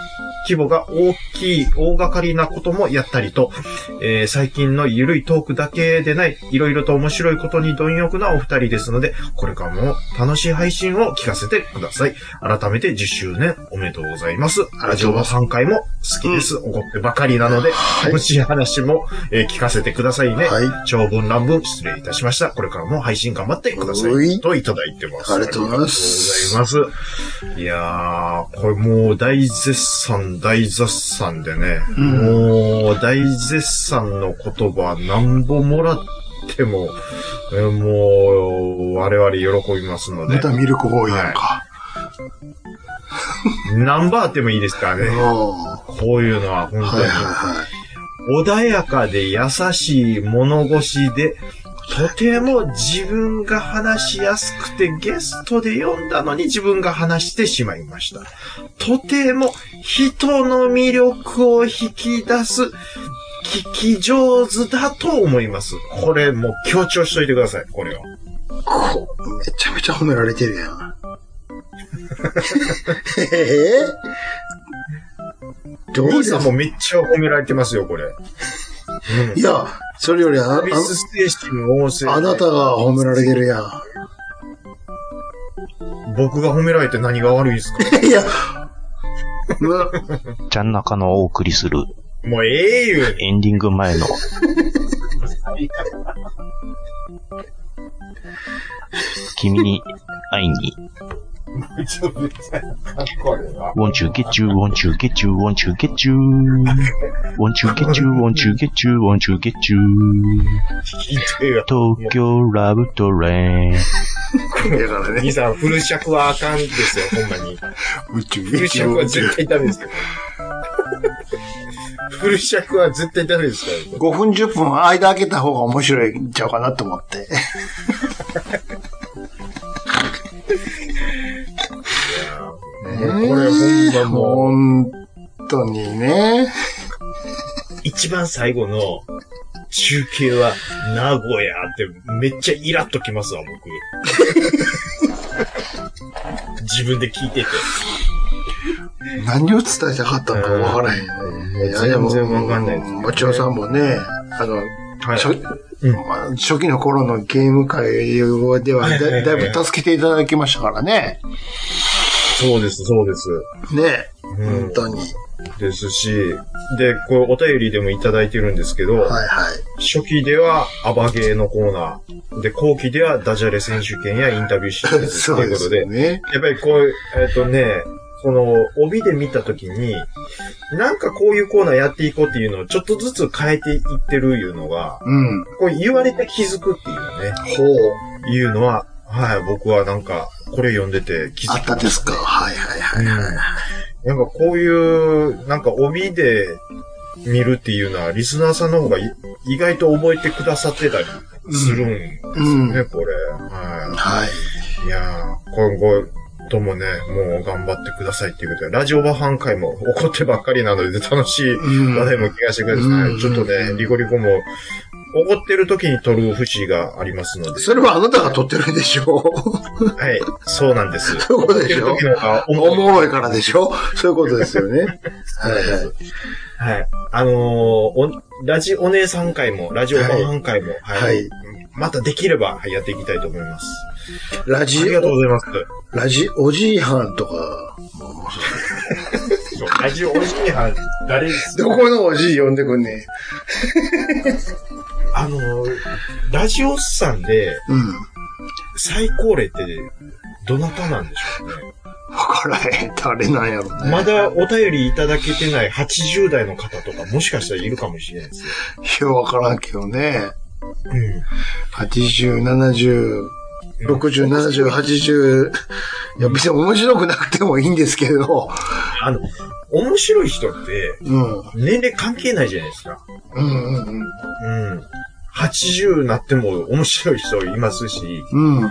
規模が大きい、大掛かりなこともやったりと、えー最近のゆるいトークだけでない、いろいろと面白いことに貪欲なお二人ですので、これからも楽しい配信を聞かせてください。改めて10周年おめでとうございます。ラジオの3回も好きです。怒ってばかりなので、楽しい話も、えー聞かせてくださいね。
は
長文乱文失礼いたしました。これからも配信頑張ってくださ
う
い。
い
といただいてます。
ありがとうございます
ありがとうございます。いやー、これもう大絶賛、大絶賛でね。もう大絶賛の言葉なんぼもらっても、えーもう、我々喜びますの
ま
で
た。ミルク多いやんか。
何番あってもいいですから
うん。
ね。
は
こういうのは本
い
当
はい
に。
は
穏やかで優しい物腰で、とても自分が話しやすくてゲストで読んだのに自分が話してしまいました。とても人の魅力を引き出す聞き上手だと思います。これもう強調しといてください、これは。
い。こう、めちゃめちゃ褒められてるや ん。えぇどう
兄
です
さんもめっちゃ褒められてますよ、これ。うん
いや、それよりあ、
サービスステーション旺盛で
ああなたが褒められてるやん。
僕が褒められて何が悪いんですか
いや、な
ちゃん中のお送りする
もうええ言うに
エンディング前の君に会いにウォンチューゲッチューウォンチューゲッチューウォンチューゲッチューウォンチューゲッチューウォンチューゲッチューウォンチューゲッチュー
聞いてよ。
東京ラブトレイン
だからね、
兄さん、フル尺はあかんですよ、ほんまに。
宇宙、
フル
宇宙
尺、は絶対ダメですよ。フル尺は絶対ダメですから。
5分10分間開けた方が面白いんちゃうかなと思って。
これほんまもう、
本当にね。
一番最後の中継は名古屋ってめっちゃイラっときますわ、僕。自分で聞いてて。
何を伝えたかったのかわからへん
ん
ね。いやでも
全然わかんないですね
もちろんさんもね、あの、
は
初まあ初期の頃のゲーム界では
はいはいは
だ
い
だいぶ助けていただきましたからね。
そうです、そうです。
ね、
うん
本当に。
ですし、で、こう、お便りでもいただいてるんですけど、
はいはい。
初期ではアバゲーのコーナー、で、後期ではダジャレ選手権やインタビューシリーズと
そう
いう
で
こと
す
で、
よね。
やっぱりこう、えっ、とね、その、帯で見たときに、なんかこういうコーナーやっていこうっていうのをちょっとずつ変えていってるいうのが、
うん。
こう言われて気づくっていうね、
ほう。
いうのは、はい、僕はなんか、これ読んでて気
あ
づ
っ
く。
たですか。はいはいはい。
なんかこういう、なんか帯で見るっていうのは、リスナーさんの方がい意外と覚えてくださってたりするんですよ
うん。
ね、これ。は
はい。
い。いやー、今後ともね、もう頑張ってくださいっていうことで、ラジオ版半回も怒ってばっかりなので楽しい
うん
話題も聞かせてください。
うん
ちょっとね、リコリコも、怒ってる時に撮る節がありますので。
それはあなたが撮ってるでしょう。
はい。そうなんです。
そういうことでしょ
怒ってる時の方が
お
重い
もろいからでしょそういうことですよね。はいはい。
はい。あのーお、ラジオ姉さん会も、ラジオバン会も、はい
はい
うんまたできれば、はい、やっていきたいと思います。
ラ
あり
ジ
がとう
オ、
ございます。
ラジオじいはんとか、
そうラジオおじいはん、誰です
どこのおじい呼んでくんね
あのー、ラジオスさんで
ん。うん。
最高齢って、どなたなんでしょうね。
わからへん。誰なんやろね。
まだお便りいただけてない80代の方とかもしかしたらいるかもしれないですよ。
いや、わからんけどね。
うん。
80、70、60、70、80。いや、別に面白くなくてもいいんですけど。
あの、面白い人って
うん。うん
年齢関係ないじゃないですか。
うんうん。
うん。80なっても面白い人いますし、
うん。
うん。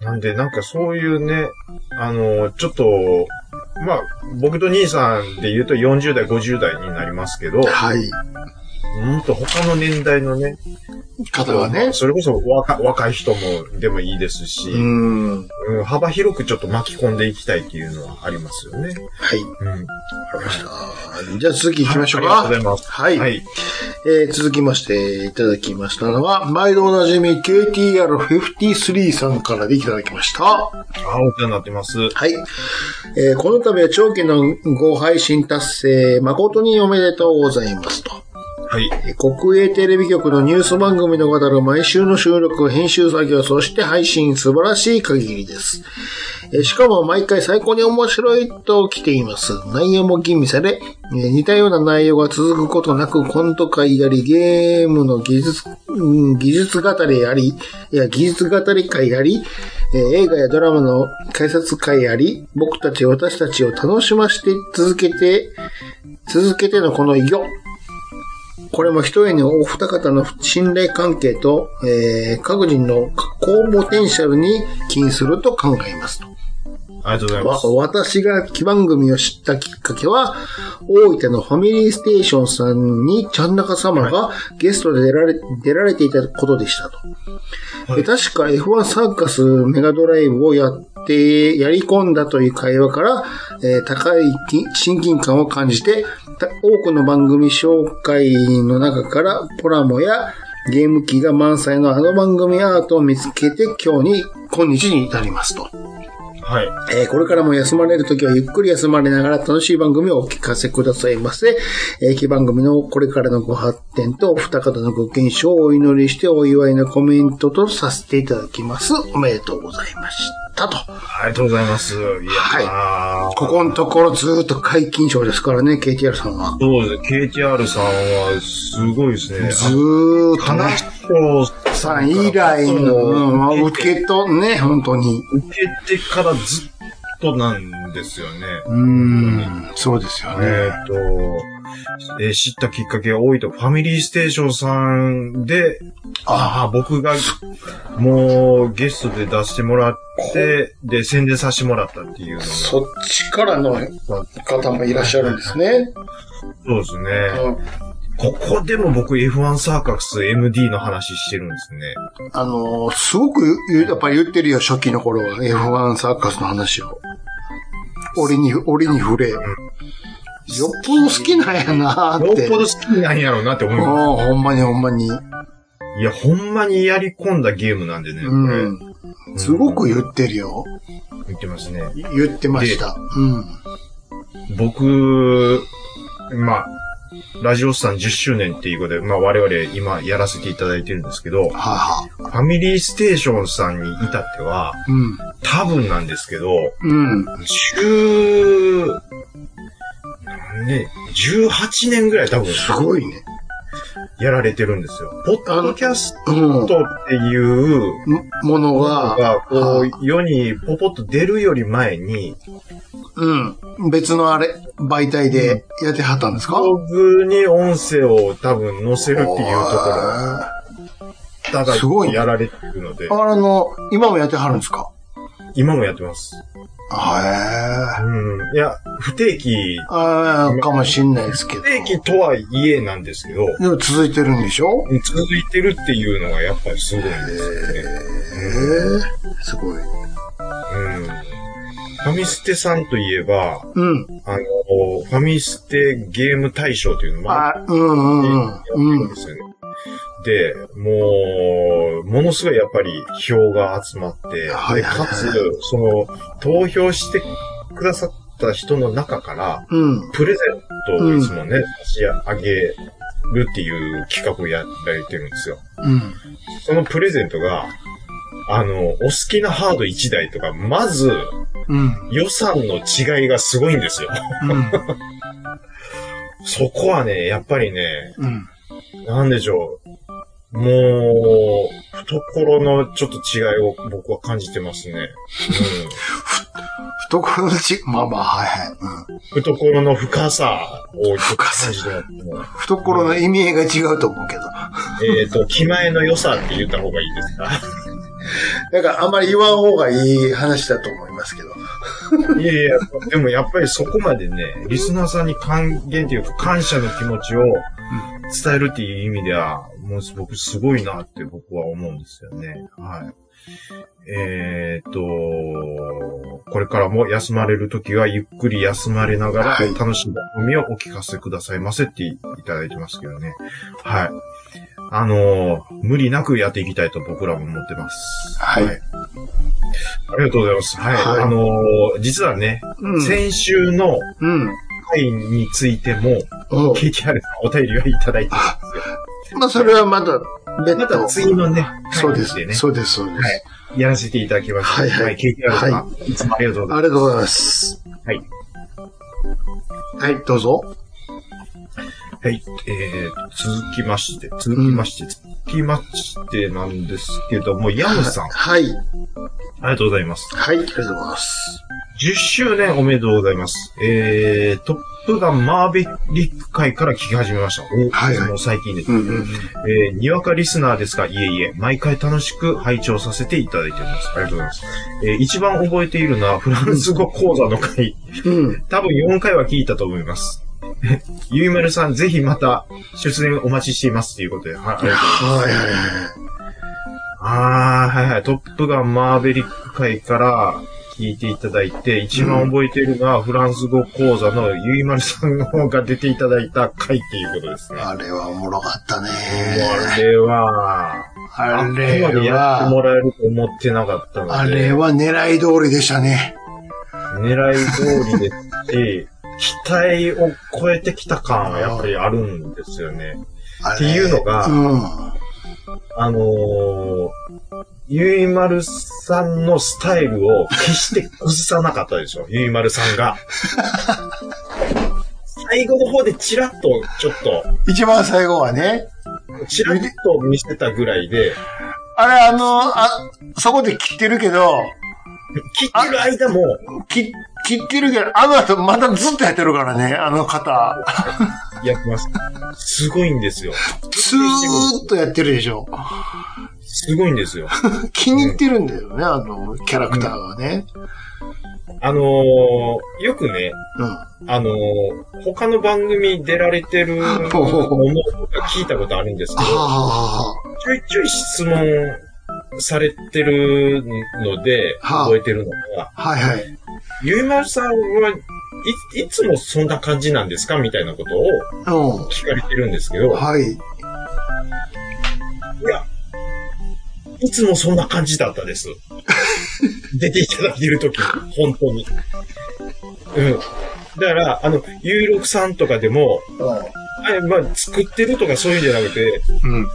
なんで、なんかそういうね、あの、ちょっと、まあ、僕と兄さんで言うと40代、50代になりますけど、
はい。
うんと他の年代のね、
方はね。
それこそ若若い人もでもいいですし、
うん。
うん幅広くちょっと巻き込んでいきたいっていうのはありますよね。
はい。
うん。
わかりました。じゃあ続き行きましょう
あ
か。
りがとうございます。
はい。
はい。
えー続きまして、いただきましたのは、毎度おなじみ KTR53 さんからでいただきました。は
あ、お世話になってます。
い。えーこの度は長期のご配信達成、誠におめでとうございますと。
はい。
えー国営テレビ局のニュース番組の語る毎週の収録、編集作業、そして配信、素晴らしい限りです。えーしかも毎回最高に面白いと来ています。内容も吟味され、えー似たような内容が続くことなく、コント会やり、ゲームの技術、うん技術語りやり、いや、技術語り会やり、えー映画やドラマの解説会やり、僕たち、私たちを楽しませて続けて、続けてのこの偉業。これも一重にお二方の信頼関係と、えー各人の高ポテンシャルに起因すると考えますと。
ありがとうございます。
わ私が木番組を知ったきっかけは、大分のファミリーステーションさんにちゃん中様がゲストで出られ出られていたことでしたと。
はい
え確か F1 サーカスメガドライブをやって、やり込んだという会話から、えー高いき親近感を感じて、た多くの番組紹介の中からポラモやゲーム機が満載のあの番組アートを見つけて今日に、今日に至りますと。
はい。
えーこれからも休まれるときはゆっくり休まれながら楽しい番組をお聞かせくださいませ。えー、木番組のこれからのご発展とお二方のご健勝をお祈りしてお祝いのコメントとさせていただきます。おめでとうございました。と。
ありがとうございます。いやは
ここのところずーっと解禁賞ですからね、KTR さんは。
そうです。KTR さんは、すごいですね。
ずーっと
金
ね。
子
さん以来の、うんまあ、受けとね、本当に。
受けてからずっとなんですよね。
うーん、そうですよね。
えっ、と、えー知ったきっかけが多いと、ファミリーステーションさんで、ああ、僕が、もう、ゲストで出してもらって、で、宣伝させてもらったっていうのが。そ
そっちからの方もいらっしゃるんですね。
うですね。ここでも僕 F1 サーカス MD の話してるんですね。
あのーすごく言う、やっぱり言ってるよ、初期の頃は。F1 サーカスの話を。俺に、俺に触れ。よっぽど好きなんやなー
よ
って。
っぽど好きなんやろうなって思います。
うんほんまにほんまに。
いや、ほんまにやり込んだゲームなんでね、これ。
うん。すごく言ってるよ。
言ってますね。
言ってました。うん。
僕、まあ、ラジオスさん10周年っていうことで、まあ我々今やらせていただいてるんですけど、フ
はあ、はあ、
ァミリーステーションさんに至っては、
うん。
多分なんですけど、
うん。
10、なんね、18年ぐらい多分
すごいね。
やられてるんですよ。ポッドキャス
うん。
トっていう
もの
の
が、
が、こう、世にポポッと出るより前に、
うん。別のあれ、媒体でやってはったんですか、
ブログに音声を多分載せるっていうところだか
すごい
らやられてるので、
あの、今もやってはるんですか
今もやってます。
へえ。
うん。いや、不定期、
ああ、かもしんないですけど
不。定期とはいえなんですけど、
でも続いてるんでしょ
続いてるっていうのがやっぱりすごいですよね。
ええすごい。
うん。ファミステさんといえば、
うん。
あの、ファミステゲーム大賞というのもあっ
あ、うんうん
て
うん。う
るん
ん。
ですよね。で、もう、ものすごいやっぱり票が集まって、で
はいはいは
か
い
つ、その、投票してくださった人の中から、
うん。
プレゼントをいつもね、差し上げるっていう企画をやられてるんですよ。
うん。
そのプレゼントが、あの、お好きなハード1台とか、まず、
うん。
予算の違いがすごいんですよ。
うん。
そこはね、やっぱりね、
うん。
なんでしょう。もう、懐のちょっと違いを僕は感じてますね。
懐のち、まあまあ、はいはい。うん。
うん、懐の深さをちょっと感じてますね。
懐の意味合いが違うと思うけど。
えっと、気前の良さって言った方がいいですか
だからあんまり言わん方がいい話だと思いますけど。
いやいや、でもやっぱりそこまでね、リスナーさんに還元というか感謝の気持ちを伝えるっていう意味では、もう僕すごいなって僕は思うんですよね。はい。えー、っと、これからも休まれるときはゆっくり休まれながら
はい
楽しい番組をお聞かせくださいませっていただいてますけどね。はい。あのー無理なくやっていきたいと僕らも思ってます。
はい
ありがとうございます。はい。
はい
あのー実はね、
うん。
先週の
うん。
回についても、
うん
KTR さんお便りをいただいてま
まあ、それはまだ、
す。
別
ま
途
た。次のね、
そう
回
で
に
す。
ね、
そうです、そうです。
はいやらせていただきました。
はいはい
KTR さん、いつもありがとうござ
あ
い
りがとうございます。
はい。
はい、どうぞ。
ます。はい。えー、続きまして、続きまして、続きましてなんですけども、ヤムさん、あ
はい、
りがとうございます。
はい、ありがとうございます。
10周年おめでとうございます。えー、トップガンマーベリック会から聞き始めました。お
はいはい
もう最近です
う。んう
え
ん。
ーにわかリスナーですが、いえいえ、毎回楽しく拝聴させていただいております。ありがとうございます。えー一番覚えているのはフランス語講座の回。
うん。
多分4回は聞いたと思います。 ゆいまるさん、ぜひまた出演お待ちしています。ということで、はい、ありがとうございます。
はいはいは
あー、はいはい。トップガンマーベリック会から聞いていただいて、一番覚えているのはフランス語講座のゆいまるさんの方が出ていただいた回っていうことですね。
い。あれはおもろかったね。
これは、
あ
あここまで
れ
やって
は、
もらえると思ってなかったので。
あれは狙い通りでしたね。
狙い通りですし、期待を超えてきた感はやっぱりあるんですよね。
あれ
っていうのが
うん。
あのー、ゆいまるさんのスタイルを決して崩さなかったでしょ、 ゆいまるさんが。最後の方でチラッと、ちょっと、
一番最後はね、
チラッと見せたぐらいで、
あれあの、あ、そこで切ってるけど、
切ってる間も、
切、切ってるけど、あの後まだずっとやってるからね、あの方。
やってます。すごいんですよ。
ずーっとやってるでしょ。
すごいんですよ。
気に入ってるんだよね、あの、キャラクターがね。
あのー、よくね、
う
あのー、他の番組出られてるものとか聞いたことあるんですけ
あ
ど、
あ、
ちょいちょい質問されてるので、
はあ
覚えてるのが、
はいはい。
ゆいまるさんはい、いつもそんな感じなんですかみたいなことを
う
聞かれてるんですけど、
ん。はい。
いや、いつもそんな感じだった です。出ていただいてるとき、本当に。うん。だから、あの、ゆうろくさんとかでも、あれまあ、作ってるとかそういうんじゃなくて、
うん。うん。
もう、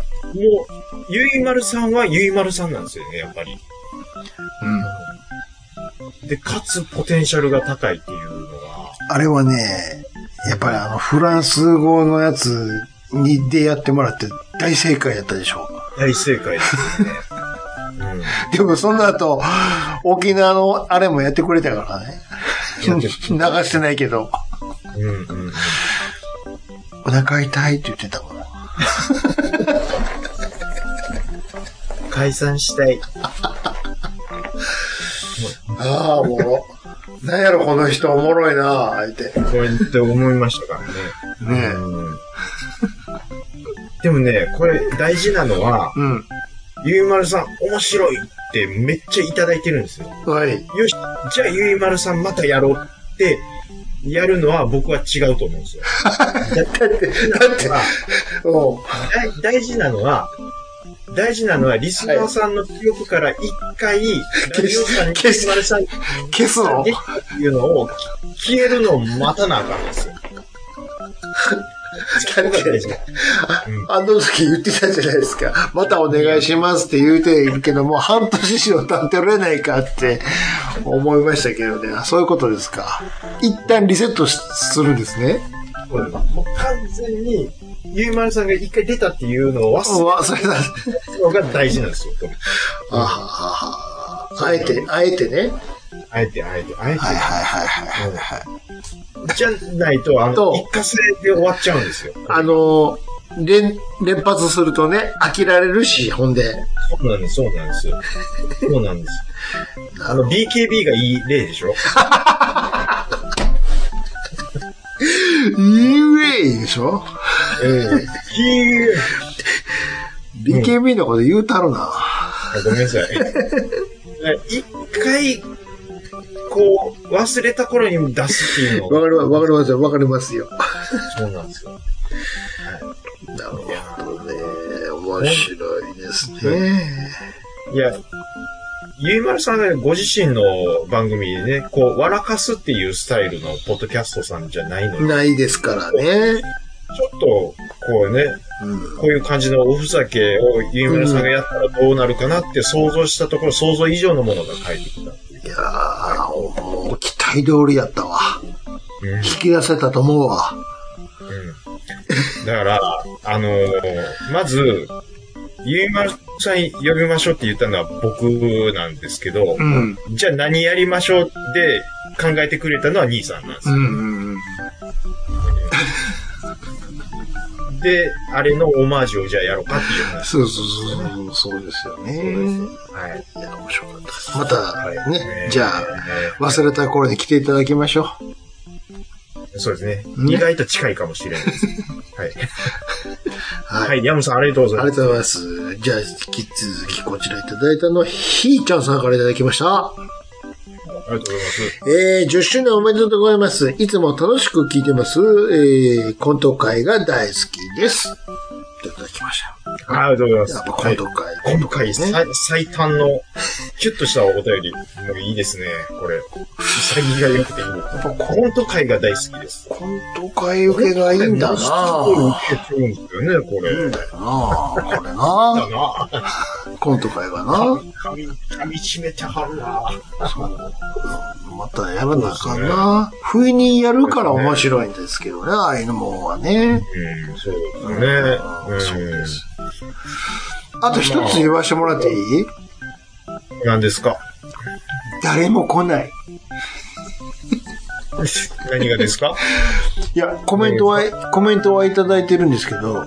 ゆいまるさんはゆいまるさんなんですよね、やっぱり。で、かつ、ポテンシャルが高いっていうのは、
あれはね、やっぱりあの、フランス語のやつにでやってもらって大正解だったでしょ。
大正解です よね。うん。
でもその後、沖縄のあれもやってくれたからね。 流してないけど、
うんうんうん。
お腹痛いって言ってたから。
解散したい。
ああ、もう。なんやろ、この人おもろいなぁ、って。
こうやって思いましたからね。
ね
うんでもね、これ大事なのは、
うん。
ゆいまるさん面白いってめっちゃいただいてるんですよ。
はい。
よし、じゃあゆいまるさんまたやろうって、やるのは僕は違うと思うん ですよ。
だって、だって、おう
大大事なのは、大事なのは、リスナーさんの記憶から一回、ラジオさんに
消す
ゆいまるさんに
消すの
できたっていうのを、消えるのを待たなあかんん ですよ。そこが大事
あの時言ってたじゃないですか。またお願いしますって言うているけども、半年しろ経っておれないかって思いましたけどね。あそういうことですか。一旦リセットしするんですね。
もう完全に、ゆいまるさんが一回出たっていうのを
う
忘
わ、それだ。
れるのが大事なんですよ。
あはははは。あえて、あえてね。
あえて、あえて、あえて。
はいはいはいはいはいはい。
じゃないと、あ
と
の、一過性で終わっちゃうんですよ。
あの、連、連発するとね、飽きられるし、ほんで。
そうなんです、そうなんですよ。そうなんです。あの、BKB がいい例でしょ
いいウェイでしょ
うん。
?BKB のこと言うたるな。
あごめんなさい。一回、こう、忘れた頃に出すっていうの
わ
が
かります、わかりますよ、わかりますよ。
そうなんですよ。
なるほどね。面白いですね。
いや、ゆいまるさんがご自身の番組でね、こう、笑かすっていうスタイルのポッドキャストさんじゃないので、
ないですからね。
ちょっと、こうね、
うん
こういう感じのおふざけをゆいまるさんがやったらどうなるかなって想像したところ、想像以上のものが返ってきた。
いやー、もう期待通りやったわ。
うん
引き出せたと思うわ。
うんだから、 あのーまず、ゆいまるさん呼びましょうって言ったのは僕なんですけど、
ん。
じゃあ何やりましょうで考えてくれたのは兄さんなんですよ。
ん。
で、あれのオマージュをじゃあやろうかっていう話。
そうそうそうそう、そうですよね。
はい。
いや、面白かったです。また、
え
ね
ー、
じゃあ、忘れた頃に来ていただきましょ
そうですね。
ね
意外と近いかもしれないです。はい。
う。
は
はい。
い、ヤムさんありがとうござい
あり
ま
が
す。
とうございます。じゃあ、引き続きこちらいただいたのは、ひーちゃんさんからいただきました。
ありがとうございます。
えー、10周年おめでとうございます。いつも楽しく聞いてます。えー、コント会が大好きです。いただきました。
ありがとうござ
やっ
い
ぱ
ます。
コント
はい
会。
今回、
ね
さ最短の、キュッとしたお便り、もういいですね、これ。潔が良くていい。コント会が大好きです。
コント会受けがいいんだなぁ。
受けてるんですよね、これ。
いいんだよなぁ。これな
だなぁ。
ぁ。コント会がな
髪、髪締めてはるなぁ。
またやらなあかんなぁ。不意にやるから面白いんですけどね、ああいうのもんはね。
うん、そうですね。
うんそうです。あと一つ言わしてもらっていい
何ですか
誰も来ない。
何がですかはい
や、コメントは、コメントはいただいてるんですけど、
いはい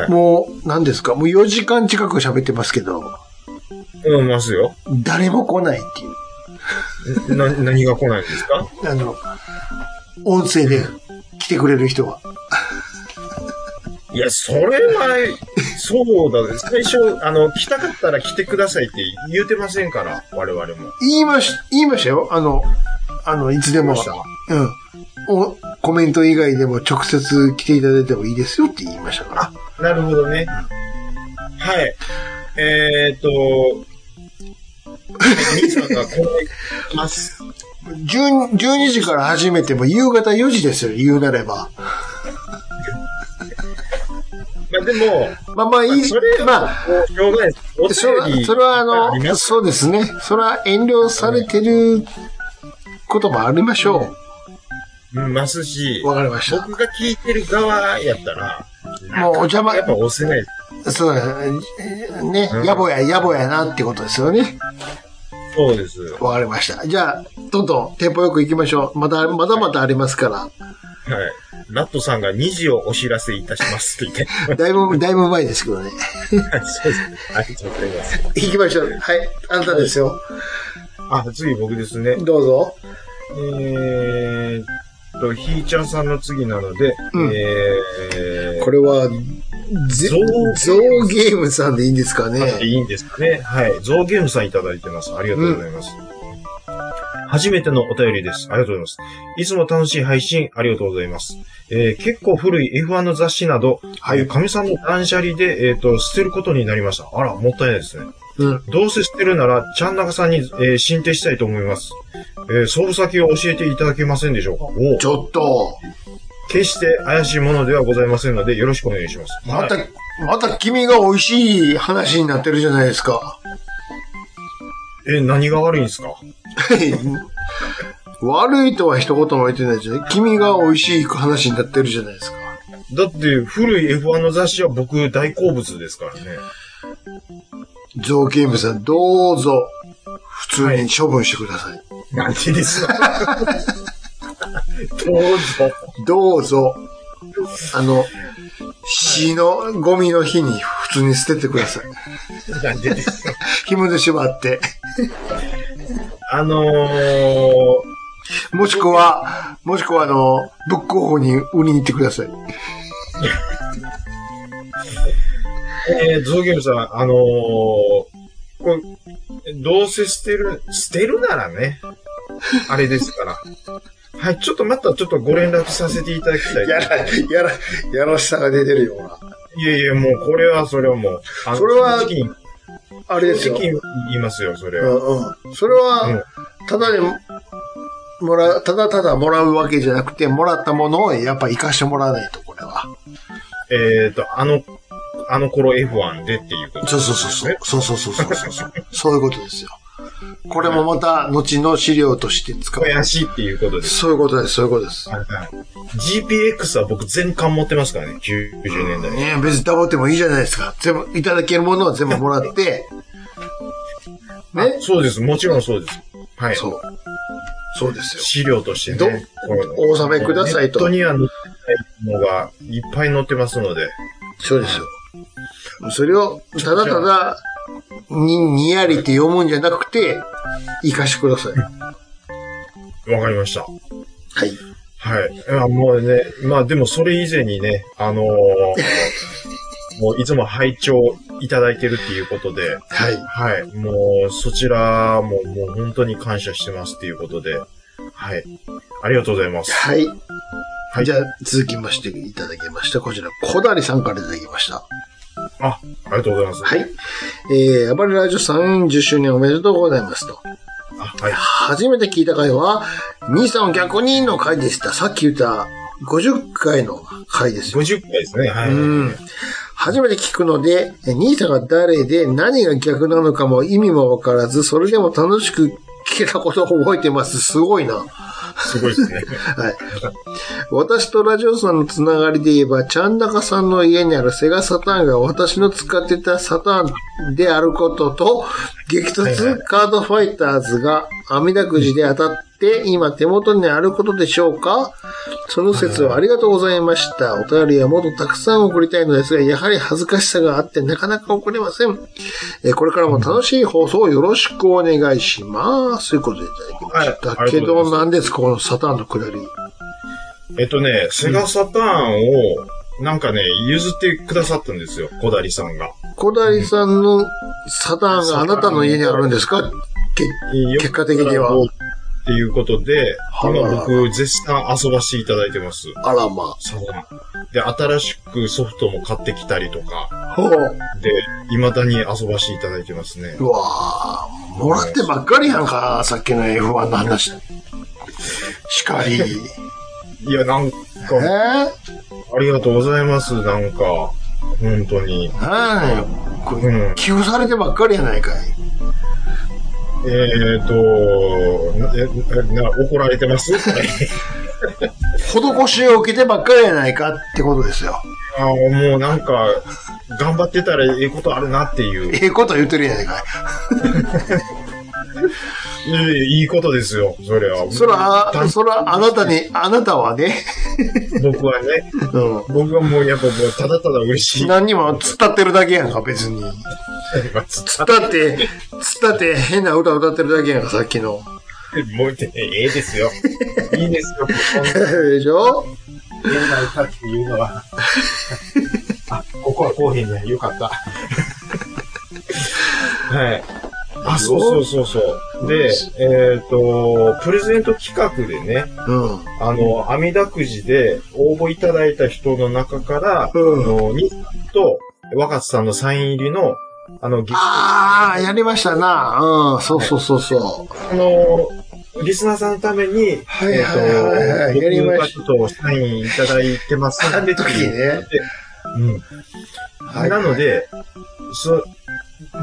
はい。
もう、何ですかもう4時間近く喋ってますけど、
うん、ますよ。
誰も来ないっていう。
な、何が来ないんですか
あの、音声で来てくれる人は。
いや、それは、そうだね。最初、あの、来たかったら来てくださいって言うてませんから、我々も。
言いまし、言いましたよ。あの、あの、いつでも。うん。お、コメント以外でも直接来ていただいてもいいですよって言いましたから。
なるほどね。はい。えーっと、兄さんがこう来 ます。
12, 12時から始めても夕方4時ですよ、言うなれば。
まあでも、
まあまあいい、
それ
まあ、
しょうがないです。
そ
お便
れは、
り
それはあ
あり
の、
ます
そうですね。それは遠慮されてることもありましょ
うんますし
う。、わかりました。
僕が聞いてる側やったら、
もうお邪魔
やっぱ押せない。
そうだね。
うん
野暮や、野暮やなってことですよね。
そうです。は
わかりました。じゃあ、どんどんテンポよく行きましょう。まだ、まだまだありますか
い。ナットさんが2時をお知らせいたしますって言って。
ら。だい ぶ、だいぶ前ですけどね。
そうです。ありがとうございます。
行きましょう。はい。あなたですよ。
あ、次僕ですね。
どうぞ。
えーっと、ひーちゃんさんの次なので、
うん
えー、
これは、ぜ
ゾウ
ゾウゲームさんでいいんですかね。
いいんですかね。はい。ゾウゲームさんいただいてます。ありがとうございます。初めてのお便りです。ありがとうございます。いつも楽しい配信、ありがとうございます。えー結構古い F1 の雑誌など、
は
はいい。神さんの断捨離で、えっ、と、捨てることになりました。あら、もったいないですね。
うん。
どうせ捨てるなら、ちゃんなかさんに、えー進呈したいと思います。えー、送付先を教えていただけませんでしょうかおう
ちょっと、
決して怪しいものではございませんので、よろしくお願いします。
また
はい、
また君が美味しい話になってるじゃないですか。
えー何が悪いんですか
悪いとは一言も言ってないじゃない。君が美味しい話になってるじゃないですか。
だって、古い F1 の雑誌は僕大好物ですからね。
ゾウゲームさん、どうぞ、普通に処分してください。
なんてですか どうぞ。
どうぞ、あの、死のゴミの日に普通に捨ててください。
なんでですか
紐で縛って。
あのー、
もしくは、もしくはあの、ブックオフに売りに行ってください。
えー、ゾウゲームさん、あのー、これ、どうせ捨てる、捨てるならね、あれですから。はい、ちょっとまたちょっとご連絡させていただきたい。
やら、やら、やらしさが出てるような。
いやいや、もうこれは、それはもう、あの
それは
正直に
あれです
正
よ。
直に言いますよ、それ
う
は。
んうん。それ
うん
は、ただでも、もらう、ただただもらうわけじゃなくて、もらったものをやっぱ生かしてもらわないと、これは。
えっ、ー、と、あの、あの頃 F1 でっていうこと。
そうそうそうそう。そうそうそうそうそうそう。そういうことですよ。これもまた、後の資料として使う。
怪しいっていうことです。
そういうことです、そういうことです。
はいはい GPX は僕全巻持ってますからね、90年代。
ねえ別にダボってもいいじゃないですか。全部、いただけるものは全部もらって、ね
あそうです、もちろんそうです。はい。
そう。そうですよ。
資料として
ど
ね。これ
お納めくださいと
ネットには載ってないのがいっぱい載ってますので。
そうですよ。それを、ただただ、に、にやりって読むんじゃなくて、生かしてください。
わかりました。
はい。
はい。いやもうね、まあでもそれ以前にね、あ のーもういつも拝聴いただいてるっていうことで、
はい。
はい。もうそちらももう本当に感謝してますっていうことで、はい。ありがとうございます。
はい。
はい
じゃあ、続きましていただきました。こちら、小谷さんからいただきました。
あ、ありがとうございます。
はい。えー、暴れラジオ30周年おめでとうございますと。
あはい。
初めて聞いた回は、兄さんを逆にの回でした。さっき言った50回の回ですよ。
50回ですね。はい。
うん。初めて聞くので、え兄さんが誰で何が逆なのかも意味もわからず、それでも楽しく聞けたことを覚えてます。すごいな。
すごいで すね。
はい。私とラジオさんのつながりで言えば、ちゃんなかさんの家にあるセガサターンが私の使ってたサターンであることと、激
はいは
突カードファイターズが網だくじで当たって、今手元にあることでしょうかその説はありがとうございました。お便りはもっとたくさん送りたいのですが、やはり恥ずかしさがあってなかなか送れません。えーこれからも楽しい放送をよろしくお願いします。ということでいただきました。
はいあり
け
がとうございます
ど、なんですかこのサターンのくだり。
えっとね、セガサターンを、なんかね、譲ってくださったんですよ、小谷さんが。
小谷さんのサターンがあなたの家にあるんですかけ結果的には
っていうことで、
あら
今
ら
僕、絶賛遊ばしていただいてます。
あらま
サターン。で、新しくソフトも買ってきたりとか、
あ。ほう。
で、未だに遊ばしていただいてますね
う。わぁ。もらってばっかりやんか、さっきの F1 の話。しか り。
いや、なんか、
えー、
ありがとうございます、なんか。本当に。
なんやこ
うん
れ寄付されてばっかりやないかい。
えーと、なえな怒られてます
施しを受けてばっかりやないかってことですよ。
あーもうなんか、頑張ってたらええことあるなっていう。
ええこと言ってるやないかい。
いやいやいいことですよ、それは。
そら、
た
そら、あなたに、あなたはね、
僕はね、
う
僕はもうやっぱもうただただ嬉し
ん。
い。
何にも突っ立ってるだけやんか、別に。 つったって、つったって変な歌歌ってるだけやんか、さっきの。
もういて、ええですよ。いいですよ。こんな
でしょ
変な歌っていうのは。あ、ここはこうへんね。よか った。はい。あ、そうそうそうそう。で、えっ、と、プレゼント企画でね、
うん。
あの、網だくじで応募いただいた人の中から、
うん
あの、ニッと若津さんのサイン入りの、あの、ギフ
ああ、やりましたな。うん、そうそうそうそ
あの、リスナーさんのために、
はいはいはい
え
はい
ーと
やりまし
僕がちょっとサインいただいてます
う。あの時にね。
うん。
はい
なので、そ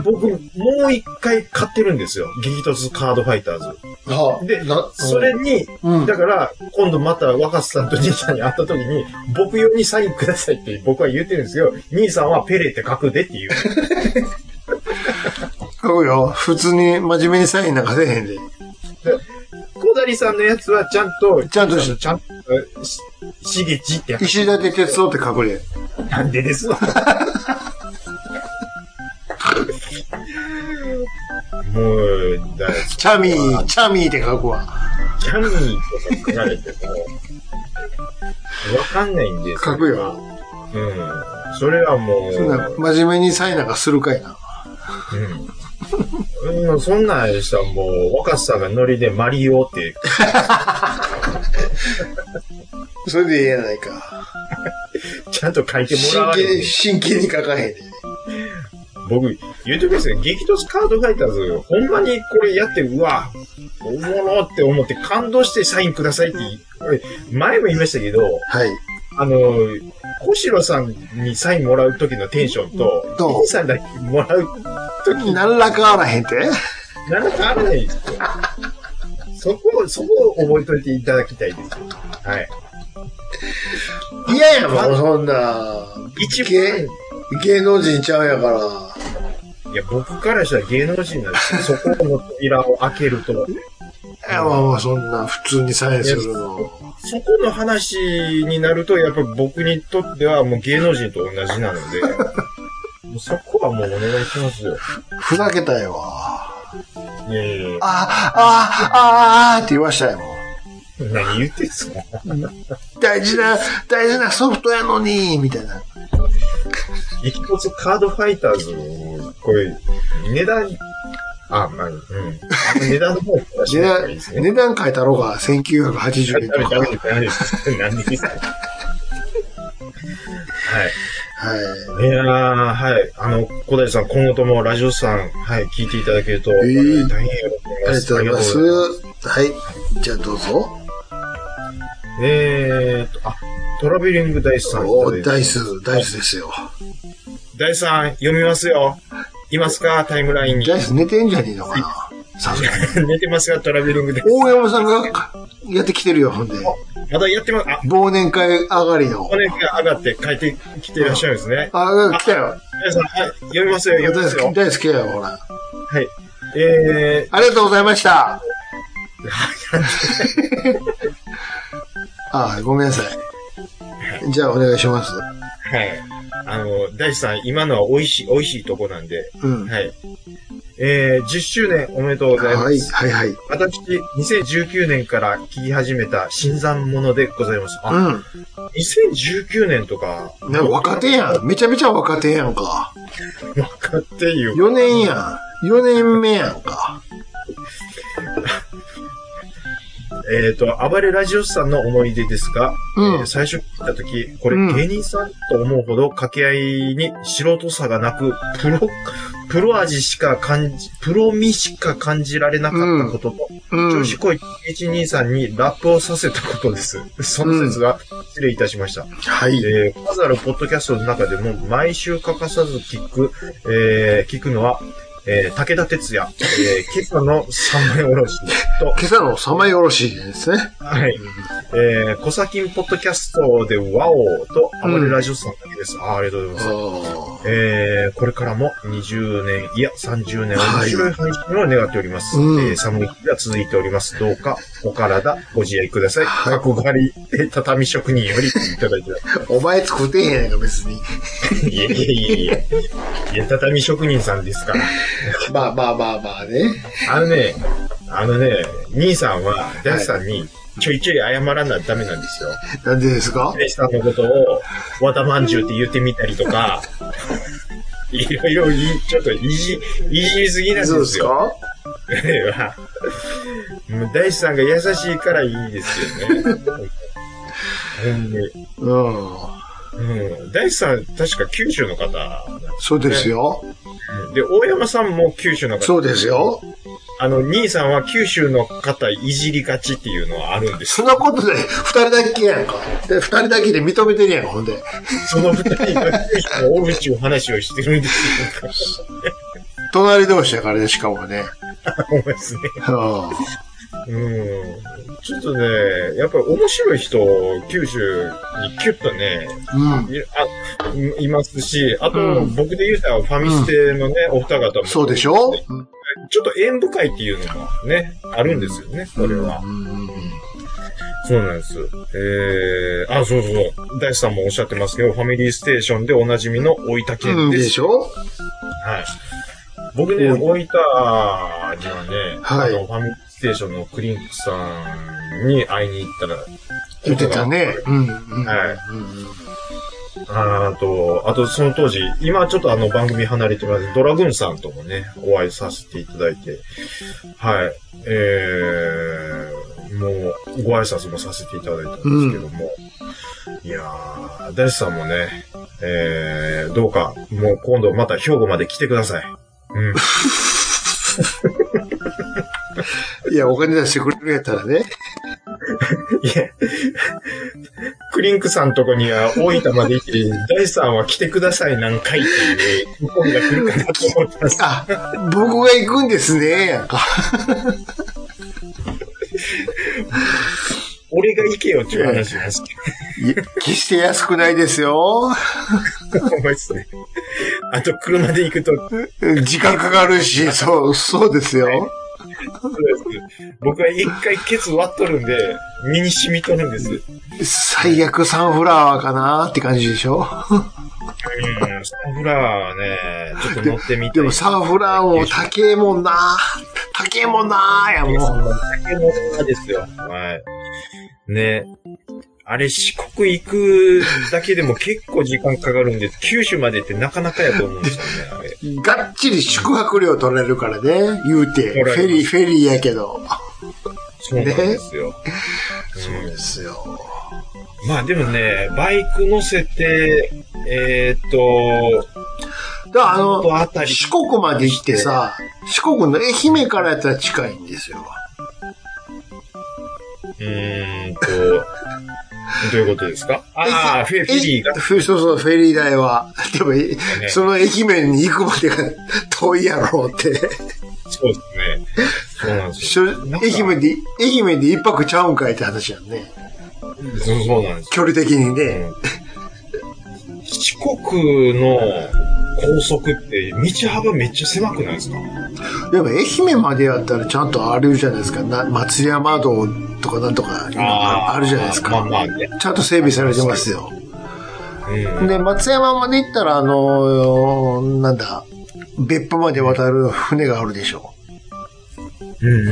僕、もう一回買ってるんですよ。激突カードファイターズ。
は
で
な
それに、
うん。
だから、今度また若狭さんと兄さんに会った時に、僕用にサインくださいって僕は言ってるんですけど、兄さんはペレって書くで っていう。
書くよ。普通に真面目にサインなんかせえへんで。
小谷さんのやつはちゃんと、
ちゃんとし
ちゃんと、し、しげちって
石立哲夫って書くで。
なんで ですわ。もう、だから
チャミー、チャミーって書くわ。
キャミーとか書かれても、わかんないんです
書くよ。
うん。それはもう、
そんな、真面目にサインなんかするかいな。
うん。うん、そんなんでしたらもう、若狭さんがノリでマリオって、
それでええやないか。
ちゃんと書いてもら
真
われ
剣、
て、
真剣に書かへんで。
僕、言うとくんですよ、激突カードファイターズ、ほんまにこれやって、うわ、おもろって思って感動してサインくださいって、これ前も言いましたけど、
はい。
あの、小城さんにサインもらう時のテンションと、
どう
兄さんだけもらう時の
何ら変わらへんて
なんかあるないですよ。そこ、そこを覚えといていただきたいですよ。はい。
嫌やもん、そんな。
一番、
芸芸能人ちゃうやから。
いや、僕からしたら芸能人なんですよ。そこの扉を開けると。
いや、まあまあ、そんな、普通にサインするの。
そこの話になると、やっぱり僕にとってはもう芸能人と同じなので、もうそこはもうお願いしますよ。
ふざけたいわ。
いやいやいや
あ、あ、あ、あーって言わしたよ、もう。
何言ってんすか
大事な、大事なソフトやのに、みたいな。
一骨カードファイターズを、これ、値段、あ、まあ、うん。値段の方からし
値
ない方が
段
いいですね。
値段変えたろうが、1980円とか。はい。
何でですかはい。いやーはい。あの、小田井さん、今後ともラジオさん、はい、聞いていただけると、大変喜び
あり
ま
が
す。
とうございま
あ
す。
りがとうございま
はい。じゃあどうぞ。
すえーっと、あ、トラベリングダイスさん。
お
い
ー
ただ
ダ
い
イ
て
ス、ダイスですよ。
ダイスさん、読みますよ。いますかタイムラインに。
ダイス寝てんじゃねえのかなさすがに。
寝てますかトラベリングダイ
大山さんがやってきてるよ、ほんで。
ス。まだやってます。あ、
忘年会上がりの
お。姉が上がって帰ってきていらっしゃるんですね。
あ、来たよ。
ダイスさん、はい、読みますよ、読み
大
ます
好
よ
き、。大好きだよ、ほら。
はい。え
ありがとうござい ました。あ、ごめんなさい。じゃあ、お願いします。
ー、はい。あの、大地さん、今のは美味しい、美味しいとこなんで、
うん。
はい。えー、10周年おめでとうございます。
はい、はい、はい。う
私、2019年から聞き始めた新参者でございます。あ、
ん。
2019年とか、
なんか若手やん。めちゃめちゃ若手やんか。
若手いう。
4年やん。4年目やんか。
えっ、と、暴れラジオスさんの思い出ですが、
うん
えー最初聞いたとき、これ
うん
芸人さんと思うほど掛け合いに素人さがなく、プロ、 プロ味しか感じ、プロ味しか感じられなかったことと、
う
調
ん。
子こい123さんにラップをさせたことです。 その説は失礼いたしました。
はい。
えー、数あるポッドキャストの中でも毎週欠かさず聞く、えー、聞くのは、えー、武田鉄也、えー、今朝の三枚おろしと、
今朝の三枚おろしですね。
はい。えー、コサキンポッドキャストでワオと、あまりラジオさんだけです。あーありがとうございます。えー、これからも20年、いや30年、面白い配信を願っております。
うん
えー寒い日が続いております。どうか、お体、ご自愛ください。憧れ、えー畳職人よりいただいてます。
お前作ってへんやないか、別に。
いやいやいやいや。いや、畳職人さんですから。
まあまあまあまあね。
あのね、あのね、兄さんは、ダシさんに、ちょいちょい謝らないとダメなんですよ。
なんでですか
ダシさんのことを、和田まんじゅうって言ってみたりと か、いろいろい、ちょっといじ、いじりすぎなん
そう
で
ですす
よ。
か
彼は。もう大地さんが優しいからいいですよね。ほんで
うん。
うん。大地さん、確か九州の方なんですよね
そうですよ。
で、大山さんも九州の方。
そうですよ。
あの、兄さんは九州の方いじりがちっていうのはあるんです
そんなことで、二人だけやんか。で、二人だけで認めてるやん、ほんで。
その二人が九州の大口を話をしてるんですよ。
隣同士やからね、しかもね。
思い ますね。
う
うん。ちょっとね、やっぱり面白い人を九州にキュッとね、
ん。うん。
いあいいますし、あと、
うん
僕で言うたらファミステのね、お二方も。
そうでしょ
ちょっと縁深いっていうのもね、あるんですよね、それは。
うんうんうん
そうなんです。えー、あ、そうそう。大地さんもおっしゃってますけど、ファミリーステーションでおなじみの大分
う
県
ん。
で。
ですしょ
はい。僕ね、大分にはね、
は
あ
い
のファミリーステーションのクリンクさんに会いに行ったら、
言ってたね。うん。うん
はい
うん
あと、あとその当時、今ちょっとあの番組離れてます。ドラグーンさんともね、お会いさせていただいて、はい、えー、もう、ご挨拶もさせていただいたんですけども、いやー、ダイスさんもね、えー、どうか、もう今度また兵庫まで来てください。うん。
いや、お金出してくれるやったらね。
いや、クリンクさんとこには大分まで行って、ダイスさんは来てください何回っていう、向こうが来るかなと思ってます。
あ、僕が行くんですね、やんか。
俺が行けよっていう話なんですけど。
い決して安くないですよ。
思いっすね。あと、車で行くと、
時間かかるし、そう、そうですよ。
僕は一回ケツ割っとるんで、身に染みとるんです。うん、
最悪サンフラワーかなって感じでしょ
サンフラワーはね、ちょっと乗ってみて。
でもサンフラワーも高えもんな高えもんなや
いやそん
も
な酒の差ですよ。はい。ね。あれ、四国行くだけでも結構時間かかるんで、九州までってなかなかやと思うんですよね、あれ。
う。がっちり宿泊料取れるからね、言うて。
取られます
フェリー、フェリーやけど。
そうなんですよ。
そうですよ。
まあでもね、バイク乗せて、えー、っと、
だからあの、
あたり
四国まで行ってさ、四国の愛媛からやったら近いんですよ。
うーんと、どういうことですかああ、フェフェリーが
え。フェそうそう、フェリー代は。でも、その愛媛に行くまでが遠いやろうって。
そうですね。そうなんです
しょ
よ。
愛媛で、愛媛で一泊ちゃうんかいって話やんね。
そうそうなんです
距離的にね。
よ。四国の高速って道幅めっちゃ狭くないですか
でも愛媛までやったらちゃんとあるじゃないですか。な松山道とかなんとかあるじゃないですか。
まあまあね。
ちゃんと整備されてますよ。
うん。
で、松山まで行ったら、あのーなんだ、別府まで渡る船があるでしょ。
うんうんうんうん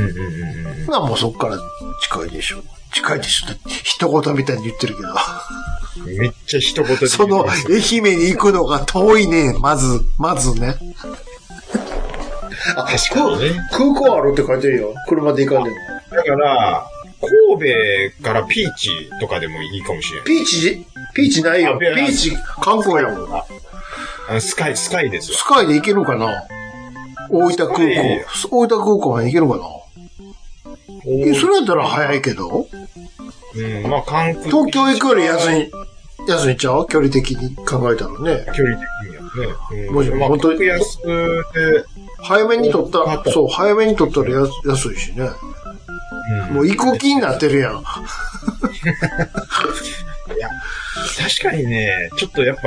うん。
ほなもうそっから近いでしょ。近いでしょ。だって一言みたいに言ってるけ ど。
めっちゃ一言で言うね。
その、愛媛に行くのが遠いね。まず、まずね。あ、
確かにね。
空港あるって書いてるよ。車で行かんでも。
だから、神戸からピーチとかでもいいかもしれない。
ピーチ、ピーチない
あ
よ。
ピ
ピ
ー
ー
チ
チ、観光やもん。
あのスカイ、スカイですわ
スカイで行けるかな大分空
ス
港
カイ。
大分空港まで行けるかな
お
え
ー
それやったら早いけど
うん、まあ、関空。
東京行くより安い、安いちゃう距離的に考えたらね。
距離的にはね。うん、
もしも
まあ、
本当に
格安で、
早めに取った
あ
ら、そう、早めに取ったら安安いしね。もう、移行期になってるやん。
確かにね、ちょっとやっぱ、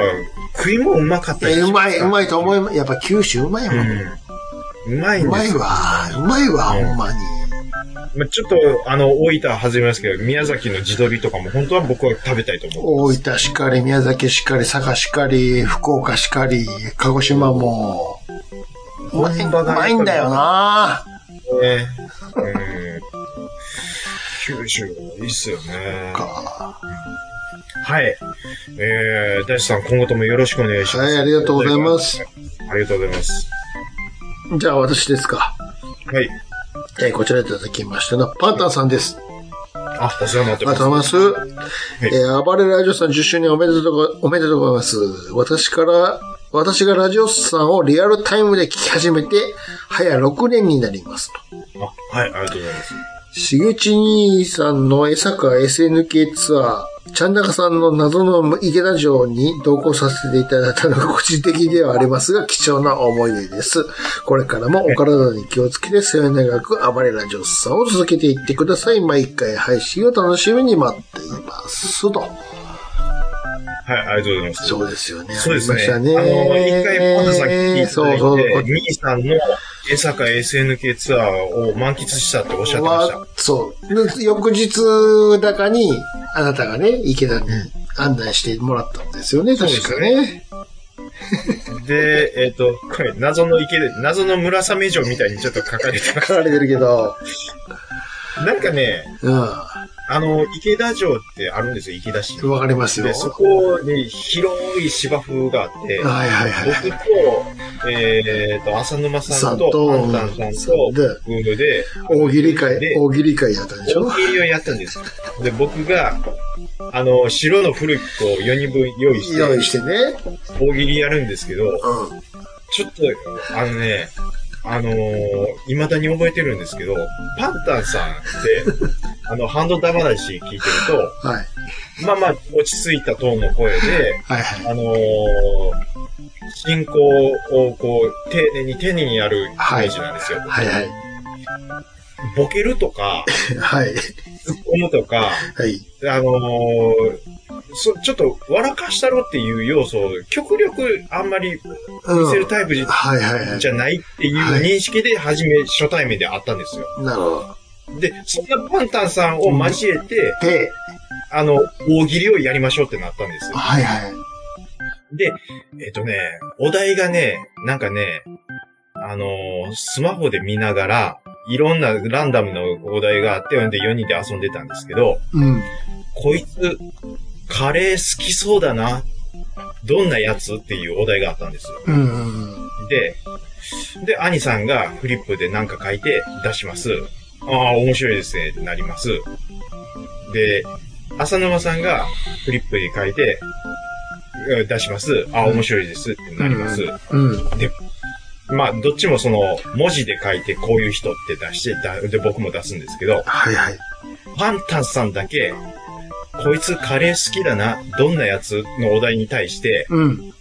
食いもうまかった
えうまい、うま
い。
いと思い、やっぱ九州うまいもん。
うん。うまいんで
うますい
よ。
わ、うまいわ、
うん
ほんまに。
まあちょっと、あの、大分は外れますけど、宮崎の地鶏とかも本当は僕は食べたいと思う。
大分しかり、宮崎しかり、佐賀しかり、福岡しかり、鹿児島も、うまい
本
う
場がやっぱ
ま
り
いんだよな
ね。うん。九州、いいっすよね。はい。えー、大地さん、今後ともよろしくお願いします。
はいありがとうございます。
ありがとうございます。
じゃあ私ですか。
はい。
えーこちらいただきましたのはパンタンさんです。
あ、お世話になっ
ありがとうござい
てます。
ます。えー暴れラジオさん10周年おめでとうご、おめでとうございます。私から、私がラジオさんをリアルタイムで聞き始めて、早6年になりますと。
あはい、ありがとうございます。
しげち兄さんの江坂 SNK ツアー、ちゃんなかさんの謎の池田城に同行させていただいたのが個人的ではありますが、貴重な思い出です。これからもお体に気をつけて末永く暴れラジオさんを続けていってください。毎回配信を楽しみに待っています。と。
はい、ありがとうございます。
そうですよね。
そうですね。
あ
あ
りま
の、
したね。
一回、パンダさん聞いていただいて、
そうそう。
兄さんの江坂 SNK ツアーを満喫したっておっしゃってました。
わそう。で翌日だかに、あなたがね、池田に案内してもらったんですよね、
そうで
確
す
か
ね
ね。
で、えっ、と、これ、謎の池で、謎の村雨城みたい にちょっと書かれてま
書かれてるけど、
す。なんかね、
うん。
あの、池田城ってあるんですよ、池田市。
わかりますよ。
で、そこに広い芝生があって、
はいはいはい。
僕と、えっ、と、浅沼さん
さん
と、
と
パンタンさんと、
で
グーグで、
大喜利会
で、
大喜利会やったんでしょ
大喜利をやったんです。で、僕が、あの、白の古着を4人分用意して、
用意してね。
大喜利やるんですけど、
うん。
ちょっと、あのね、あのー、未だに覚えてるんですけど、パンタンさんっ て、あの、ハンドダ話聞いてる
はい。
と、まあまあ、落ち着いたトーンの声で、
はいはい。
あのー、進行をこう、丁寧に丁寧にやるイメージなんですよ。
はいはい。
ボケるとか、
はい。
突っ込むとか、
はい。
あのーそ、ちょっと笑かしたろっていう要素を極力あんまり見せ
う
る
ん。
タイプじ
はいはいは
じゃないっていう認識で初め、初対面で会ったんですよ。
い。なるほど。
で、そんなパンタンさんを交えて、
で、
あの、大喜利をやりましょうってなったんですよ。
はいはい。
で、えっ、とね、お題がね、なんかね、あのースマホで見ながら、いろんなランダムのお題があって、んで4人で遊んでたんですけど、
うん。
こいつ、カレー好きそうだな。どんなやつっていうお題があったんですよ。
うんうんうん。
で、で、兄さんがフリップで何か書いて出します。ああ、面白いですね、ってなります。で、浅沼さんがフリップに書いてうん出します。ああ、面白いです、ってなります。
うん。
まあ、どっちもその、文字で書いてこういう人って出して、だで、僕も出すんですけど、
はいはい。
パンタンさんだけ、こいつカレー好きだな、どんなやつのお題に対して、
うん。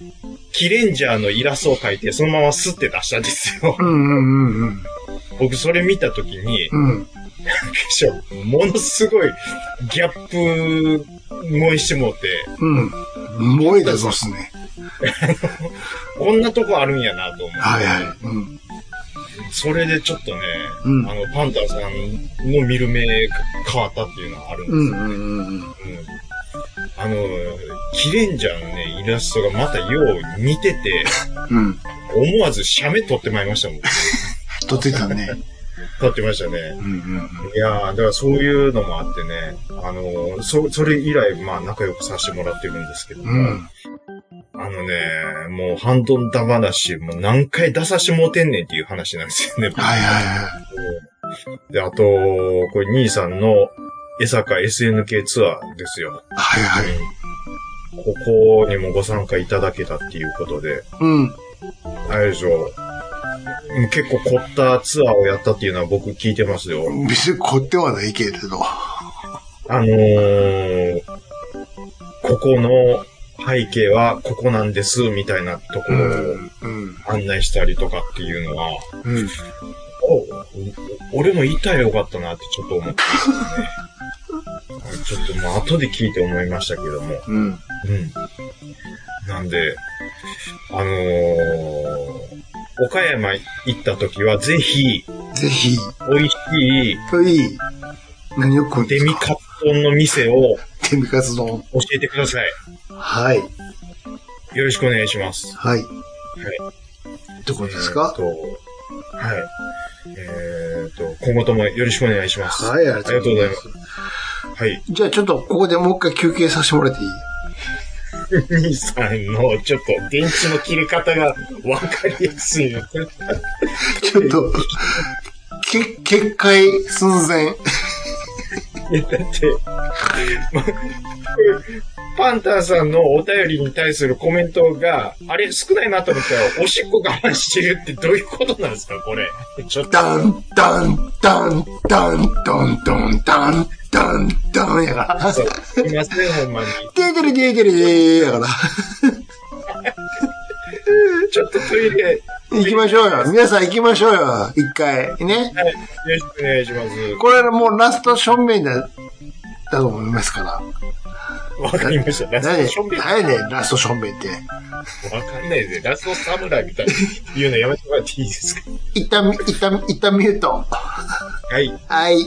キレンジャーのイラストを描いて、そのままスって出したんですよ。
うんうんうんうん。
僕それ見たときに、
うん。
ものすごいギャップ萌えしてもうて、
うん。萌えだぞっすね。
こんなとこあるんやなと思う。
はいはい。うん。
それでちょっとね、
うん
あの、パンタンさんの見る目変わったっていうのはあるんですよ。
うんうんうん。
うんあの、キレンジャーのね、イラストがまたよう似てて、
うん。
思わず写メ撮ってまいりましたもん。
撮ってたね。
撮ってましたね。
うんうん
いやー、だからそういうのもあってね、あの、そ、それ以来、まあ仲良くさせてもらってるんですけど、
うん。
あのね、もうハンドンダ話、もう何回出さしてもうてんねんっていう話なんですよね。
はいはいは
で、あと、これ兄さんの江坂 SNK ツアーですよ。
い。はいはい。
ここにもご参加いただけたっていうことで、
うん。
あれでしょ。うん結構凝ったツアーをやったっていうのは僕聞いてますよ。
別に凝ってはないけれど。
あのー、ここの背景はここなんです、みたいなとこ
う
ろを、
ん。うん。
あ案内したりとかっていうのは、
うん。
お俺も言いたらよかったなってちょっと思って ますね。ちょっとまあ後で聞いて思いましたけども。
うん。
うん。なんで、あのー、岡山行った時はぜひ、
ぜひ、
美味しい
といい。何を食うんで
デ
す
ミ
か
カツ丼の店を
デミカツ丼。
教えてください。
はい。
よろしくお願いします。
はい。ってことですか
えーっと、はい。えーっと、今後ともよろしくお願いします。
はい、ありがとうございます。
はい。
じゃあちょっとここでもう一回休憩させてもらっていい
兄さんの、ちょっと、電池の切り方が分かりやすいの。
ちょっと、け、決壊寸前。
いやだって、まパンタンさんのお便りに対するコメントが、あれ少ないなと思ったら、おしっこ我慢してるってどういうことなんですかこれ。ちょっと、
ダン、ダン、ダン、ダン、ドン、ドン、ダン、ダン、ダンやから。
そうすいません、ほんまに。
デーデレデーデレデーやから。
ちょっとトイレ、
行きましょうよ。皆さん行きましょうよ。一
はい、
回。ね。
よろしくお願いします。
これはもうラスト正面だ、だと思いますから。
わかりました。ラ
何
ストションベル。わ
何やねん、ラスト正面って。
かんないですね。ラストサムライみたいな言うのやめてもらっていいですか
一旦、一旦、一旦ミュート。
はい。
はい。